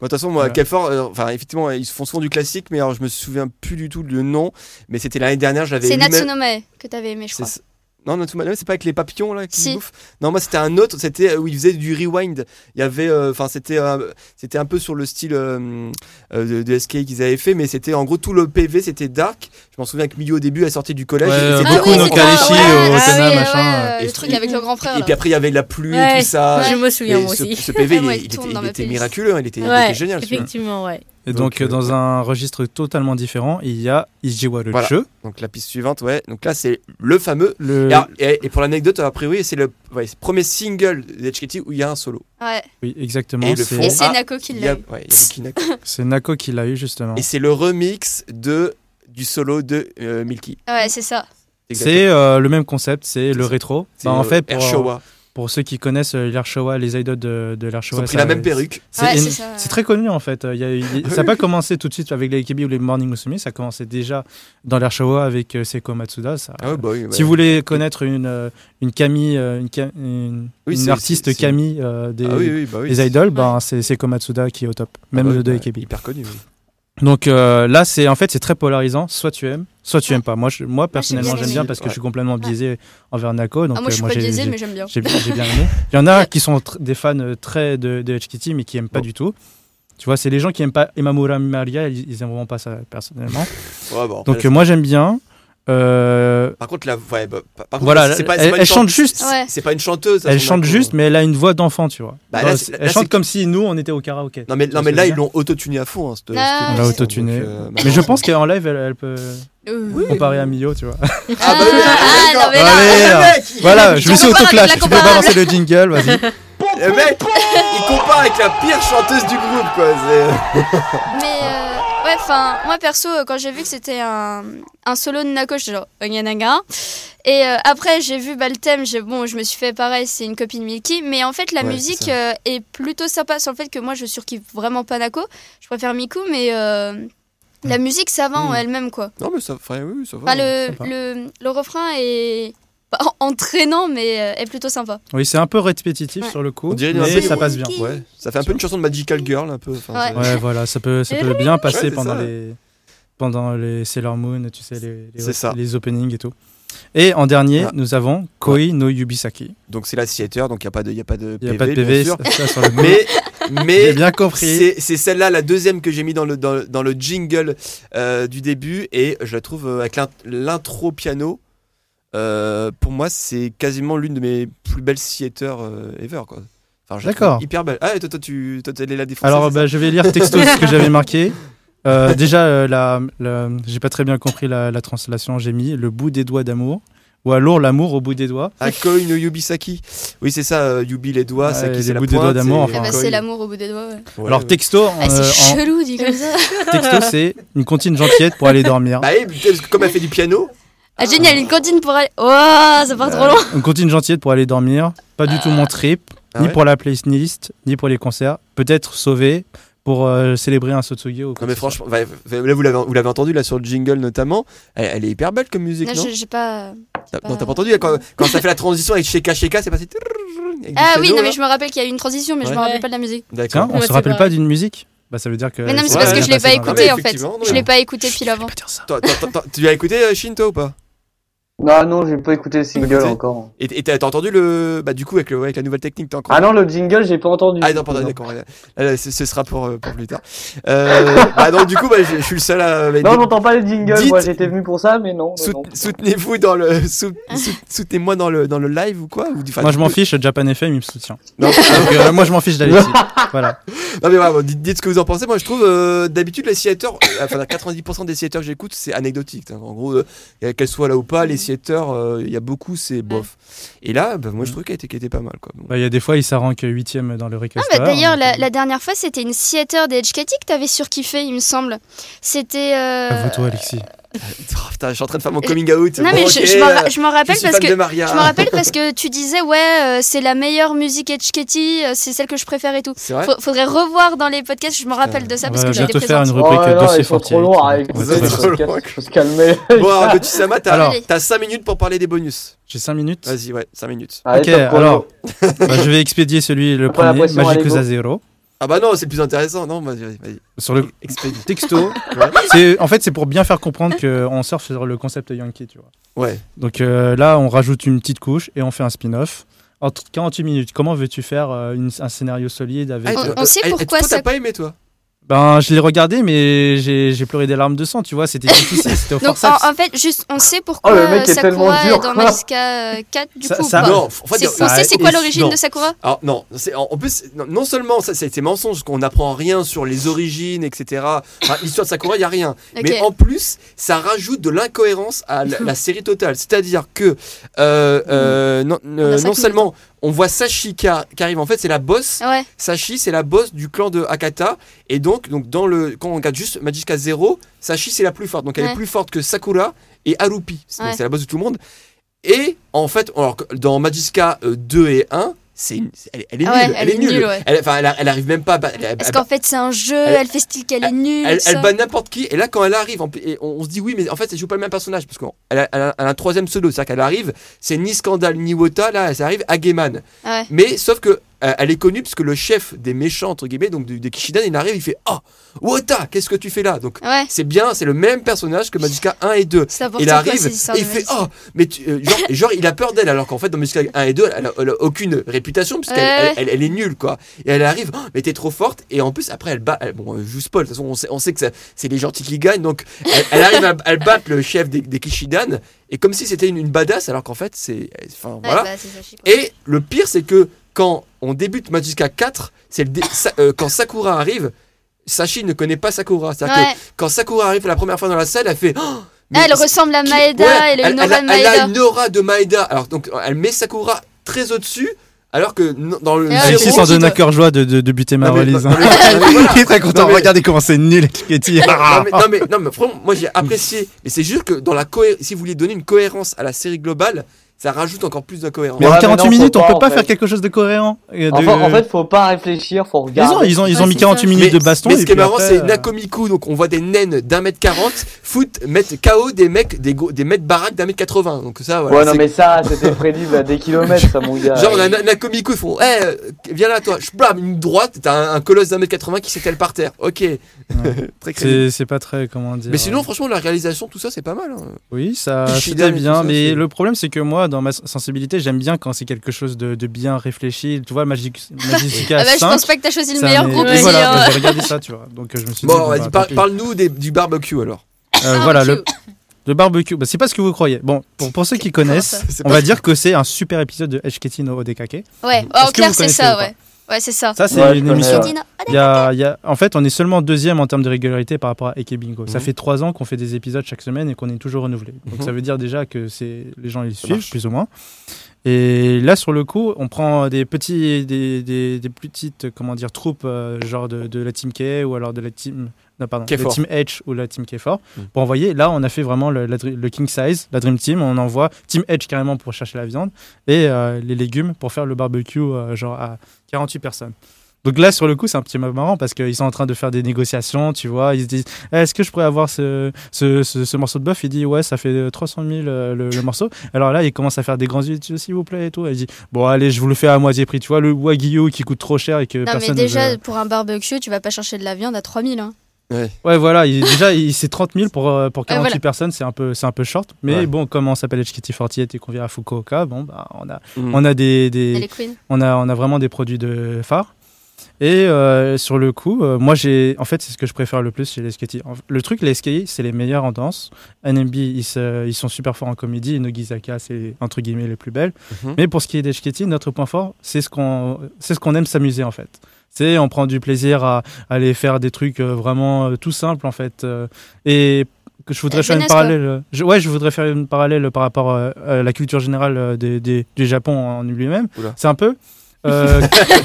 B: toute façon, moi,
H: Voilà.
B: Kefort, euh, enfin, effectivement, ils se font souvent du classique, mais alors je me souviens plus du tout le nom. Mais c'était l'année dernière, j'avais
F: C'est
B: lu même-
F: Natsunomae que t'avais aimé, je
B: C'est
F: crois.
B: ça- Non, Natsumae, c'est pas avec les papillons là qui
F: Si.
B: bouffent. Non, moi c'était un autre, c'était euh, où ils faisaient du rewind. Il y avait, euh, enfin c'était, euh, c'était un peu sur le style euh, euh, de, de SK qu'ils avaient fait, mais c'était en gros tout le PV c'était dark. Je m'en souviens que Miyu au début elle sortait du collège.
H: Ouais,
B: et c'était
H: Ah beaucoup
B: en-
H: oui, nos
B: en-
F: c'est
H: Kalichi
F: ça,
H: au
F: ouais,
H: Tana,
F: ah oui,
H: machin.
F: ouais,
B: Et-
F: le truc avec le grand frère.
B: Et
F: là.
B: puis après il y avait de la pluie et
G: Ouais.
B: tout ça.
G: Je me
B: Et
G: souviens, moi
B: ce,
G: aussi.
B: ce PV il,
F: Moi, il
B: il
F: tourne
B: était,
F: dans
B: il
F: ma
B: était
F: playlist.
B: miraculeux, hein, il était, il
G: Ouais,
B: était génial. celui-là.
G: Effectivement, ouais.
H: Et donc,
B: Donc,
H: euh,
B: euh,
H: dans un registre totalement différent, il y a Ijiwaru
B: Voilà.
H: Cho,
B: Donc la piste suivante, ouais. Donc là c'est le fameux.
H: le
B: Et, alors- et- et pour l'anecdote, a priori c'est le, ouais, c'est le premier single d'HKT où il y a un solo.
F: Ouais.
H: oui exactement,
B: Et le fond.
F: Et
H: c'est-
F: c'est
B: Ah,
F: Nako qui
B: Il
F: l'a
B: y a,
F: eu.
B: ouais, il y a Kinako.
H: Hein. c'est Nako qui l'a eu justement.
B: Et c'est le remix de du solo de euh, Milky.
F: Ouais, c'est ça. Ah,
H: C'est euh, le même concept, c'est le rétro.
B: C'est,
H: Bah, en
B: euh,
H: fait, pour,
B: Air Showa.
H: pour ceux qui connaissent euh, l'Arshowa, les idoles de, de
B: Ils
H: l'Arshowa,
B: ont pris
H: ça-
B: la même perruque.
H: C'est
F: Ouais,
H: éno-
F: c'est ça, ouais.
H: c'est très connu en fait. Il y a- il- ça n'a pas commencé tout de suite avec les AKB ou les Morning Musume, ça commençait déjà dans l'Arshowa avec euh, Seiko Matsuda. ça-
B: Ah ouais, bah oui, bah
H: Si vous voulez connaître une, euh, une Camille, euh, une, Ca- une-
B: Oui,
H: une
B: c'est- c'est-
H: artiste
B: c'est-
H: Camille euh, des,
B: Ah oui, oui, bah oui.
H: des idoles, ben, c'est Seiko Matsuda qui est au top, même
B: Ah bah
H: le
B: oui,
H: de
B: bah,
H: AKB.
B: Hyper connu. oui.
H: Donc euh, là, c'est en fait c'est très polarisant. Soit tu aimes, soit tu aimes pas. Moi, je- moi personnellement,
F: bien
H: j'aime
F: aimé.
H: bien parce que
B: Ouais.
H: je suis complètement biaisé envers Nako. Donc
G: Ah, moi, je
H: euh,
G: suis pas
H: j'ai-
G: biaisée,
H: j'ai-
G: mais j'aime bien.
H: j'ai j'ai bien aimé. Il y en a qui sont tr- des fans euh, très de, de Edge Kitty, mais qui aiment pas du tout. Tu vois, c'est les gens qui aiment pas Emamura Maria, ils, ils aiment vraiment pas ça personnellement.
B: Ouais, bon,
H: Donc
B: après,
H: euh, moi j'aime bien. Euh,
B: Par contre, la... ouais, bah, par- par
H: voilà,
B: contre, c'est pas- c'est
H: elle,
B: pas une
H: elle chante
B: chanteuse.
H: juste.
F: Ouais.
B: C'est pas une chanteuse.
H: Elle
B: son
H: chante
B: Nako.
H: juste, mais elle a une voix d'enfant, tu vois.
B: Bah, là,
H: Genre,
B: c'est- là,
H: elle
B: c'est-
H: chante comme si nous on était au karaoké.
B: Non, mais, non, mais là, ils l'ont autotuné à fond. hein, cette-
F: Ah,
B: cette
H: On l'a
B: émission,
H: autotuné.
B: donc, euh,
H: Mais je pense qu'en live elle, elle peut
G: Euh,
H: comparer à Mio, tu vois.
B: Ah, bah oui,
F: Ah,
B: d'accord.
F: non, mais là-
H: Allez, là. voilà,
G: Tu
H: je me suis
G: compares avec
H: autoclash.
G: la
H: Tu peux
G: comparable.
H: balancer le jingle, vas-y.
B: Le mec, il compare avec la pire chanteuse du groupe, quoi. c'est-
F: Mais euh, ouais, enfin, moi perso, euh, quand j'ai vu que c'était un, un solo de Nako, j'étais genre Ognanaga. Et euh, après, j'ai vu bah, le thème, j'ai- bon, je me suis fait pareil, c'est une copine Milky. Mais en fait, la
B: Ouais,
F: musique
B: c'est
F: euh, est plutôt sympa sur le fait que moi, je surkiffe vraiment pas Nako. Je préfère Miku, mais euh, la musique, ça va en
B: Mm.
F: elle-même, quoi.
B: Non, mais ça, enfin, oui, oui, ça va.
F: Enfin, le,
H: sympa.
F: le, le refrain est pas en- entraînant, mais euh, est plutôt sympa.
H: Oui, c'est un peu répétitif
F: Ouais.
H: sur le coup,
B: On dirait un
H: mais
B: peu-
H: ça passe bien.
B: Ouais, ça fait un peu une chanson de Magical Girl, un peu. enfin,
F: Ouais.
B: c'est-
H: Ouais, voilà, ça peut, ça peut bien passer
B: c'est
H: pendant
B: ça.
H: les pendant les Sailor Moon, tu sais, les, les,
B: C'est ça.
H: les openings et tout. Et en dernier,
B: Ah.
H: nous avons Koi no Yubisaki.
B: Donc, c'est la theater, donc il n'y a pas de, il y a pas de
H: Il
B: PV,
H: n'y a pas de
B: bien
H: PV,
B: sûr.
H: ça, ça sur le coup.
B: Mais,
H: j'ai
B: mais
H: bien compris.
B: c'est c'est celle-là, la deuxième que j'ai mis dans le, dans, le- dans le jingle euh, du début, et je la trouve euh, avec l'int- l'intro piano. euh, pour moi, c'est quasiment l'une de mes plus belles theater euh, ever, quoi. Enfin, je la trouve
H: D'accord.
B: Hyper belle. Ah, toi, toi, tu toi, t'allais la défoncer.
H: Alors,
B: c'est
H: bah, je vais lire texto ce que j'avais marqué. Euh, déjà, euh, la, la- j'ai pas très bien compris la, la translation. J'ai mis le bout des doigts d'amour. Ou alors l'amour au bout des doigts.
B: Akoi Ah, no Yubisaki. Oui, c'est ça, euh, Yubi les doigts,
H: bah, Ouais,
B: Saki
H: les
B: c'est la
H: bouts des
B: pointe,
H: doigts d'amour,
B: et
F: Eh
H: enfin,
F: bah,
B: Akoi.
F: c'est l'amour au bout des doigts. ouais.
B: Ouais,
H: alors
B: ouais.
H: texto,
F: Ah,
H: euh,
F: c'est
H: en-
F: chelou dit comme ça.
H: texto, c'est une contine gentillette pour aller dormir.
B: Bah, eh, peut-être que comme elle fait du piano,
F: Ah, génial, une cantine pour aller. Ouah, ça part trop loin.
H: Une contine gentillette pour aller dormir. Pas du tout mon trip,
B: Ah
H: ni
B: ouais
H: pour la playlist, ni pour les concerts. Peut-être sauvé pour euh, célébrer un Sotsugi. ou
B: non
H: quoi
B: mais
H: que ce
B: franchement, bah, là vous l'avez vous l'avez entendu là sur le jingle notamment, elle, elle est hyper belle comme musique,
F: Non,
B: non
F: j'ai j'ai pas.
B: T'as-
F: pas-
B: Non, t'as pas entendu là, quand, quand ça fait la transition avec Sheka Sheka, c'est passé. avec du
F: Ah
B: piano,
F: oui, non,
B: là.
F: mais je me rappelle qu'il y a eu une transition, mais je
B: Ouais. Euh,
F: me rappelle
G: Ouais.
F: pas de la musique.
H: soit.
B: D'accord.
H: Tiens, on
G: Ouais,
H: se
G: c'est
H: rappelle
G: vrai.
H: pas d'une musique Bah ça veut dire que.
F: Mais non, mais c'est
B: Ouais,
F: parce que
B: ouais,
F: je l'ai pas
H: passé dans la-
F: écouté
B: Ah,
F: en
B: mais
F: fait.
B: effectivement,
F: Ah, Je
B: ouais.
F: l'ai pas écouté depuis l'avant.
B: Toi, toi, toi, toi, Tu l'as écouté euh, Shinto ou pas
C: Non, non, j'ai pas écouté le single
B: Écoutez.
C: encore.
B: Et et t'as t'as entendu le bah du coup avec, le, avec la nouvelle technique t'as encore.
C: Ah non, le jingle, j'ai pas entendu.
B: Ah non, pardon, d'accord. là, là, Ce ce sera pour, euh, pour plus tard. Euh, bah donc du coup, bah, je je suis le seul à. avec
C: Non,
B: des-
C: j'entends pas les jingles.
B: Dites-
C: Moi, j'étais venu pour ça, mais non. non,
B: Sout-
C: non.
B: Soutenez-vous dans le sou- sou- soutenez-moi dans le dans le live ou quoi ou, du- enfin,
H: Moi je
B: du
H: m'en
B: coup-
H: fiche, Japan FM il me soutient.
B: Non,
H: Donc, euh, moi je m'en fiche d'aller ici. Voilà.
B: non, mais vraiment, dites, dites ce que vous en pensez. Moi je trouve euh, d'habitude les theaters, enfin 90% des theaters que j'écoute c'est anecdotique. hein. En gros, euh, euh, qu'elles soient là ou pas,
F: Mm.
B: les theaters, euh, il y a beaucoup c'est bof. Et là, bah,
F: Mm.
B: moi je trouve qu'elle était, qu'elle était pas mal quoi. Donc,
H: Bah, Il y a des fois, il s'arranque 8ème dans le
F: Ah
H: request.
F: bah d'ailleurs la, la dernière fois c'était une theater des Edgecati que t'avais surkiffé il me semble. C'était... euh,
B: Ah,
H: toi Alexis.
B: oh, putain, je suis en train de faire mon coming out.
F: Non
B: Bon,
F: mais
B: ok,
F: je, je m'en ra-
B: euh,
F: je m'en
B: je
F: rappelle
B: suis
F: parce
B: fan
F: que...
B: de Maria.
F: Je me rappelle parce que tu disais ouais euh, c'est la meilleure musique Edgecati, euh, c'est celle que je préfère et tout.
B: C'est vrai.
F: Faut- Faudrait revoir dans les podcasts, je me rappelle de ça
H: On
F: parce
H: va
F: que
H: bientôt
F: j'étais
H: faire
F: présente.
H: une
C: Oh,
H: rubrique
C: non,
H: dossier
C: ils sont
H: fortier.
C: trop loin à
H: On va
C: écouter.
H: tout
B: Ils
H: faire.
B: sont
C: Faut se
B: loin.
C: cal- faut se calmer.
B: Bon, alors, Gauthier Sama, t'as
H: Alors.
B: t'as 5 minutes pour parler des bonus.
H: J'ai 5 minutes.
B: Vas-y, ouais, 5 minutes.
C: Allez,
H: ok,
C: top chrono.
H: alors bah, je vais expédier celui le
C: Après la
H: premier,
C: pression, allez,
H: Magicus
C: go.
H: à zéro.
B: Ah bah non, c'est le plus intéressant. Non, vas-y, vas-y, vas-y.
H: Sur le
B: Expédie.
H: texto, c'est en fait c'est pour bien faire comprendre qu'on surfe sur le concept Yankee, tu vois.
B: Ouais.
H: Donc euh, là, on rajoute une petite couche et on fait un spin-off. Entre 48 minutes, comment veux-tu faire euh, une- un scénario solide avec...
F: On-
B: Ah,
F: on
B: euh,
F: sait
B: ah, et
F: pourquoi
B: toi,
F: ça-
B: t'as pas aimé, toi
H: Ben, je l'ai regardé, mais j'ai j'ai pleuré des larmes de sang, tu vois, c'était difficile, c'était au
F: Donc
H: forceps.
F: en, en fait juste on sait pourquoi
C: Oh, le mec
F: euh,
C: est tellement
F: Sakura
C: dur.
F: est dans Magica euh, 4 du
H: Ça-
F: coup.
H: ça-
F: bah,
B: Non, en fait,
F: c'est-
B: non,
F: on sait c'est quoi
B: et-
F: l'origine
B: non.
F: de Sakura
B: Alors, non, c'est- en, en plus, non, non seulement ça, c'est c'est mensonge, qu'on n'apprend rien sur les origines, etc. Enfin, L'histoire de Sakura, il n'y a rien.
F: Ok.
B: Mais en plus, ça rajoute de l'incohérence à la, la série totale. C'est-à-dire que euh, euh, non, euh,
F: cinq
B: non
F: minutes.
B: seulement on voit Sashi qui, a- qui arrive. En fait, c'est la boss.
F: Ouais,
B: Sashi, c'est la boss du clan de Akata. Et donc, donc dans le, quand on regarde juste Magica 0, Sashi, c'est la plus forte. Donc, elle est
F: Ouais.
B: plus forte que Sakura et Harupi. C'est donc
F: Ouais.
B: c'est la boss de tout le monde. Et en fait, alors, que dans Magica euh, 2 et 1, c'est une- elle, elle est
F: Ah ouais,
B: nulle.
F: elle est nulle, ouais.
B: Elle- enfin, elle, a- elle arrive même pas à. ba- Elle, elle-
F: parce qu'en fait c'est un jeu,
B: elle-
F: elle, fait style qu'elle est nulle.
B: elle,
F: tout
B: elle
F: ça.
B: bat n'importe qui, et là quand elle arrive, en- et on, on se dit oui, mais en fait elle joue pas le même personnage, parce qu'elle a, elle a- elle a un troisième pseudo, c'est-à-dire qu'elle arrive, c'est ni Scandale ni Wota, là elle arrive Hageman.
F: Ouais.
B: Mais sauf que euh, elle est connue parce que le chef des méchants, entre guillemets, donc du- des Kishidan, il arrive, il fait Ah, Wota, qu'est-ce que tu fais là Donc
F: Ouais,
B: c'est bien, c'est le même personnage que Magica 1 et 2.
F: c'est important
B: Il
F: quoi,
B: arrive,
F: ces histoires
B: et il
F: de
B: fait
F: magie.
B: Oh, mais tu- euh, genre, genre, il a peur d'elle, alors qu'en fait, dans Magica 1 et 2, elle a, elle a aucune réputation, puisqu'elle
F: Ouais.
B: elle, elle- elle est nulle, quoi. Et elle arrive, Oh, mais t'es trop forte, et en plus, après, elle bat. elle- bon, euh, je vous spoil, de toute façon, on sait, on sait que ça- c'est les gentils qui gagnent, donc elle, elle arrive à, elle battre le chef des, des Kishidan, et comme si c'était une, une badass, alors qu'en fait, c'est. Enfin,
F: Ouais,
B: voilà.
F: bah, c'est Sashi, quoi.
B: Et le pire, c'est que quand on débute Magica 4, c'est le dé- Sa- euh, quand Sakura arrive, Sashi ne connaît pas Sakura. C'est-à-dire
F: Ouais. Ah,
B: que quand Sakura arrive la première fois dans la salle, elle fait. Oh, mais
F: Elle
B: c'est-
F: ressemble à
B: qui-
F: Maeda,
B: ouais,
F: elle a une
B: elle,
F: aura de
B: elle a- elle a
H: Ah bah,
B: une
F: Maeda.
B: aura de Maeda. Alors donc elle met Sakura très au-dessus, alors que n- dans le.
F: Et
B: zéro,
F: alors,
H: Alexis s'en
B: il
H: donne
B: doit-
H: à cœur joie de, de, de buter ma
B: Non, mais-
H: valise.
B: non,
H: hein.
B: mais- non, mais voilà.
H: Il est très content.
B: Non, mais-
H: Regardez comment c'est nul, Kitty.
B: non, mais, non, mais, non, mais franchement, moi j'ai apprécié. Mais c'est juste que dans la cohé- si vous voulez donner une cohérence à la série globale, ça rajoute encore plus de cohérence.
H: Mais
C: Ouais,
H: en
C: mais
H: 48
C: non, faut
H: minutes, on
C: pas,
H: peut
C: en
H: pas
C: fait.
H: faire quelque chose de cohérent. et de-
C: En, fa- en fait, faut pas réfléchir, faut
H: Ils ont,
C: regarder.
H: ils ont, ils
G: Ouais,
H: ont mis
G: c'est
H: 48
G: ça.
H: minutes
B: mais,
H: de baston.
B: mais
H: et
B: ce qui est
H: puis
B: marrant,
H: après,
B: c'est
H: euh,
B: Nakomiku. Donc on voit des naines d'un mètre quarante, foot, mettre KO des mecs, des, go- des maîtres baraques d'un mètre quatre-vingts. Donc ça, voilà.
C: ouais, non,
B: c'est-
C: mais euh, ça, c'était prédit à des kilomètres, ça, mon gars.
B: Genre, on a Na- Nakomiku, ils font, eh, euh, viens là, toi, je blâme une droite, t'as un, un colosse d'un mètre 80 qui s'étale par terre. Ok. Très crédible.
H: C'est c'est euh, pas très, comment dire.
B: Mais sinon, franchement, la réalisation, tout ça, c'est pas mal. hein.
H: Oui, ça
B: Ishida et
H: c'était
B: tout
H: bien,
B: ça,
H: mais
B: c'est-
H: le problème c'est que moi, dans ma s- sensibilité, j'aime bien quand c'est quelque chose de, de bien réfléchi. Tu vois, Magic, Magica
F: Ah bah je
H: 5,
F: pense pas que t'as choisi le
H: ça
F: meilleur
H: m'est-
F: groupe
H: et
F: ici.
H: Voilà,
F: hein.
H: bah, j'ai regardé ça, tu vois. Donc euh, je me suis dit,
B: Bon,
H: bon,
B: vas-y,
H: bah,
B: par-
H: tant pis.
B: parle-nous des- du barbecue alors.
H: Euh, voilà, le, le barbecue, bah, c'est pas ce que vous croyez. Bon, pour, pour ceux qui connaissent,
B: C'est
H: on
B: pas-
H: va dire que c'est un super épisode de Hketi no Odekake.
F: Ouais,
H: Est-ce
F: en
H: que
F: clair
H: vous
F: c'est
H: connaissez ou
F: ça,
H: pas
F: ouais. Ouais, c'est ça.
H: Ça, c'est
C: Ouais, je
H: une
C: connais,
H: émission.
C: ouais.
H: Il y a- il y a- En fait, on est seulement deuxième en termes de régularité par rapport à Eke Bingo. Ça
B: Mhm.
H: fait trois ans qu'on fait des épisodes chaque semaine et qu'on est toujours renouvelé. Donc
B: Mhm.
H: ça veut dire déjà que c'est les gens ils suivent
B: marche.
H: plus ou moins. Et là, sur le coup, on prend des petits, des, des, des petites, comment dire, troupes euh, genre de, de la team K ou alors de la team. Non, pardon, la
B: K4.
H: team H ou la team K4
B: Mhm.
H: pour envoyer. Là, on a fait vraiment le, la dr- le king size, la dream team. On envoie team H carrément pour chercher la viande et euh, les légumes pour faire le barbecue, euh, genre à 48 personnes. Donc là, sur le coup, c'est un petit peu marrant parce qu'ils sont en train de faire des négociations, tu vois. Ils se disent Eh, Est-ce que je pourrais avoir ce, ce, ce- ce morceau de bœuf Il dit Ouais, ça fait euh, 300 000 euh, le, le morceau. Alors là, il commence à faire des grands yeux, Tu veux, s'il vous plaît, et tout. Et il dit Bon, allez, je vous le fais à moitié prix, tu vois. Le wagyu qui coûte trop cher et que
F: Non mais
H: personne ne veut-
F: déjà pour un barbecue, tu vas pas chercher de la viande à 3000 hein.
H: Ouais, voilà, il- déjà, il- c'est 30 000 pour, euh, pour 48
F: voilà.
H: personnes, c'est un, peu- c'est un peu short. Mais
B: Ouais.
H: bon, comme on s'appelle HKT48 et qu'on vient à Fukuoka, bon, bah, on a,
B: Mm.
H: on a des,
F: Elle
H: des,
F: est queen.
H: on a, on a vraiment des produits de phare. Et euh, sur le coup, euh, moi j'ai, en fait, c'est ce que je préfère le plus chez les skatis. En- Le truc, les skatis, c'est les meilleurs en danse. NMB, ils, se- ils sont super forts en comédie. Et Nogizaka, c'est entre guillemets les plus belles.
B: Mhm.
H: Mais pour ce qui est des skatis, notre point fort, c'est ce qu'on, c'est ce qu'on aime s'amuser en fait. C'est on prend du plaisir à, à aller faire des trucs euh, vraiment euh, tout simples en fait. Euh, et que je voudrais
F: Euh,
H: faire une
F: jeunesse, quoi.
H: parallèle. euh, je- ouais, je voudrais faire une parallèle par rapport euh, à la culture générale euh, des, des- du Japon en lui-même.
B: Oula.
H: C'est un peu euh,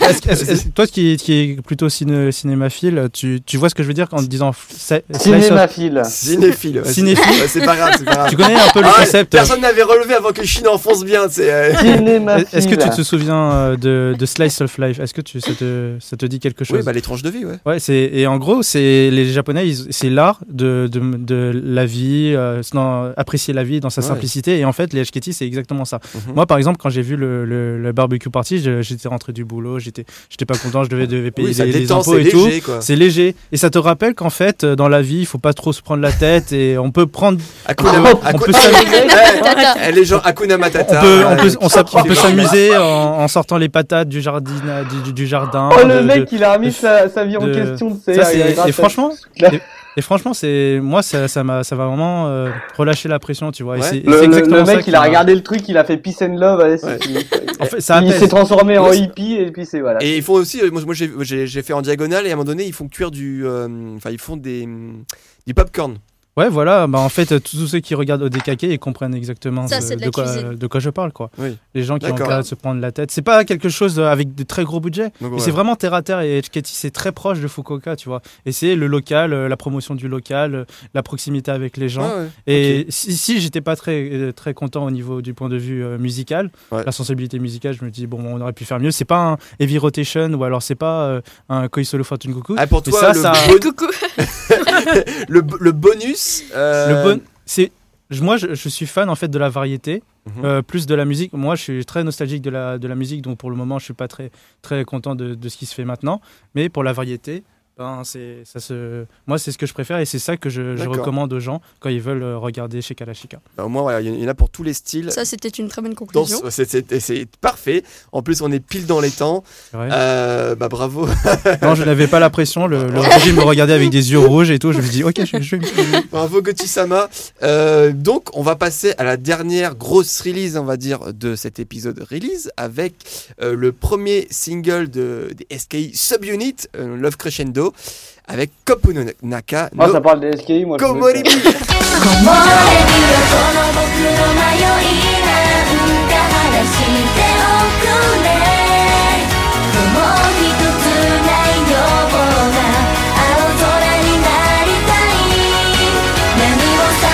H: est-ce que- est-ce- est-ce- toi qui, qui est plutôt ciné- cinémaphile, tu, tu vois ce que je veux dire en te disant f- sli- slice of-
C: Cinémaphile.
B: Cinéphile. ouais,
H: Ah. Cinéphile.
B: c'est- ouais, C'est pas grave, c'est pas grave.
H: Tu connais un peu le
B: Ah,
H: concept. euh,
B: Personne n'avait relevé avant que Chine enfonce bien. C'est. euh,
C: Cinémaphile.
H: Est-ce que tu te souviens euh, de, de Slice of Life Est-ce que tu, ça, te, ça te dit quelque chose
B: Oui, bah les tranches de vie, ouais.
H: Ouais, c'est et en gros, c'est les Japonais, ils- c'est l'art de, de, de la vie, euh, non, apprécier la vie dans sa
B: Ouais.
H: simplicité. Et en fait, les HKT, c'est exactement ça.
B: Mhm.
H: Moi, par exemple, quand j'ai vu le, le, le barbecue party, je- j'étais rentré du boulot, j'étais j'étais pas content, je devais, devais payer
B: Oui, ça
H: les, les
B: détend,
H: impôts
B: c'est
H: et tout.
B: léger, quoi.
H: C'est léger et ça te rappelle qu'en fait euh, dans la vie il faut pas trop se prendre la tête et on peut prendre
B: À coup de-
H: Ah, on
B: à coup
H: peut
B: de-
H: s'amuser.
B: Ouais,
F: Tata.
B: Elle est genre Hakuna
H: on
B: Matata.
H: peut on
B: ouais,
H: peut on
B: qui-
H: s'a-
B: qui
H: on
B: fait
H: peut
B: mal.
H: s'amuser en, en sortant les patates du jardin du, du- du jardin
C: Oh,
H: de-
C: le
H: hein, de-
C: mec, il a remis
H: de-
C: sa, sa vie en
H: de-
C: question, tu sais.
H: Ça, c'est-
C: il a- il a-
H: et franchement,
C: Là,
H: et franchement c'est moi ça ça m'a ça va vraiment euh, relâcher la pression tu vois et
B: Ouais.
H: c'est- et
C: le,
H: c'est
C: le-
H: exactement
C: le
H: ça
C: mec,
H: qui
C: il a
H: m'a-
C: regardé le truc, il a fait peace and love. allez, c'est
B: Ouais.
C: fini.
H: en fait ça
C: il
H: apaise
C: s'est transformé en
B: Ouais, c'est-
C: hippie, et puis c'est voilà.
B: Et ils font aussi, euh, moi, moi, j'ai- j'ai j'ai fait en diagonale et à un moment donné ils font cuire du, euh, enfin ils font des, hum, du popcorn.
H: Ouais, voilà, bah, en fait, euh, tous ceux qui regardent ODKK, ils comprennent exactement
G: Ça,
H: ce-
G: c'est de
H: de,
G: la
H: quoi,
G: cuisine.
H: de quoi je parle, quoi.
B: Oui.
H: Les gens qui ont
B: D'accord.
H: pas à se prendre la tête. C'est pas quelque chose euh, avec de très gros budgets.
B: Donc,
H: mais
B: ouais.
H: C'est vraiment terre à terre et Etchketi, c'est très proche de Fukuoka, tu vois. Et c'est le local, euh, la promotion du local, euh, la proximité avec les gens.
B: Ouais, ouais.
H: Et si, si j'étais pas très, euh, très content au niveau du point de vue euh, musical,
B: Ouais.
H: la sensibilité musicale, je me dis, bon, on aurait pu faire mieux. C'est pas un Heavy Rotation ou alors c'est pas euh, un Koi Solo Fortune Cuckoo.
B: Ah, pour
H: Mais
B: toi,
H: ça,
B: le,
H: ça-
B: bon-
F: Coucou.
B: le b- le bonus.
H: Le
B: euh,
H: bon, c'est je- moi, je, je suis fan en fait de la variété,
B: Mhm.
H: euh, plus de la musique. Moi, je suis très nostalgique de la, de la musique, donc pour le moment, je suis pas très, très content de, de ce qui se fait maintenant. Mais pour la variété, ben, c'est ça se, moi, c'est ce que je préfère et c'est ça que je, je
B: D'accord.
H: recommande aux gens quand ils veulent euh, regarder chez Kalashika.
B: bah, au moins, voilà, il y en a pour tous les styles.
I: Ça, c'était une très bonne
B: Dans
I: conclusion.
B: ce- c'est- C'est c'est parfait. En plus, on est pile dans les temps.
H: C'est vrai.
B: Euh, bah bravo.
H: Non, je n'avais pas la pression. Le, le régime me regardait avec des yeux rouges et tout. Je me dis, ok, je, je vais.
B: Bravo Gauthier-sama. Euh, donc on va passer à la dernière grosse release, on va dire, de cet épisode release avec euh, le premier single de, des SKI Subunit, euh, Love Crescendo, avec Kopunonaka
C: Ah,
B: no
C: ça parle des SKI, moi. je connais
B: Komoribi.
D: 「こぼれるよこの僕の迷いなんか話しておくれ」「雲ひとつないような青空になりたい」「何を遮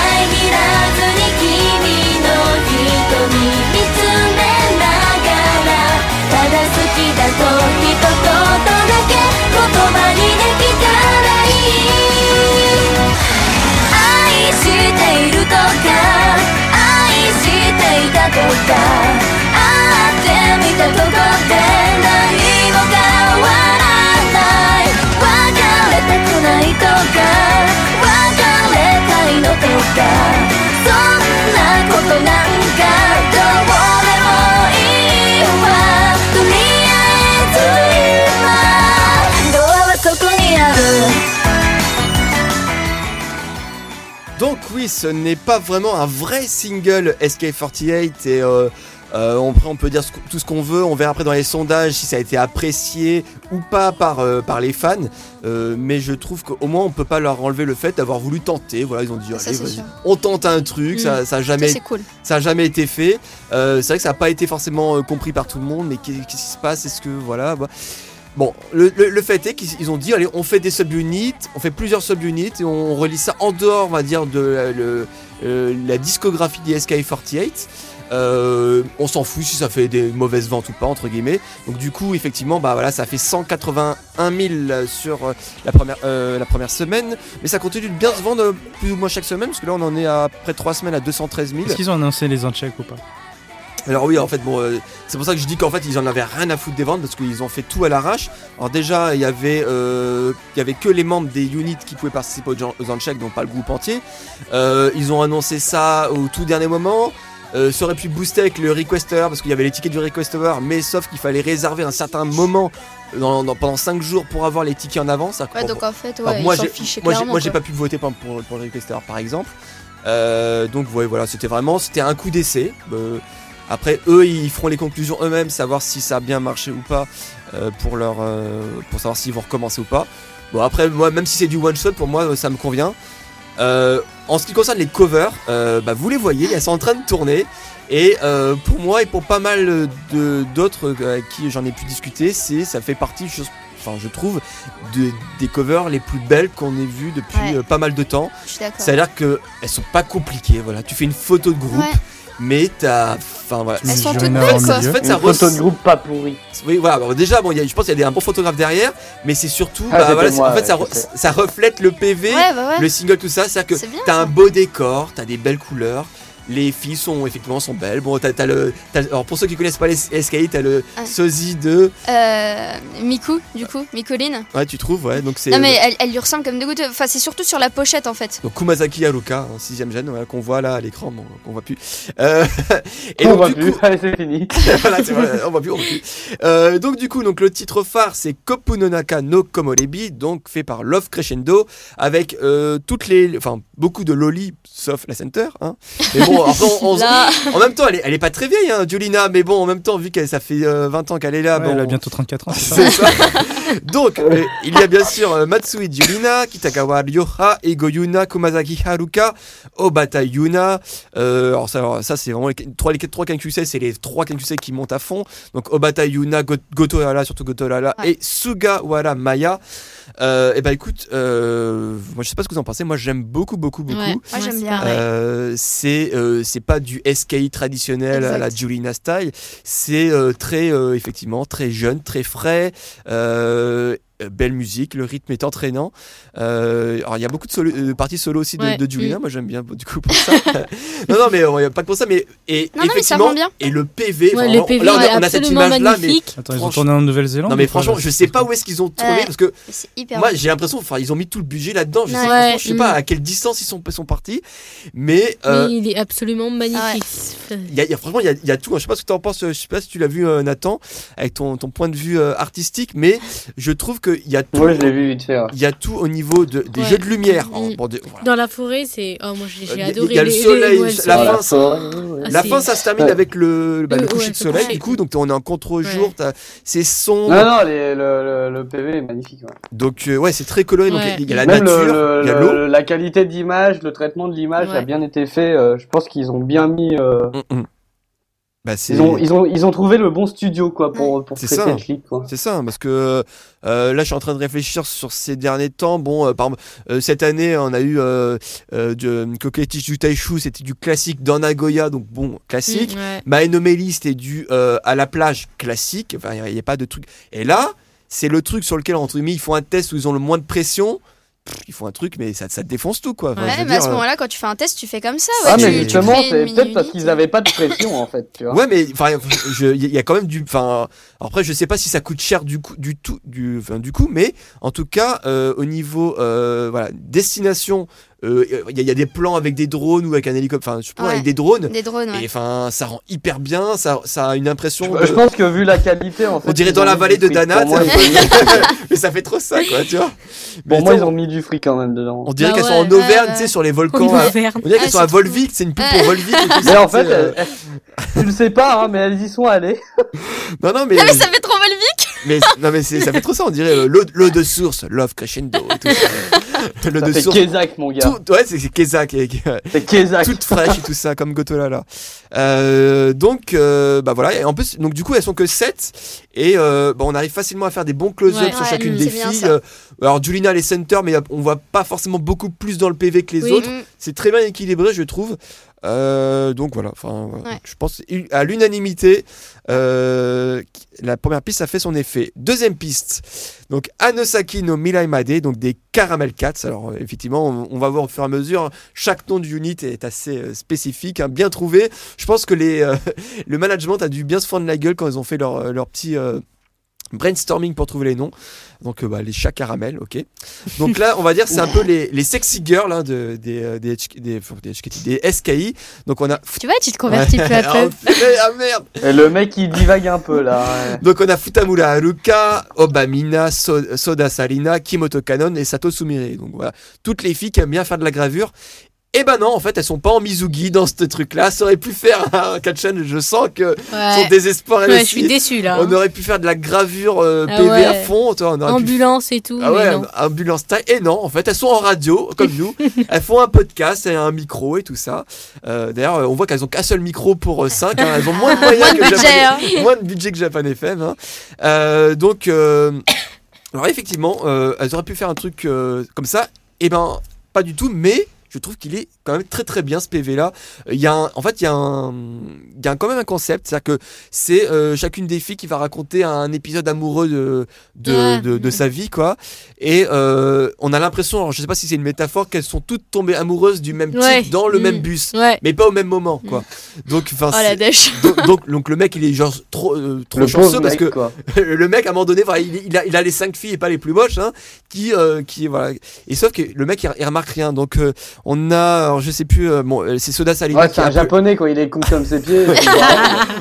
D: らずに君の瞳見つめながら」「ただ好きだとひと言だけ言葉にできたらいい」愛しているとか愛していたとか会ってみたとこで何も変わらない別れたくないとか別れたいのとかそんなことなんかどうでもいいわとりあえず今ドアはそこにある
B: Donc oui, ce n'est pas vraiment un vrai single SK48 et euh, euh, on, après, on peut dire ce qu'on- tout ce qu'on veut, on verra après dans les sondages si ça a été apprécié ou pas par, euh, par les fans, Euh, mais je trouve qu'au moins on peut pas leur enlever le fait d'avoir voulu tenter, voilà ils ont dit
F: Ça,
B: allez
F: c'est
B: vas-y,
F: sûr.
B: on tente un truc,
G: Mm.
B: ça, ça,
I: Ça,
B: a jamais,
I: c'est cool.
B: ça a jamais été fait, Euh, c'est vrai que ça n'a pas été forcément euh, compris par tout le monde, mais qu'est- qu'est-ce qui se passe, est-ce que voilà... bah. Bon, le, le- le fait est qu'ils ils ont dit, allez, on fait des subunits, on fait plusieurs subunits et on relie ça en dehors, on va dire, de la, le- euh, la discographie des SKI48. Euh, on s'en fout si ça fait des mauvaises ventes ou pas, entre guillemets. Donc du coup, effectivement, bah voilà, ça fait 181 000 sur euh, la première, euh, la première semaine, mais ça continue de bien se vendre euh, plus ou moins chaque semaine, parce que là, on en est à après 3 semaines à 213 000.
H: Est-ce qu'ils ont annoncé les unchecks ou pas
B: Alors oui, en fait, bon, euh, c'est pour ça que je dis qu'en fait, ils en avaient rien à foutre des ventes parce qu'ils ont fait tout à l'arrache. Alors déjà, il y avait, euh, il y avait que les membres des units qui pouvaient participer aux, gens- aux uncheck, donc pas le groupe entier. Euh, ils ont annoncé ça au tout dernier moment. Euh, ça aurait pu booster avec le requester parce qu'il y avait les tickets du requester, mais sauf qu'il fallait réserver un certain moment dans- dans- pendant 5 jours pour avoir les tickets en avance.
I: Ouais, donc en fait,
B: Alors,
I: ouais,
B: moi,
I: ils s'en
B: j'ai-
I: fichaient
B: moi, j'ai-
I: clairement.
B: moi, j'ai
I: quoi.
B: pas pu voter par- pour, pour le requester par exemple. Euh, donc ouais, voilà, c'était vraiment c'était un coup d'essai. Euh, après eux ils feront les conclusions eux-mêmes, savoir si ça a bien marché ou pas euh, pour leur euh, pour savoir s'ils vont recommencer ou pas. Bon après moi même si c'est du one shot pour moi euh, ça me convient. Euh, en ce qui concerne les covers, euh, bah, vous les voyez, elles sont en train de tourner. Et euh, pour moi et pour pas mal euh, de- d'autres euh, avec qui j'en ai pu discuter, c'est ça fait partie, je, enfin, je trouve, de- des covers les plus belles qu'on ait vues depuis
F: Ouais.
B: euh, pas mal de temps.
F: Je suis d'accord.
B: C'est-à-dire qu'elles sont pas compliquées, voilà. Tu fais une photo de groupe,
F: Ouais.
B: mais t'as. Enfin voilà.
H: Elles
F: sont toutes
B: En
F: belles,
B: fait,
F: quoi.
B: en fait,
C: Une
B: ça
C: photo
B: res-
C: de groupe pas pourri.
B: oui, voilà. bon, déjà, bon, il y a- je pense qu'il y a des- un bon photographe derrière, mais c'est surtout,
C: Ah,
B: bah,
C: c'était
B: voilà, c'est-
C: moi,
B: en fait,
C: ouais,
B: ça, re-
C: c'était.
B: ça reflète le PV,
F: Ouais, bah ouais.
B: le single, tout ça. C'est-à-dire que
F: C'est bien.
B: T'as
F: ça.
B: un beau décor, t'as des belles couleurs. Les filles sont effectivement sont belles. Bon, t'as, t'as le. t'as- alors pour ceux qui connaissent pas les SKI, t'as le
F: Ouais.
B: sosie de.
F: Euh, Miku, du coup, Mikoline.
B: Ouais, tu trouves, ouais. Donc c'est.
F: Non mais elle, elle lui ressemble comme de gouttes. Enfin, c'est surtout sur la pochette en fait.
B: Donc Kumazaki Haruka, en sixième gène, voilà, qu'on voit là à l'écran, bon, qu'on voit plus. Euh, et
C: on
B: donc
C: va
B: du
C: plus.
B: coup,
C: Allez, c'est fini.
B: voilà, c'est vrai, on voit plus, on voit plus. Euh, donc du coup, donc le titre phare, c'est Kopunonaka no Komorebi, donc fait par Love Crescendo, avec euh, toutes les, enfin beaucoup de loli, sauf la center. Hein. Mais bon, bon, après, on- on se-
G: Là,
B: en même temps, elle est, elle est pas très vieille, hein, Julina, mais bon, en même temps, vu qu'elle ça fait euh, 20 ans qu'elle est là,
H: Ouais,
B: bon,
H: elle a bientôt 34 ans.
B: C'est
H: c'est ça
B: ça. Donc, euh, il y a bien sûr euh, Matsui Julina, Kitagawa Ryoha, Ego Yuna, Kumazaki Haruka, Obata Yuna. Euh, alors, ça, alors, ça, c'est vraiment les qu- trois, les trois Kenkusei, c'est les trois Kenkusei qui montent à fond. Donc, Obata Yuna, Go- Goto Hara, surtout Goto Hara,
F: Ouais.
B: et Sugawara Maya. Euh, et bah, écoute, euh, moi, je sais pas ce que vous en pensez. Moi, j'aime beaucoup, beaucoup, beaucoup.
G: ouais,
F: Moi, j'aime
G: c'est
F: bien.
G: pareil.
B: Euh, c'est euh, c'est pas du SKI traditionnel à la
G: Exact.
B: Julina style, c'est euh, très euh, effectivement très jeune, très frais. euh, euh, belle musique, le rythme est entraînant. Euh, alors il y a beaucoup de, solo- euh, de parties solo aussi de,
G: Ouais,
B: de Julina,
G: mm.
B: moi j'aime bien du coup pour ça. non non mais euh, y a pas que pour ça mais et
F: Non, non, mais ça
B: effectivement
F: rend bien.
B: et le PV,
G: Ouais,
B: vraiment,
G: le PV
B: là on a,
G: est
B: on a cette
G: absolument
B: image là mais
G: magnifique.
H: Attends, ils ont
B: Franchement-
H: tourné en Nouvelle-Zélande
B: non mais
H: ou pas,
B: franchement
H: là
B: je sais pas où est-ce qu'ils ont tourné
F: Ouais.
B: parce que
F: C'est hyper
B: moi,
F: bon.
B: j'ai l'impression, enfin, ils ont mis tout le budget là-dedans. Je, sais,
G: Ouais.
B: franchement, je sais
G: Mm.
B: pas à quelle distance ils sont, sont partis, mais,
G: Mais
F: Mm.
B: euh,
G: il est absolument magnifique.
B: il y a- il y a- franchement, il y a, il y a tout. hein. Je sais pas ce que tu en penses. euh, Je sais pas si tu l'as vu, euh, Nathan, avec ton, ton point de vue euh, artistique, mais je trouve qu'il y a tout.
C: Moi, je l'ai vu vite fait. hein. ouais.
B: Il y a tout au niveau de, des
G: Ouais.
B: jeux de lumière. Alors,
G: Mm.
B: bon, des- voilà.
G: Dans la forêt, c'est. Oh, moi, j'ai
B: Euh, y
G: j'ai
B: a-
G: adoré.
B: y a le
G: les- les-
B: soleil,
G: ouais, le
B: la
G: soleil.
B: fin,
C: ça, ouais, ouais.
G: Ah,
B: La
G: c'est-
B: fin, ça se termine
C: Ouais.
B: avec le, bah, le
G: Le-
B: coucher
G: ouais,
B: de soleil,
G: le
B: du coup. Donc, on est en contre-jour.
G: Ouais.
B: t'as- C'est sombre.
C: Non, non, les- le, le- le PV est magnifique. ouais.
B: Donc, euh, ouais, c'est très coloré. Donc,
G: Ouais.
B: il y, a la
C: Même le-
B: nature,
C: le-
B: il y a
C: le-
B: l'eau.
C: la qualité d'image, le traitement de l'image
G: Ouais.
C: a bien été fait. euh, je pense qu'ils ont bien mis. euh,
B: Mm, mm. Bah, c'est.
C: ils, ont, ils, ont, ils ont trouvé le bon studio quoi, pour, pour
B: C'est
C: traiter
B: ça.
C: le clip. Quoi.
B: C'est ça, hein, parce que euh, là, je suis en train de réfléchir sur ces derniers temps. Bon, euh, par, euh, cette année, on a eu euh, euh, du euh, Koketish du Taishu, c'était du classique dans Nagoya, donc bon, classique.
G: Mm, ouais.
B: Maenomeli, c'était du euh, à la plage, classique. Enfin, il n'y a pas de truc. Et là, c'est le truc sur lequel, entre guillemets, ils font un test où ils ont le moins de pression. Pff, ils font un truc, mais ça, ça te défonce tout, quoi. Enfin,
F: Ouais,
B: je veux
F: mais à
B: dire,
F: ce
B: euh,
F: moment-là, quand tu fais un test, tu fais comme ça. Ouais,
C: Ah,
F: tu,
C: mais
F: tu
C: justement,
F: crées une
C: c'est peut-être parce
F: mini-unité.
C: qu'ils n'avaient pas de pression en fait. Tu vois.
B: Ouais, mais enfin, je- il y a quand même du. Enfin, après, je sais pas si ça coûte cher du coup, du tout, du, enfin, du coup, mais en tout cas, euh, au niveau, euh, voilà, destination, euh, il y, a- il y a des plans avec des drones ou avec un hélicoptère, enfin, je sais pas,
F: Ouais.
B: avec des drones.
F: Des drones, ouais.
B: Et enfin, ça rend hyper bien, ça, ça a une impression.
C: Je, je
B: de-
C: pense que vu la qualité, en fait,
B: On dirait
C: ils
B: dans
C: ont
B: la
C: mis
B: vallée
C: du
B: de
C: fric.
B: Dana,
C: Pour moi,
B: tu
C: ils ont mis-
B: mais ça fait trop ça, quoi, tu vois. Mais
C: pour moi,
B: attends,
C: ils ont mis du fric quand même dedans.
B: on dirait
G: Bah
B: qu'elles sont
G: ouais,
B: en
G: ouais,
B: Auvergne,
F: Ah ouais.
B: tu sais, sur les
G: Comme
B: volcans.
G: le
B: hein.
G: verre.
B: On dirait
F: Ah,
B: qu'elles sont
F: c'est
B: à
F: trop
B: Volvic, c'est une pub
F: Ouais.
B: pour Volvic. et tout
C: Mais
B: ça,
C: en
B: tu
C: fait,
B: sais, euh,
C: euh, tu le sais pas, hein, mais elles y sont allées.
B: non, non, mais.
F: Ah, mais ça fait trop mal vite
B: Mais non, mais c'est- ça fait trop ça, on dirait euh, l'eau l'eau de source, love crescendo et tout ça. L'eau
C: Ça
B: de
C: fait
B: source.
C: Kézak, mon gars.
B: Tout, ouais, c'est c'est Kezak, et- et-
C: C'est Kézak.
B: toute fraîche et tout ça, comme Gotola là. Euh, donc, euh, bah voilà. Et en plus, donc du coup, elles sont que 7 et euh, bah, on arrive facilement à faire des bons close-up
G: Ouais,
B: sur
F: ouais,
B: chacune
G: mm,
B: des
F: c'est bien
B: filles.
F: ça.
B: Euh, alors, Julina elle est center, mais on voit pas forcément beaucoup plus dans le PV que les
G: Oui.
B: autres. C'est très bien équilibré, je trouve. Euh, donc voilà, enfin, voilà.
F: Ouais.
B: je pense à l'unanimité, euh, la première piste a fait son effet. Deuxième piste, donc Anosaki no Mirai Made, donc des Caramel Cats. Alors euh, effectivement, on, on va voir au fur et à mesure, chaque nom du unit est assez euh, spécifique, hein, bien trouvé. Je pense que les, euh, le management a dû bien se fendre la gueule quand ils ont fait leur, euh, leur petit... euh, Brainstorming pour trouver les noms. Donc, euh, bah, les chats caramel, ok. Donc là, on va dire, c'est un peu les, les sexy girls hein, de, des, euh, des, HK des, des HKT, des SKI. Donc on a.
G: Tu vois, tu te convertis peu à peu.
B: Ah, mais- ah, merde
C: Et le mec, il divague un peu là. ouais.
B: Donc on a Futamura Haruka, Obamina, So- Soda Sarina, Kimoto Kanon et Sato Sumire. Donc voilà, toutes les filles qui aiment bien faire de la gravure. Et ben non, en fait, elles sont pas en Mizugi dans ce truc-là. Ça aurait pu faire un catch-up. Je sens que son
G: Ouais.
B: désespoir est
G: Ouais,
B: aussi.
G: je suis déçue là. hein.
B: On aurait pu faire de la gravure euh,
G: Ah
B: PV à
G: ouais.
B: fond. tu vois, on aurait pu
G: Ambulance et tout.
B: Ah
G: mais
B: ouais,
G: non.
B: ambulance style. Et non, en fait, elles sont en radio, comme nous. elles font un podcast, et un micro et tout ça. Euh, D'ailleurs, euh, on voit qu'elles ont qu'un seul micro pour 5. Elles ont moins de moyens que
F: budget,
G: hein.
B: Japan, moins de budget que Japan FM. hein. Euh, donc, euh, alors effectivement, euh, elles auraient pu faire un truc euh, comme ça. Eh ben, pas du tout, mais je trouve qu'il est quand même très très bien ce PV là. Il y a un- en fait, il y a, un, il y a quand même un concept, c'est-à-dire que c'est euh, chacune des filles qui va raconter un épisode amoureux de, de,
G: Ouais.
B: de, de sa vie, quoi. Et euh, on a l'impression, alors je sais pas si c'est une métaphore, qu'elles sont toutes tombées amoureuses du même type
G: Ouais.
B: dans le
G: Mm.
B: même bus,
G: Ouais.
B: mais pas au même moment, quoi. Donc, enfin,
G: Oh la
B: c'est-
G: dèche.
B: donc, donc, donc le mec, il est genre trop, euh, trop
C: Le
B: chanceux
C: pauvre
B: parce
C: mec,
B: que
C: quoi.
B: le mec à un moment donné voilà, il, il a, il a les cinq filles et pas les plus moches hein, qui euh, qui voilà et sauf que le mec il, il remarque rien donc euh, on a alors je sais plus, euh, bon, euh, c'est Soda Salina
C: Ouais,
B: qui
C: c'est
B: est
C: un
B: un peu-
C: japonais quand il est con comme ses pieds.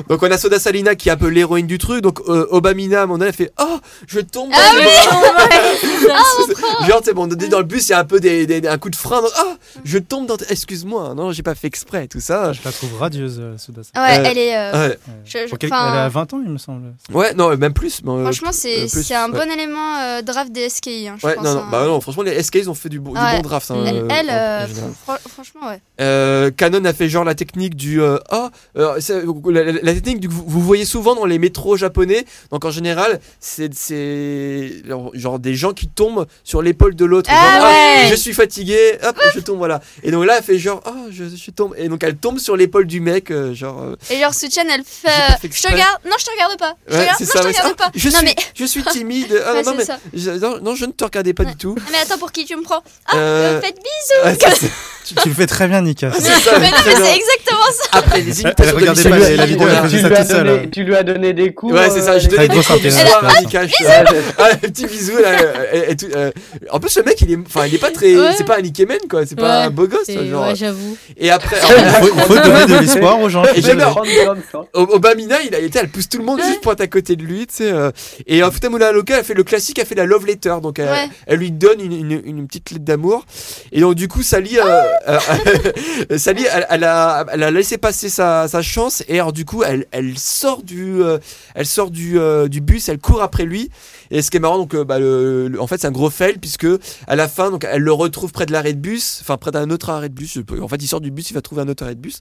B: Donc on a Soda Salina qui est un peu l'héroïne du truc. Donc euh, Obamina, à mon avis, elle fait Oh, je tombe dans
G: Ah
B: le
G: oui,
B: bras.
F: Ah,
B: Genre, c'est bon, dans le bus, il y a un peu des, des- un coup de frein. donc, Ah, je tombe dans. Excuse-moi, hein, non, j'ai pas fait exprès, tout ça.
H: Ah, Je la trouve radieuse, euh, Soda. Salina.
F: Ouais,
B: Euh,
F: elle est. euh,
B: Ouais,
H: Ouais.
F: je- je-
H: Pour quel-
F: enfin-
H: Elle a 20 ans, il me semble.
B: ouais, non, même plus. mais, euh,
F: Franchement, c'est
B: plus,
F: c'est un
B: ouais.
F: bon élément euh, draft des SKI. hein, je
B: Ouais,
F: pense,
B: non, non,
F: hein.
B: bah non, franchement, les SK, ils ont fait du, bon- du
F: Ouais.
B: bon draft. hein,
F: elle,
B: euh,
F: elle,
B: en- en
F: euh,
B: général.
F: fran- franchement, ouais.
B: Euh, Canon a fait genre la technique du euh, ah euh, ça- la, la- la technique du, vous, vous voyez souvent dans les métros japonais donc en général c'est c'est genre- genre des gens qui tombent sur l'épaule de l'autre
F: Ah
B: Genre,
G: ouais.
B: je suis fatigué hop je tombe voilà et donc là elle fait genre ah je, je tombe et donc elle tombe sur l'épaule du mec euh, genre euh,
F: Et leur soutien, elle
B: J'ai
F: fait.
B: pas fait
F: euh, Je te
B: exprès.
F: regarde. Non, je te regarde pas. Je te
B: ouais,
F: regarde.
B: c'est
F: Non,
B: ça,
F: je
B: ouais,
F: te regarde
B: ah,
F: pas.
B: je
F: non,
B: suis
F: mais,
B: je suis timide ah,
F: Ouais,
B: non,
F: c'est
B: mais
F: ça.
B: je, non, non, je ne te regardais pas
F: Ouais.
B: du tout
F: Ah, mais attends, pour qui tu me prends
B: Euh,
F: euh, Faites bise.
B: ouais, c'est ça.
H: Tu, tu le fais très bien, Nika.
B: C'est ça,
F: mais non, mais
B: très bien.
F: c'est exactement ça.
B: après les
H: Elle
B: imitations de
H: regardait
B: Michel
H: pas la- la
B: Bernier,
H: vidéo,
B: on a-
H: elle faisait
C: tu,
H: ça
C: lui as
H: toute seule,
C: donné-
H: hein.
C: tu lui as donné des coups.
B: Ouais, c'est ça,
C: euh,
B: j'ai donné
H: Avec
B: des
H: grosse
B: cours du
H: intérêt,
B: soir,
H: ça.
B: Annika, je-
C: Ouais, c'est-
B: Ah, un petit bisou là. euh, et- et tout, euh, En plus, ce mec, il est, enfin, il est pas très,
G: Ouais.
B: c'est pas un Ikemen quoi, c'est pas
G: Ouais.
B: un beau gosse.
G: C'est-
B: Genre.
G: ouais, j'avoue.
B: Et après,
H: Il faut, il faut donner de l'espoir aux gens.
B: Et j'aime bien.
C: Franck,
B: Ob- Obamina, il a été, elle pousse tout le monde juste pointe à côté de lui, tu sais. euh. Et euh, Futamura Aloka, elle fait le classique, elle fait la love letter, donc elle,
F: Ouais.
B: elle lui donne une, une- une petite lettre d'amour. Et donc du coup, Sally, euh,
G: Ah.
B: euh, Sally, elle, elle a, elle a laissé passer sa, sa chance. Et alors du coup, elle, elle sort du, euh, elle sort du, euh, du bus, elle court après lui. Et ce qui est marrant, donc, euh, bah, le- le- en fait, c'est un gros fail puisque à la fin, donc, elle le retrouve près de l'arrêt de bus, enfin près d'un autre arrêt de bus. je sais pas. En fait, il sort du bus, il va trouver un autre arrêt de bus.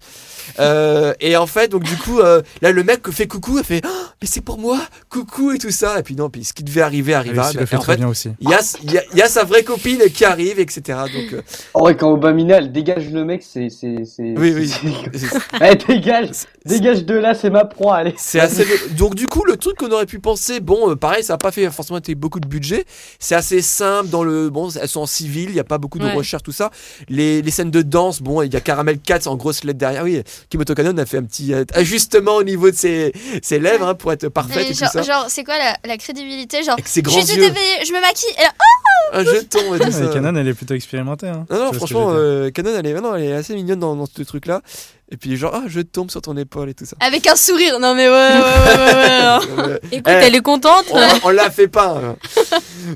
B: Euh, et en fait, donc du coup, euh, là, le mec fait coucou, elle fait, Ah, mais c'est pour moi, coucou et tout ça. Et puis non, puis ce qui devait arriver
H: Elle
B: arriva.
H: aussi
B: mais
H: le fait
B: en
H: très
B: fait,
H: bien aussi.
B: il y a, il y a- il y a sa vraie copine qui arrive, etc. Donc euh,
C: En vrai, Oh quand Obamina, elle dégage le mec, c'est. c'est- c'est-
B: Oui, oui.
C: c'est-
B: c'est-
C: Eh, dégage Dégage de là, c'est ma proie, allez
B: c'est assez. Donc du coup, le truc qu'on aurait pu penser, bon, euh, pareil, ça n'a pas fait forcément été beaucoup de budget. C'est assez simple dans le, bon, elles sont en civil, il n'y a pas beaucoup de
G: Ouais.
B: recherche tout ça. Les, les scènes de danse, bon, il y a Caramel 4 en grosse lettre derrière. Oui, Kimoto Kanon a fait un petit euh, ajustement au niveau de ses, ses lèvres hein, pour être parfaite et
F: Mais
B: tout
F: genre,
B: ça.
F: genre, c'est quoi la, la crédibilité Genre,
B: Avec ses
F: je
B: grands
F: suis
B: yeux,
F: éveillée, je me maquille. Et là,
B: un jeton et tout
H: Ouais,
B: ça.
H: Et Canon, elle est plutôt expérimentée. hein.
B: Non, non,
H: Tu vois ce que
B: franchement,
H: je veux dire
B: euh, Canon, elle est, non, elle est assez mignonne dans, dans ce truc-là. Et puis, genre, ah, je tombe sur ton épaule et tout ça.
F: avec un sourire. Non, mais ouais, ouais, ouais, ouais. ouais, ouais.
B: Euh,
G: Écoute,
B: Eh.
G: elle est contente.
B: on, on la fait pas. hein.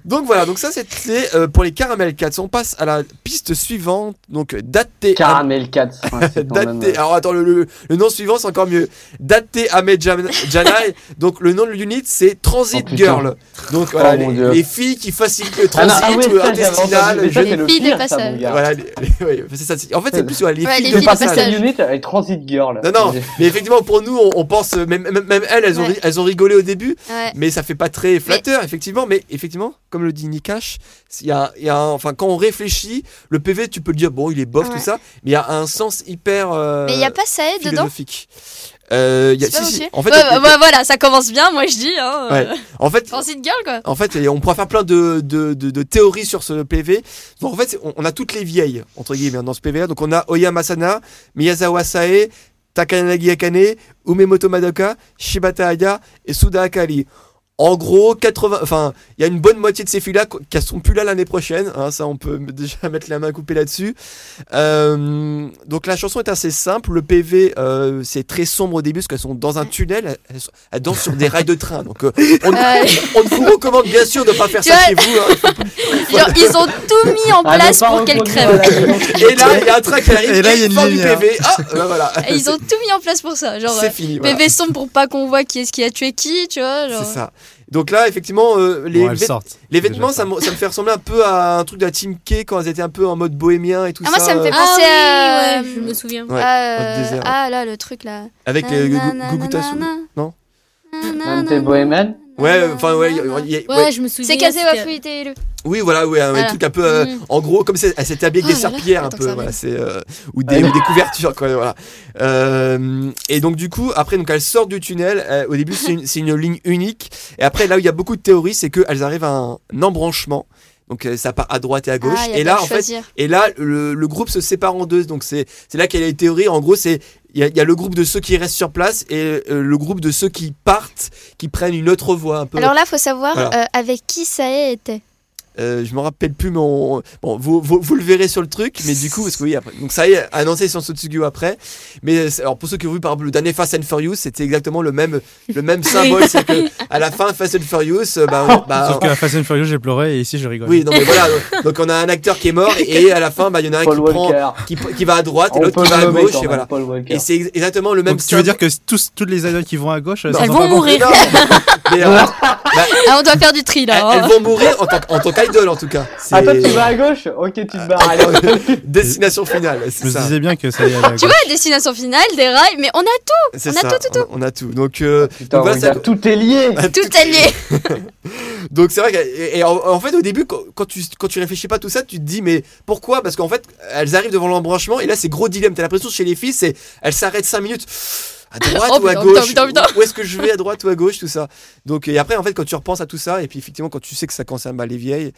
B: donc voilà, donc ça c'était euh, pour les Caramel Cats. On passe à la piste suivante, donc Daté.
C: Caramel 4. ouais, c'est quand même,
B: Daté.
C: euh,
B: Alors attends, le, le- le nom suivant c'est encore mieux. Daté Ahmed Jan- Janai. donc le nom de l'unit c'est Transit
C: Oh, putain.
B: Girl. Donc voilà,
C: Oh, mon
B: les,
C: Dieu.
B: les filles qui facilitent le
C: Ah, non,
B: transit
C: ah ouais, ça, j'avais entendu,
B: intestinal.
C: mais ça,
B: je-
C: c'est le
F: Les filles de
C: pire, ça,
F: passage.
C: mon gars.
B: Voilà, les- les- ouais, c'est ça, c'est- en fait c'est plus sur les
F: Ouais,
B: filles
F: les
B: de
F: filles
C: C'est
F: de
B: passage.
C: parti de
F: passage.
C: cette unit, elle est transit girl.
B: Non, non, mais effectivement, pour nous, on, on pense, euh, même, même, même elles, elles ont,
F: Ouais.
B: ri- elles ont rigolé au début,
F: Ouais.
B: mais ça fait pas très flatteur, effectivement. Mais effectivement, comme le dit Nikash, il y a, il y a un- enfin, quand on réfléchit, le PV, tu peux le dire, bon, il est bof,
F: Ouais.
B: tout ça, mais il y a un sens hyper euh,
F: Mais il n'y a pas Sae dedans
B: philosophique. Euh, il y a-
F: C'est pas
B: si, si,
F: mentionné
B: en fait,
F: Ouais,
B: il y a-
F: bah, bah, voilà, ça commence bien, moi je dis. Hein,
B: Ouais.
F: euh,
B: en fait,
F: Transit girl, quoi.
B: en fait, on pourra faire plein de, de, de- de théories sur ce PV. Donc en fait, c'est- on, on a toutes les vieilles, entre guillemets, dans ce PV-là. Donc on a Oya Masana, Miyazawa Sae, Takanagi Akane, Umemoto Madoka, Shibata Aya et Suda Akari. En gros, 80, enfin, il y a une bonne moitié de ces filles-là qu- qui seront plus là l'année prochaine. hein, ça, on peut m- déjà mettre la main coupée là-dessus. Euh, donc la chanson est assez simple. Le PV, euh, c'est très sombre au début parce qu'elles sont dans un tunnel. Elles, elles sont- elles dansent sur des rails de train. Donc euh, on,
F: Ouais.
B: on ne vous recommande bien sûr de ne pas faire ça chez
F: Tu
B: vous. hein.
F: Genre, ils ont tout mis en
C: Ah, mais
F: place
C: pas
F: pour qu'elle
C: reproduire
F: crève.
C: à la maison.
B: Et là, il y a un train qui arrive.
H: Et là, il y a une
B: fin du
H: lumière.
B: PV. Ah, bah voilà.
F: Et Ils ont tout mis en place pour ça. Genre,
B: C'est fini. voilà.
F: PV sombre pour pas qu'on voit qui est-ce qui a tué qui, tu vois. Genre.
B: C'est ça. Donc là, effectivement, euh, les,
H: Bon, elles
B: vêt-
H: sortent.
B: les
H: C'est
B: vêtements,
H: déjà
B: ça me, ça me fait ressembler un peu à un truc de la Team K quand elles étaient un peu en mode bohémien et tout
F: Ah,
B: ça.
F: moi, ça me fait
B: euh,
G: Ah
F: penser
G: oui,
F: à-
G: ouais, je me souviens.
B: Ouais,
F: ah,
B: mode désert.
F: ah, là, le truc là.
B: euh, Avec les Gugutas. non
C: Même t'es bohémienne
B: Ouais, enfin, ouais. y a- y a-
G: Ouais,
B: ouais.
G: je me souviens.
F: C'est Kaze
G: c'était-
F: Wafu Iteiru.
B: Oui, voilà, ouais, un
F: Voilà.
B: truc un peu. euh,
G: Mm.
B: En gros, comme c'est- elle s'était habillée avec
F: Oh
B: des
F: là là,
B: serpillères un
F: attends que
B: peu,
F: ça
B: voilà,
F: arrive.
B: c'est, euh, ou, des, ou des couvertures, quoi, voilà. Euh, et donc, du coup, après, donc, elles sortent du tunnel. euh, au début, c'est une, c'est une ligne unique. Et après, là où il y a beaucoup de théories, c'est qu'elles arrivent à un, embranchement. Donc, euh, ça part à droite et à gauche.
F: Ah, y a
B: et
F: pas
B: là,
F: à
B: en fait,
F: choisir.
B: et là, le, le groupe se sépare en deux. Donc, c'est c'est là qu'il y a les théories. En gros, c'est. Il y, a, il y a le groupe de ceux qui restent sur place et euh, le groupe de ceux qui partent, qui prennent une autre voie un peu.
F: Alors là, faut savoir
B: Voilà.
F: euh, avec qui Sae était.
B: Euh, je me rappelle plus, mais on- bon, vous, vous, vous le verrez sur le truc, mais du coup, parce que oui, après, donc ça y est, annoncé sur Sotsugu après. Mais euh, c'est- alors pour ceux qui ont vu par exemple le dernier Fast and Furious, c'était exactement le même, le même symbole, c'est que à la fin Fast and Furious, euh, bah, on- bah,
H: Sauf que à Fast and Furious, j'ai pleuré et ici, je rigole.
B: oui, non mais voilà, donc- donc on a un acteur qui est mort et à la fin, bah il y en a un
C: Paul
B: qui prend,
C: Walker.
B: qui, pr- qui va à droite et
C: On
B: l'autre
C: peut
B: qui va
C: le
B: à
C: nommer
B: gauche
C: quand
B: et
C: même,
B: voilà.
C: Paul Walker.
B: Et c'est ex- exactement le même. Bah,
H: Donc, tu veux
B: symbole.
H: dire que tous, toutes les idoles qui vont à gauche, euh,
B: Non,
H: ça
G: Elles
H: sent
G: vont
H: pas bon.
G: mourir.
B: Non, mais, euh,
G: Ah, on doit faire du tri
B: elles,
G: là.
B: elles
G: hein.
B: vont mourir en tant, que- en tant qu'idole en tout cas. C'est Ah.
C: Ah, toi, tu vas à gauche Ok, tu te barres. allez, ok.
B: destination finale,
H: Je
B: c'est
H: me
B: ça.
H: disais bien que ça allait aller à
A: Tu
H: gauche.
A: vois, destination finale, des rails, mais on a
B: C'est
A: On a
B: ça,
A: tout, tout, tout.
B: On, on a tout. Donc, euh,
C: Putain,
B: donc voilà, ça-
C: regarde, tout est lié.
A: tout allié.
B: donc c'est vrai que et- et en, en fait au début quand, quand tu quand tu réfléchis pas à tout ça, tu te dis mais pourquoi Parce qu'en fait elles arrivent devant l'embranchement et là c'est gros dilemme. T'as l'impression chez les filles c'est elles s'arrêtent 5 minutes. À droite
A: Oh,
B: ou à
A: putain,
B: gauche
A: putain, putain, putain.
B: Où- Où est-ce que je vais à droite ou à gauche tout ça. Donc et après en fait quand tu repenses à tout ça et puis effectivement quand tu sais que ça concerne bah, les vieilles.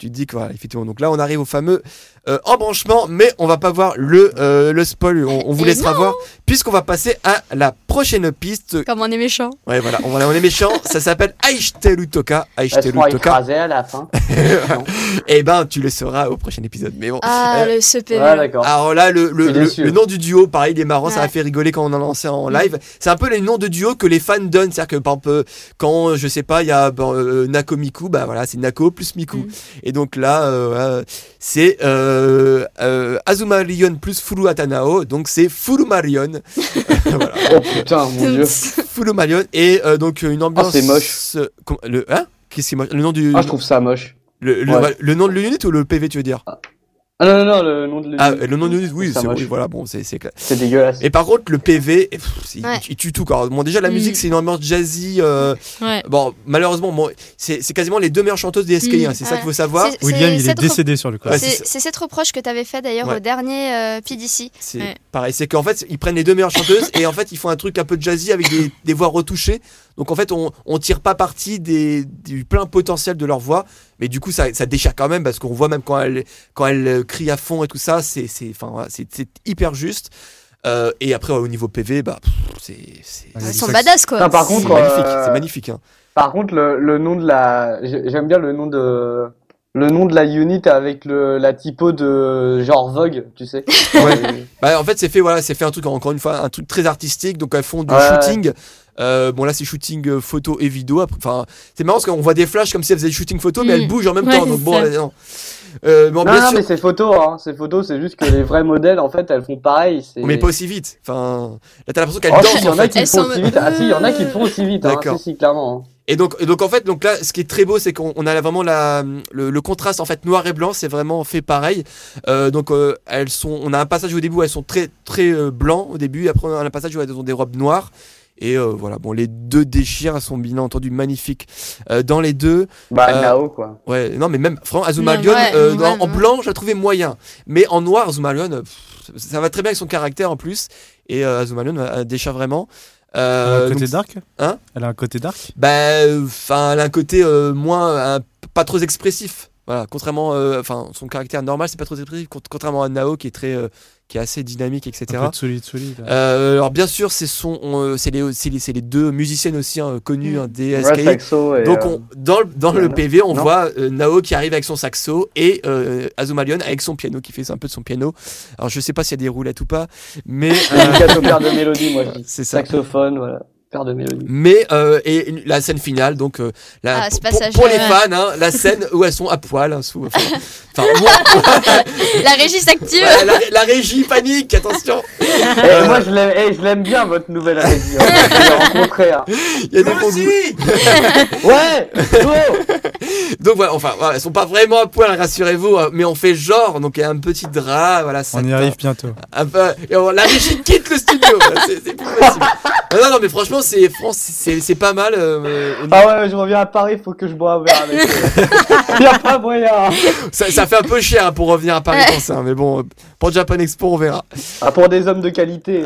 B: Tu te dis que voilà, effectivement. Donc là, on arrive au fameux euh, embranchement, mais on va pas voir le, euh, le spoil. On, on vous
A: Et
B: laissera
A: non.
B: voir, puisqu'on va passer à la prochaine piste
A: Comme on est méchant.
B: Ouais, voilà, on, voilà, on est méchant. Ça s'appelle Aishiteru Toka.
C: Elle se
B: Aishiteru
C: croit
B: Toka.
C: écrasée à la fin.
B: Eh ben, tu le sauras au prochain épisode. Mais bon.
A: Ah,
B: Euh,
A: le CPV.
C: Ah, d'accord.
B: Alors là, le, le,
C: Je suis
B: le-
C: déçu.
B: le nom du duo, pareil, il est marrant, ça a
A: Ouais. Mm.
B: fait rigoler quand on a lancé en live. C'est un peu les noms de duo que les fans donnent. C'est-à-dire que, par exemple, euh, quand, je sais pas, il y a ben, euh, Nako Miku, bah voilà, c'est Nako plus Miku.
A: Mm.
B: Et donc là, euh, voilà, c'est euh, euh, Azuma Rion plus Furu Atanao. Donc c'est Furu Marion. voilà.
C: Oh putain, mon dieu.
B: Full Marion et euh, donc euh, une ambiance.
C: Ah, c'est moche.
B: euh, com- le hein Qu'est-ce qui est moche Le nom du
C: Ah, je trouve ça moche.
B: le, le-
C: ouais.
B: le nom de l'unité ou le PV tu veux dire
C: Ah non, non, non, le nom de
B: Ah le nom de l'unité oui
C: Ça
B: c'est
C: moche.
B: oui, voilà bon c'est c'est clair.
C: C'est dégueulasse.
B: Et par contre le PV et, pff, c'est-
A: Ouais.
B: il tue tout quoi. Bon déjà la
G: Mm.
B: musique c'est une ambiance jazzy euh,
G: Ouais.
B: bon malheureusement bon, c'est c'est quasiment les deux meilleures chanteuses des SKI hein,
G: Mm.
B: c'est
F: Ah
B: ça
F: ouais.
B: qu'il faut savoir.
F: C'est-
H: William,
F: c'est
H: il est
F: cette
H: décédé sur le coup.
B: Ouais,
F: C'est-
B: c'est ça.
F: c'est cette reproche que t'avais fait d'ailleurs
B: Ouais.
F: au dernier euh, PDC.
B: C'est
G: Ouais.
B: pareil, c'est qu'en fait, ils prennent les deux meilleures chanteuses et en fait, ils font un truc un peu jazzy avec des, des voix retouchées. Donc en fait, on, on tire pas parti des, du plein potentiel de leur voix, mais du coup, ça, ça déchire quand même parce qu'on voit même quand elle, quand elle euh, crie à fond et tout ça, c'est c'est- enfin, voilà, c'est- c'est hyper juste. Euh, et après, ouais, au niveau PV, bah, pff, c'est. c'est-
H: Ouais,
A: Ils
B: c'est-
A: sont badass quoi.
C: Putain, par
B: C'est
C: contre,
B: magnifique,
C: euh,
B: c'est magnifique. hein.
C: Par contre, le, le nom de la, j'ai- j'aime bien le nom de, le nom de la unit avec le, la typo de genre Vogue, tu sais.
B: Ouais. Bah, en fait, c'est fait, voilà, c'est fait un truc, encore une fois, un truc très artistique. Donc, elles font du
C: Ouais, ouais.
B: shooting. Euh, bon, là, c'est shooting euh, photo et vidéo. Après, Enfin, c'est marrant parce qu'on voit des flashs comme si elles faisaient du shooting photo, mais
G: Mm.
B: elles bougent en même
G: Ouais,
B: temps. Donc,
G: c'est
B: bon,
G: ça.
B: euh, non. Euh, bon,
C: non,
B: bien
C: non,
B: sûr,
C: mais c'est photo, hein. Ces photos, c'est juste que les vrais modèles, en fait, elles font pareil. C'est...
B: on met pas aussi vite. Enfin, là, t'as l'impression qu'elles
C: Oh, si,
B: dansent
C: y
B: en
C: en a
B: fait.
C: qui le
A: Elles
C: font
A: sont-
C: aussi vite. Ah, si, y en a qui le font aussi vite, hein.
B: D'accord.
C: Si, si, clairement. hein.
B: Et donc, et donc, en fait, donc là, ce qui est très beau, c'est qu'on on a vraiment la, le, le contraste en fait noir et blanc, c'est vraiment fait pareil. Euh, donc, euh, elles sont, on a un passage au début où elles sont très très euh, blancs au début, et après on a un passage où elles ont des robes noires. Et euh, voilà, bon, les deux déchirent, elles sont bien entendu magnifiques euh, dans les deux.
C: Bah,
B: Euh,
C: Nao, quoi.
B: Ouais, non, mais même, franchement, Azuma
G: Non,
B: Lion,
A: ouais,
B: euh,
A: ouais,
B: dans- en
A: ouais.
B: blanc, je la trouvais moyen. Mais en noir, Azuma Lion, euh, pff, ça va très bien avec son caractère en plus. Et euh, Azuma Lion euh, déchire vraiment.
H: Elle a
B: Euh,
H: un côté
B: donc,
H: dark
B: Hein
H: Elle a un côté dark
B: bah, enfin, elle a un côté euh, moins, un- pas trop expressif. Voilà, contrairement, euh, enfin, son caractère normal, c'est pas trop expressif, cont- contrairement à Nao qui est très, euh, qui est assez dynamique, etc.
H: Un peu de solide, solide.
B: Euh, alors bien sûr, c'est son, on, euh, c'est les, c'est les, c'est les deux musiciennes aussi hein, connues
G: Mm.
B: hein, des
C: Red
B: SKI.
C: Saxo et.
B: Donc
C: euh,
B: on, dans le, dans le
C: non,
B: PV, on
C: non.
B: voit euh, Nao qui arrive avec son saxo et euh, Azuma Lion avec son piano qui fait un peu de son piano. Alors je sais pas s'il y a des roulettes ou pas, mais euh,
C: dédicace au père de mélodie, moi, je dis.
B: c'est ça.
C: Saxophone, voilà. Père de mélodie.
B: Mais euh, et une- la scène finale, donc euh, la,
A: Ah, ce
B: pour- pour,
A: passage,
B: pour les
A: ouais.
B: fans, hein, la scène où elles sont à poil, hein, sous, enfin, enfin, où-
A: La régie s'active.
B: eh, ouais, la, la régie panique, attention. Euh,
C: Eh, moi, je l'aime, eh, je l'aime bien, votre nouvelle régie. hein. Je l'ai rencontrée, hein.
B: Il y a des bons goûts.
C: Ouais! Go!
B: Donc voilà, enfin, voilà, elles sont pas vraiment à poil, rassurez-vous, hein, mais on fait genre, donc il y a un petit drap, voilà. ça
H: On y arrive bientôt.
B: Ah bah, et on- la régie quitte le studio. Voilà, c'est c'est plus possible. Non, non, non, mais franchement, c'est France, c'est c'est pas mal. euh, euh,
C: Ah ouais, je reviens à Paris, faut que je bois un verre avec eux. y a pas moyen.
B: ça, ça fait un peu cher hein, pour revenir à Paris pour ça, mais bon, euh, Pour Japan Expo, on verra.
C: Ah, pour des hommes de qualité.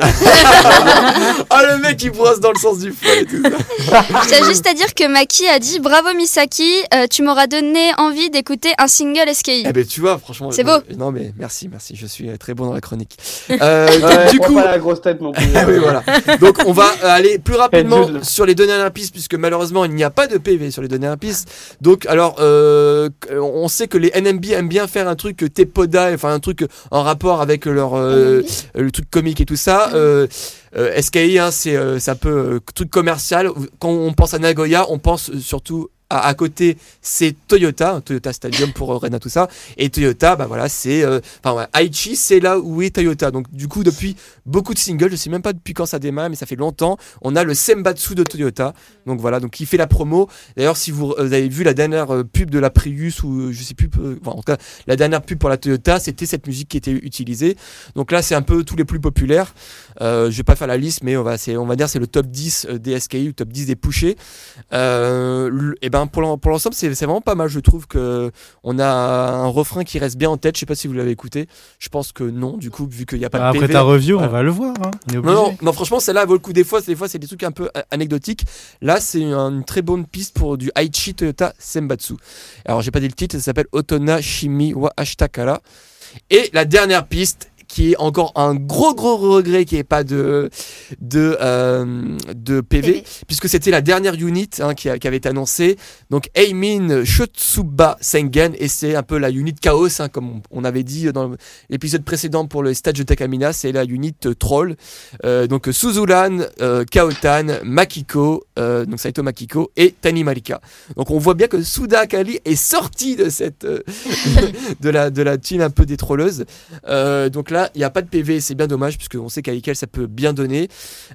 B: Ah, le mec, il brosse dans le sens du poil et tout ça.
A: Je tiens juste à dire que Maki a dit Bravo Misaki, euh, tu m'auras donné envie d'écouter un single SKI.
B: Eh ben, tu vois, franchement.
A: C'est
B: non,
A: beau.
B: mais- Non, mais merci, merci. Je suis euh, très bon dans la chronique. Euh, donc,
C: Ouais,
B: du
C: prends
B: coup.
C: pas la grosse tête non plus.
B: Ah oui, voilà. Donc on va euh, aller plus rapidement
C: Jude.
B: sur les deux dernières pistes puisque malheureusement il n'y a pas de PV sur les deux dernières pistes. Donc alors euh, on sait que les NMB aiment bien faire un truc tepoda, enfin un truc en rapport avec leur euh, le truc comique et tout ça. Euh, euh, SKI hein, c'est euh, ça peut euh, truc commercial. Quand on pense à Nagoya, on pense euh, surtout à, à côté c'est Toyota, hein, Toyota Stadium pour euh, Rena tout ça. Et Toyota, bah voilà, c'est euh, enfin ouais, Aichi, c'est là où est Toyota. Donc du coup depuis beaucoup de singles. Je sais même pas depuis quand ça démarre, mais ça fait longtemps. On a le Sembatsu de Toyota. Donc voilà, donc qui fait la promo. D'ailleurs, si vous, euh, vous avez vu la dernière euh, pub de la Prius ou euh, je sais plus, euh, enfin, en tout cas, la dernière pub pour la Toyota, c'était cette musique qui était utilisée. Donc là, c'est un peu tous les plus populaires. Euh, je vais pas faire la liste, mais on va, c'est, on va dire c'est le top 10 euh, des SKI ou top 10 des pushés. Euh, le- et ben pour, l'en- pour l'ensemble, c'est, c'est vraiment pas mal. Je trouve que on a un refrain qui reste bien en tête. Je sais pas si vous l'avez écouté. Je pense que non, du coup, vu qu'il y a pas
H: Bah,
B: de
H: après
B: PV.
H: ta review,
B: Voilà.
H: on va le voir. hein. On est
B: Non,
H: obligé.
B: non, non, franchement, celle-là elle vaut le coup. Des fois, c'est- des fois c'est des trucs un peu a- anecdotiques. Là, c'est une, une très bonne piste pour du Aichi Toyota Sembatsu. Alors, j'ai pas dit le titre, ça s'appelle Otona Shimi wa Ashtakara. Et la dernière piste, qui est encore un gros, gros regret qu'il n'y ait pas de, de, euh, de PV,
F: PV.
B: puisque c'était la dernière unit hein, qui, a- qui avait été annoncée. Donc, Eimin Shotsuba Sengen, et c'est un peu la unit Chaos, hein, comme on- on avait dit dans l'épisode précédent pour le stage de Takamina, c'est la unit euh, Troll. Euh, donc euh, Suzulan, euh, Kaotan, Makiko, euh, donc Saito Makiko et Tani Marika. Donc on voit bien que Suda Akali est sorti de cette euh, de la de la team un peu détrolleuse. Euh, donc là, il n'y a pas de PV, c'est bien dommage puisque on sait qu'avec elle ça peut bien donner.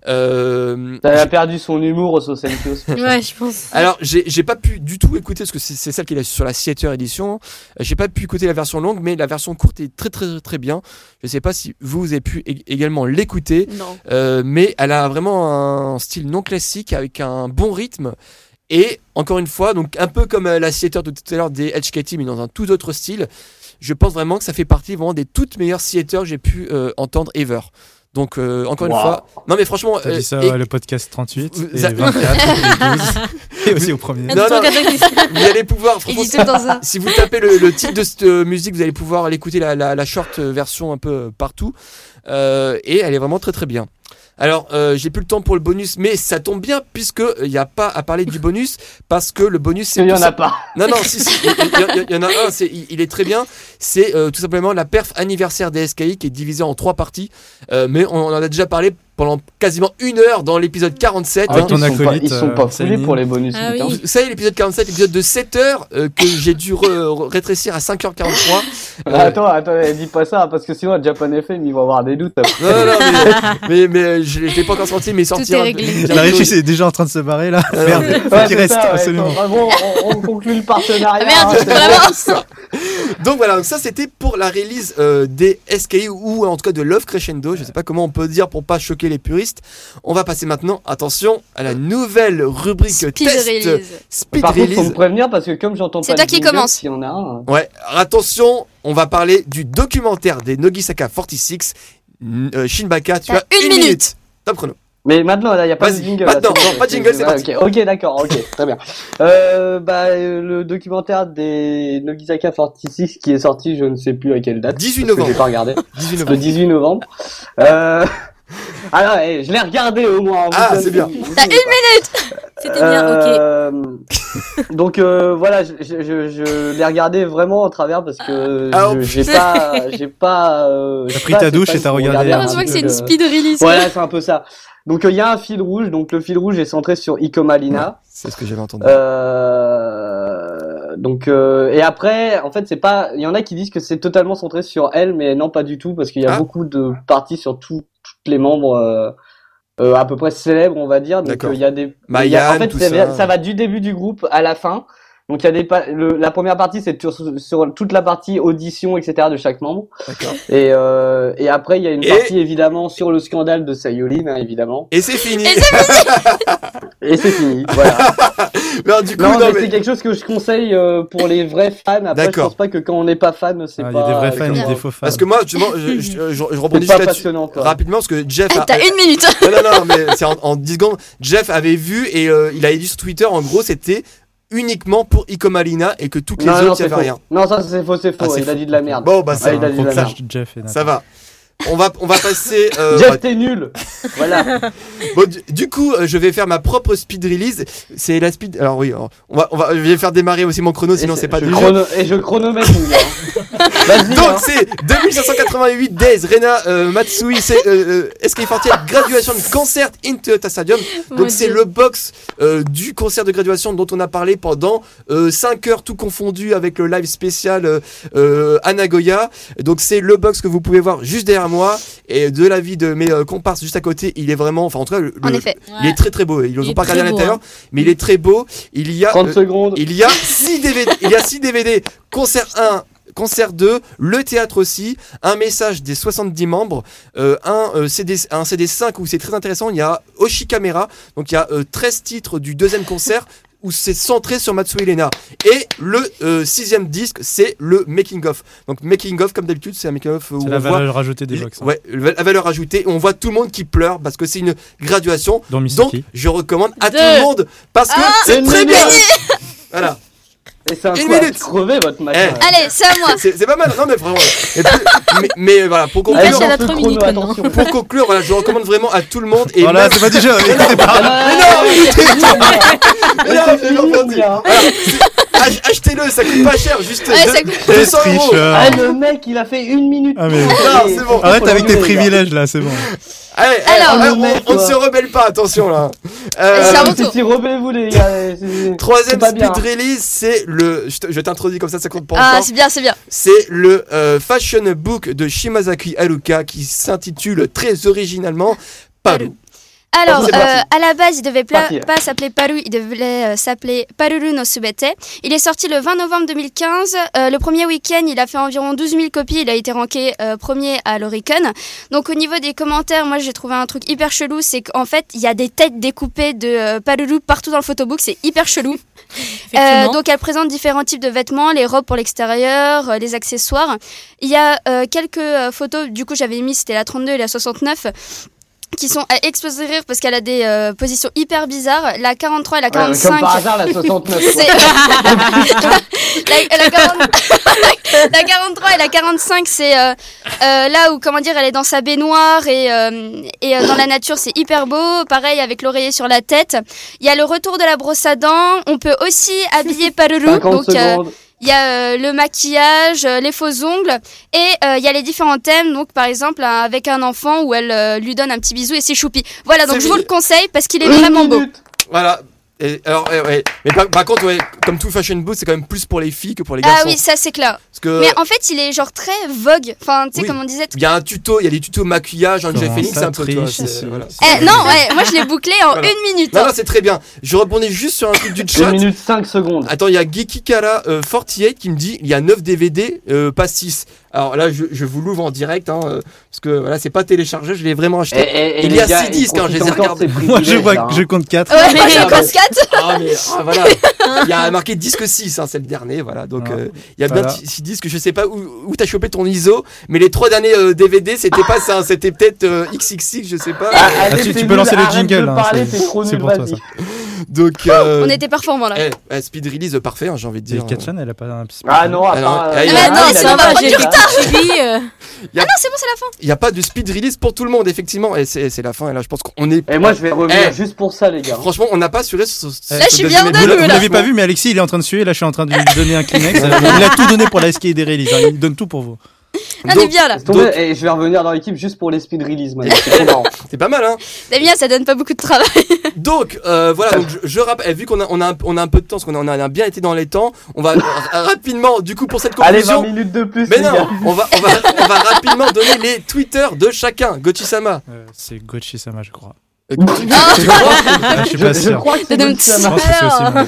B: Euh,
C: Elle a perdu son humour au Sosentos.
G: Ouais, je pense.
B: alors, j'ai j'ai pas pu du tout écouter, parce que c'est c'est celle qui est sur la Theater Edition. Euh, J'ai pas pu écouter la version longue, mais la version courte est très, très, très bien. Je sais pas si vous avez pu ég- également l'écouter,
A: Non.
B: euh, mais elle a vraiment un style non classique avec un bon rythme. Et encore une fois, donc un peu comme euh, la Theater de tout à l'heure des HKT, mais dans un tout autre style. Je pense vraiment que ça fait partie vraiment des toutes meilleures Theater que j'ai pu euh, entendre ever. Donc, euh, encore une
C: Waouh.
B: fois, non mais franchement,
H: T'as
B: euh,
H: dit ça,
B: et-
H: ouais, le podcast 38, et
B: Ça-
H: 24, et 12, et aussi au premier.
B: Non, non.
G: Attends, attends, attends.
B: vous allez pouvoir,
A: Il
B: franchement,
A: dit tout dans un.
B: si vous tapez le, le titre de cette euh, musique, vous allez pouvoir l'écouter la, la, la short euh, version un peu euh, partout. Euh, et elle est vraiment très très bien. Alors, euh, j'ai plus le temps pour le bonus, mais ça tombe bien puisque il n'y a pas à parler du bonus parce que le bonus c'est
C: Il y
B: tout
C: en a pas.
B: non, non, si, si, il y, a- il y en a un, c'est- il, il est très bien. C'est euh, tout simplement la perf anniversaire des SKI qui est divisée en trois parties. Euh, mais on, en a déjà parlé pendant quasiment une heure dans l'épisode 47.
H: Ah,
B: hein.
H: ton
C: ils, sont pas,
H: acolyte,
C: ils sont
H: euh,
C: pas
H: Céline.
C: foulés pour les bonus.
G: Ah
C: putain.
G: oui.
B: Vous savez, l'épisode 47, épisode de 7 heures euh, que j'ai dû re- re- rétrécir à 5h43. Euh,
C: Ah, Attends, attends, eh, dis pas ça, parce que sinon, à Japan FM, ils vont avoir des doutes. après.
B: Non, non, non, mais, mais, mais je l'ai je l'ai pas encore sorti, mais il sortira.
G: est réglé.
B: bientôt.
H: La régie, c'est déjà en train de se barrer là.
B: Ah, non,
H: Merde,
B: mais-
H: faut
C: Ouais,
H: qu'il
C: c'est
H: reste,
C: ça, ouais,
H: absolument.
C: attends, Vraiment, on, on conclut le
A: Ah
C: partenariat.
A: merde,
C: hein,
A: je
C: c'est
A: peux l'avoir
B: Donc voilà, donc ça c'était pour la release euh, des SKI ou en tout cas de Love Crescendo. Je sais pas comment on peut dire pour pas choquer les puristes. On va passer maintenant, attention, à la nouvelle rubrique
A: Speed
B: test
A: release.
B: Speed
C: Par contre,
B: release.
C: faut me prévenir parce que comme j'entends pas.
A: C'est
C: le
A: toi qui
C: jingle,
A: commence.
C: S'il y en a un.
B: Ouais, alors attention, on va parler du documentaire des Nogisaka 46, n- euh, Shinbaka, tu
A: T'as
B: as une,
A: une
B: minute.
A: minute.
B: Top chrono.
C: Mais maintenant, là, il n'y a pas de
B: Vas-y,
C: jingle.
B: maintenant,
C: là,
B: non, pas de jingle, c'est
C: Ouais,
B: parti.
C: Ok, ok, d'accord, ok, très bien. Euh, bah, euh, le documentaire des Nogisaka 46 qui est sorti, je ne sais plus à quelle date.
B: 18
C: parce que
B: novembre.
C: J'ai pas regardé.
B: 19
C: Le 18 novembre. Euh... Ah non, eh, je l'ai regardé au moins.
B: Ah, c'est bien.
A: T'as une
C: minute
G: C'était
B: Euh,
G: bien, ok.
C: Euh, donc euh, voilà, je, je, je, je l'ai regardé vraiment en travers parce que
B: Ah,
C: je-
B: oh,
C: j'ai pas, j'ai pas. euh, je sais
H: pris
C: pas,
H: ta
C: je sais
H: douche
C: pas
H: et
C: si
H: t'as
C: vous
H: regardé
C: regardez
H: un
C: un
A: Heureusement
C: peu
A: que c'est
C: le-
A: une speed release.
G: hein.
C: Voilà, c'est un peu ça. Donc euh, il y a un fil rouge. Donc le fil rouge est centré sur Iko Malina.
B: C'est ce que j'avais entendu.
C: Euh, donc euh, et après, en fait, c'est pas. Il y en a qui disent que c'est totalement centré sur elle, mais non, pas du tout, parce qu'il y a
B: Ah.
C: beaucoup de parties sur tout- toutes les membres. euh, euh, à peu près célèbres, on va dire. Donc
B: D'accord.
C: euh, il y a des.
B: Mayan,
C: il y a- en fait,
B: tout
C: ça, va-
B: ça.
C: ça va du début du groupe à la fin. Donc il y a des. pa- le- la première partie, c'est sur, sur toute la partie audition, etc. de chaque membre.
B: D'accord.
C: Et euh, et après, il y a une
B: Et-
C: partie évidemment sur le scandale de Sayolin, hein, évidemment.
B: Et c'est fini.
A: Et
C: Et c'est fini, voilà.
B: Alors, du coup,
C: Non,
B: non,
C: mais c'est
B: Ah, mais-
C: quelque chose que je conseille euh, pour les vrais fans. Après, je
B: D'accord.
C: pense pas que quand on n'est pas fan, c'est
H: Ah,
C: pas. euh,
H: Il y a des vrais fans, il y a
C: c'est
H: des faux fans.
B: Parce que moi, justement, je, je, je- je rebondis
C: pas- C'est
B: juste
C: pas
B: là-dessus.
C: passionnant, quoi.
B: Rapidement, parce que Jeff.
F: Eh,
B: a-
F: T'as une minute.
A: hein,
B: Non, non, non, mais c'est en, en 10 secondes. Jeff avait vu et euh, il avait dit sur Twitter, en gros, c'était uniquement pour Icomalina et que toutes les
C: Non, non,
B: autres, il
C: c'est
B: n'y
C: faux.
B: avait rien.
C: Non, ça, c'est faux, c'est faux.
B: Ah, c'est
C: il a
B: faux.
C: dit de la merde.
B: Bon, bah
H: C'est
B: ça,
C: Ah, il a
H: un
C: dit
H: faux
C: la
H: clash
C: merde.
H: de Jeff et Nathan.
B: ça va. On va, on va passer. euh,
C: Jeff, t'es nul. Voilà.
B: Bon, du, du coup, euh, je vais faire ma propre speed release. C'est la speed. Alors oui, alors, on va, on va, je vais faire démarrer aussi mon chrono, sinon
C: Et
B: c'est pas
C: je
B: du jeu.
C: chrono- Et je chronomètre, mon gars. Vas-y. hein.
B: Donc c'est 2588 Days, Rena, euh, Matsui, c'est euh, euh, SK48, graduation de concert into Stadium.
G: Oh
B: Donc c'est le box euh, du concert de graduation dont on a parlé pendant 5 heures tout confondu avec le live spécial euh, euh, à Nagoya. Donc c'est le box que vous pouvez voir juste derrière moi et de la vie de mes euh, comparses juste à côté, il est vraiment enfin en tout cas le-
F: En
B: le-
F: effet.
B: il est très très beau, ils l'ont
G: Il est
B: pas regardé à
G: très beau, hein.
B: l'intérieur, mais il est très beau. Il y a
C: 30
B: euh,
C: secondes.
B: il y a 6 DVD, il y a six DVD, concert 1, concert 2, le théâtre aussi, un message des 70 membres, euh, un, euh, CD, un CD 5 où c'est très intéressant, il y a Oshikamera, donc il y a euh, 13 titres du deuxième concert où c'est centré sur Matsu Elena. Et le euh, sixième disque, c'est le Making of. Donc Making of, comme d'habitude, c'est un Making of où
H: C'est
B: on
H: la
B: voit...
H: valeur ajoutée des box. hein.
B: Ouais, la valeur ajoutée, on voit tout le monde qui pleure parce que c'est une graduation.
H: Dans
B: Donc,
H: Misaki.
B: je recommande à
G: Deux.
B: tout le monde parce que c'est
C: Une
B: très
C: minute.
B: bien. Voilà.
C: Et c'est un
B: Une
C: quoi
B: minute.
C: Crevez votre match.
B: Eh.
F: Allez, c'est à moi.
B: C'est c'est pas mal, non mais vraiment. Et puis- mais, mais euh, voilà, pour
G: Allez,
B: conclure,
G: c'est la
C: lance le
G: trois
C: chrono,
G: minutes maintenant.
C: attention.
B: pour conclure, voilà, je recommande vraiment à tout le monde et même-
H: Voilà, Oh c'est pas du jeu. écoutez pas.
C: Ah,
B: Mais non,
C: c'est
B: mais
C: fini,
B: non,
C: mon
B: non,
C: gars.
B: ach- achetez-le, ça coûte pas cher, juste
F: Ouais,
B: deux-
F: ça coûte-
B: 200 euros.
C: Ah,
H: Tricheur.
C: le mec, il a fait une minute.
H: Ah, mais-
C: trente.
B: Non,
C: Et-
B: c'est bon.
H: Arrête
C: faut
H: avec tes
C: l'enlever, les gars.
H: privilèges là, c'est bon.
B: Allez,
F: Alors,
B: allez,
C: le
B: on-
C: mec,
B: on ne
C: quoi.
B: se rebelle pas, attention là. Euh,
F: Allez, c'est à
C: Ah,
F: mon tour.
C: Si, si, rebellez-vous, les gars. allez, c'est- c'est-
B: Troisième
C: c'est pas
B: speed
C: bien.
B: release, c'est le. Je te- je t'introduis comme ça, ça compte pas
F: Ah,
B: encore.
F: c'est bien, c'est bien.
B: C'est le euh, fashion book de Shimazaki Haruka qui s'intitule très originalement Paru.
F: Alors,
B: Ah, c'est parti.
F: euh, à la base, il devait pla-
C: Parti.
F: pas s'appeler Paru, il devait euh, s'appeler Paruru no Subete. Il est sorti le 20 novembre 2015. Euh, le premier week-end, il a fait environ 12 000 copies. Il a été ranké euh, premier à l'Oricon. Donc, au niveau des commentaires, moi, j'ai trouvé un truc hyper chelou. C'est qu'en fait, il y a des têtes découpées de euh, Paruru partout dans le photobook. C'est hyper chelou.
G: Effectivement.
F: Euh, donc elle présente différents types de vêtements, les robes pour l'extérieur, euh, les accessoires. Il y a euh, quelques euh, photos, du coup j'avais mis, c'était la 32 et la 69 qui sont à exploser de rire parce qu'elle a des euh, positions hyper bizarres. La 43 et la
C: Ouais, mais
F: 45.
C: Comme par hasard, la 69.
F: c'est-
C: quoi.
F: la, la 40 la 43 et la 45, c'est euh, euh, là où, comment dire, elle est dans sa baignoire et, euh, et euh, dans la nature, c'est hyper beau. Pareil avec l'oreiller sur la tête. Il y a le retour de la brosse à dents. On peut aussi habiller Paruru.
C: 50
F: Donc, euh,
C: secondes.
F: il y a euh, le maquillage, euh, les faux ongles et euh, il y a les différents thèmes. Donc, par exemple, un- avec un enfant où elle euh, lui donne un petit bisou et c'est choupi. Voilà, donc
B: C'est
F: je vous le
B: mignon.
F: conseille parce qu'il est
C: Une
F: vraiment beau.
C: minute.
B: Voilà. Et alors, eh, ouais, ouais. Mais par, par contre, ouais, comme tout fashion book, c'est quand même plus pour les filles que pour les garçons.
F: Ah oui, ça c'est clair.
B: Parce que
F: Mais en fait, il est genre très vogue. Enfin, tu sais,
B: Oui.
F: comme on disait.
B: il y a un tuto, il y a des tutos maquillage, un Jeff
H: Comment
B: Phoenix,
H: ça
B: c'est un peu. tu vois,
H: triche,
B: c'est-
H: ce-
B: voilà.
F: Eh, non, ouais, moi je l'ai bouclé en
B: Voilà.
F: une minute.
B: Non,
F: hein.
B: non, c'est très bien. Je rebondis juste sur un truc du
C: Une
B: chat.
C: minute 5 secondes.
B: Attends, il y a Geekikara48 qui me dit il y a 9 DVD, euh, pas 6. Alors là, je, je vous l'ouvre en direct, hein, euh, parce que voilà, c'est pas téléchargé, je l'ai vraiment
C: Et-
B: acheté.
C: et- et
B: Il
C: les
B: y a
C: gars,
B: six disques, hein,
C: ils
B: je les ai
C: profitent encore de
B: regardés.
C: ces
H: Moi, je
C: privilèges, là,
H: vois,
C: hein.
H: je compte 4.
F: Ouais,
B: mais
F: moi je
B: ah, bah,
F: pense quatre.
B: Ah, mais ah, voilà. Il y a marqué disque 6, hein, c'est le dernier, voilà. Donc
H: Ah,
B: euh, il y a bien
H: voilà.
B: 6 disques, je sais pas où, où t'as chopé ton ISO, mais les trois derniers euh, DVD, c'était pas ça, hein, c'était peut-être euh, XXX, je sais pas.
C: Ah, allez,
H: tu-
C: t'es
H: tu peux
C: nul,
H: lancer le
C: arrête de
H: jingle, hein,
C: parler,
H: c'est-
C: t'es trop
H: c'est
C: nul,
H: pour toi,
C: vas-y.
H: ça.
B: Donc, euh,
F: Eh. On était performants là.
B: eh, eh, speed release euh, parfait, hein, j'ai envie de dire.
H: Katchan, elle a pas un petit.
C: Ah non, à
B: Alors,
C: part, euh,
B: eh,
C: il y
B: mais
C: a-
F: non,
C: il y a
F: sinon,
C: des
F: on va prendre
C: pages,
F: du
C: là.
G: Chibi, euh,
F: Ah non, c'est bon, c'est la fin.
B: Il n'y a pas de speed release pour tout le monde, effectivement. Et c'est c'est la fin, et là, je pense qu'on est.
C: Et moi, je vais revenir
B: Eh.
C: juste pour ça, les gars.
B: Franchement, on n'a pas assuré ce. ce-
H: Là,
B: ce
F: je suis
B: deuxième
F: bien
B: épisode.
H: Vous
F: Donne-le,
H: l'a- vous
F: là.
H: l'avez pas vu, mais Alexis, il est en train de suer. Là, je suis en train de lui donner un Kleenex. Il a tout donné pour la SK des releases. hein. Il donne tout pour vous.
F: On est
B: Donc,
F: bien là.
C: Laisse tomber, Et je vais revenir dans l'équipe juste pour les speed release maintenant. c'est trop marrant.
B: C'est pas mal, hein.
F: Damien, ça donne pas beaucoup de travail.
B: Donc, euh, voilà, donc je, je rappelle, vu qu'on a, on a, un- on a un peu de temps, parce qu'on a, on a bien été dans les temps, on va ra- rapidement, du coup, pour cette
C: Allez, 20
B: conclusion.
C: minutes de plus,
B: mais
C: les
B: non,
C: gars.
B: on va, on, va, on va rapidement donner les Twitter de chacun. Gochi-sama.
H: Euh, C'est Gochi Sama, je crois.
B: Euh,
C: Ah.
B: tu crois
H: Ah, je suis
C: Je
H: pas
C: je
H: sûr.
C: crois que c'est
F: Tadam.
H: Je
C: Gotsama.
H: pense que c'est aussi
F: Bah,
H: moi.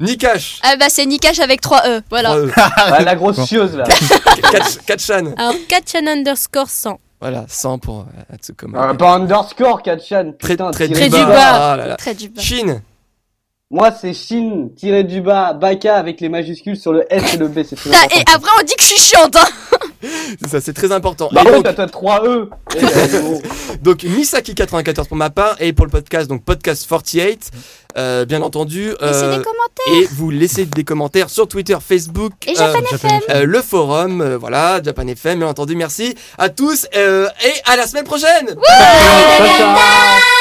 B: Nikash.
F: Ah bah c'est Nikash avec 3 E. Voilà.
B: Euh,
C: Ah, La grosse chieuse, là.
B: Katch- Katchan.
G: Alors, Katchan underscore 100.
B: Voilà, 100 pour euh, Atsukoma.
C: Euh, pas underscore, Katchan.
B: Très,
C: Putain,
B: très,
C: tiré
G: du
B: bas.
G: bas.
B: Ah là là.
A: Très du bas.
B: Chine,
C: Moi, c'est Shin, tiré du bas, Baka avec les majuscules sur le S et le B. C'est très
A: Putain,
C: important.
A: et après on dit que je suis chiante. hein.
B: c'est ça, c'est très important.
C: Bah
B: Et
C: ouais,
B: donc,
C: t'as- t'as 3 E. Eh, euh, gros.
B: Donc Misaki94 pour ma part et pour le podcast, donc podcast 48, euh, bien entendu.
A: Laissez
B: euh,
A: des commentaires.
B: et vous laissez des commentaires sur Twitter, Facebook,
A: Et
B: euh,
A: Japan FM.
B: euh, le forum, euh, voilà, Japan FM, bien entendu. Merci à tous euh, et à la semaine prochaine.
C: Ciao, ciao.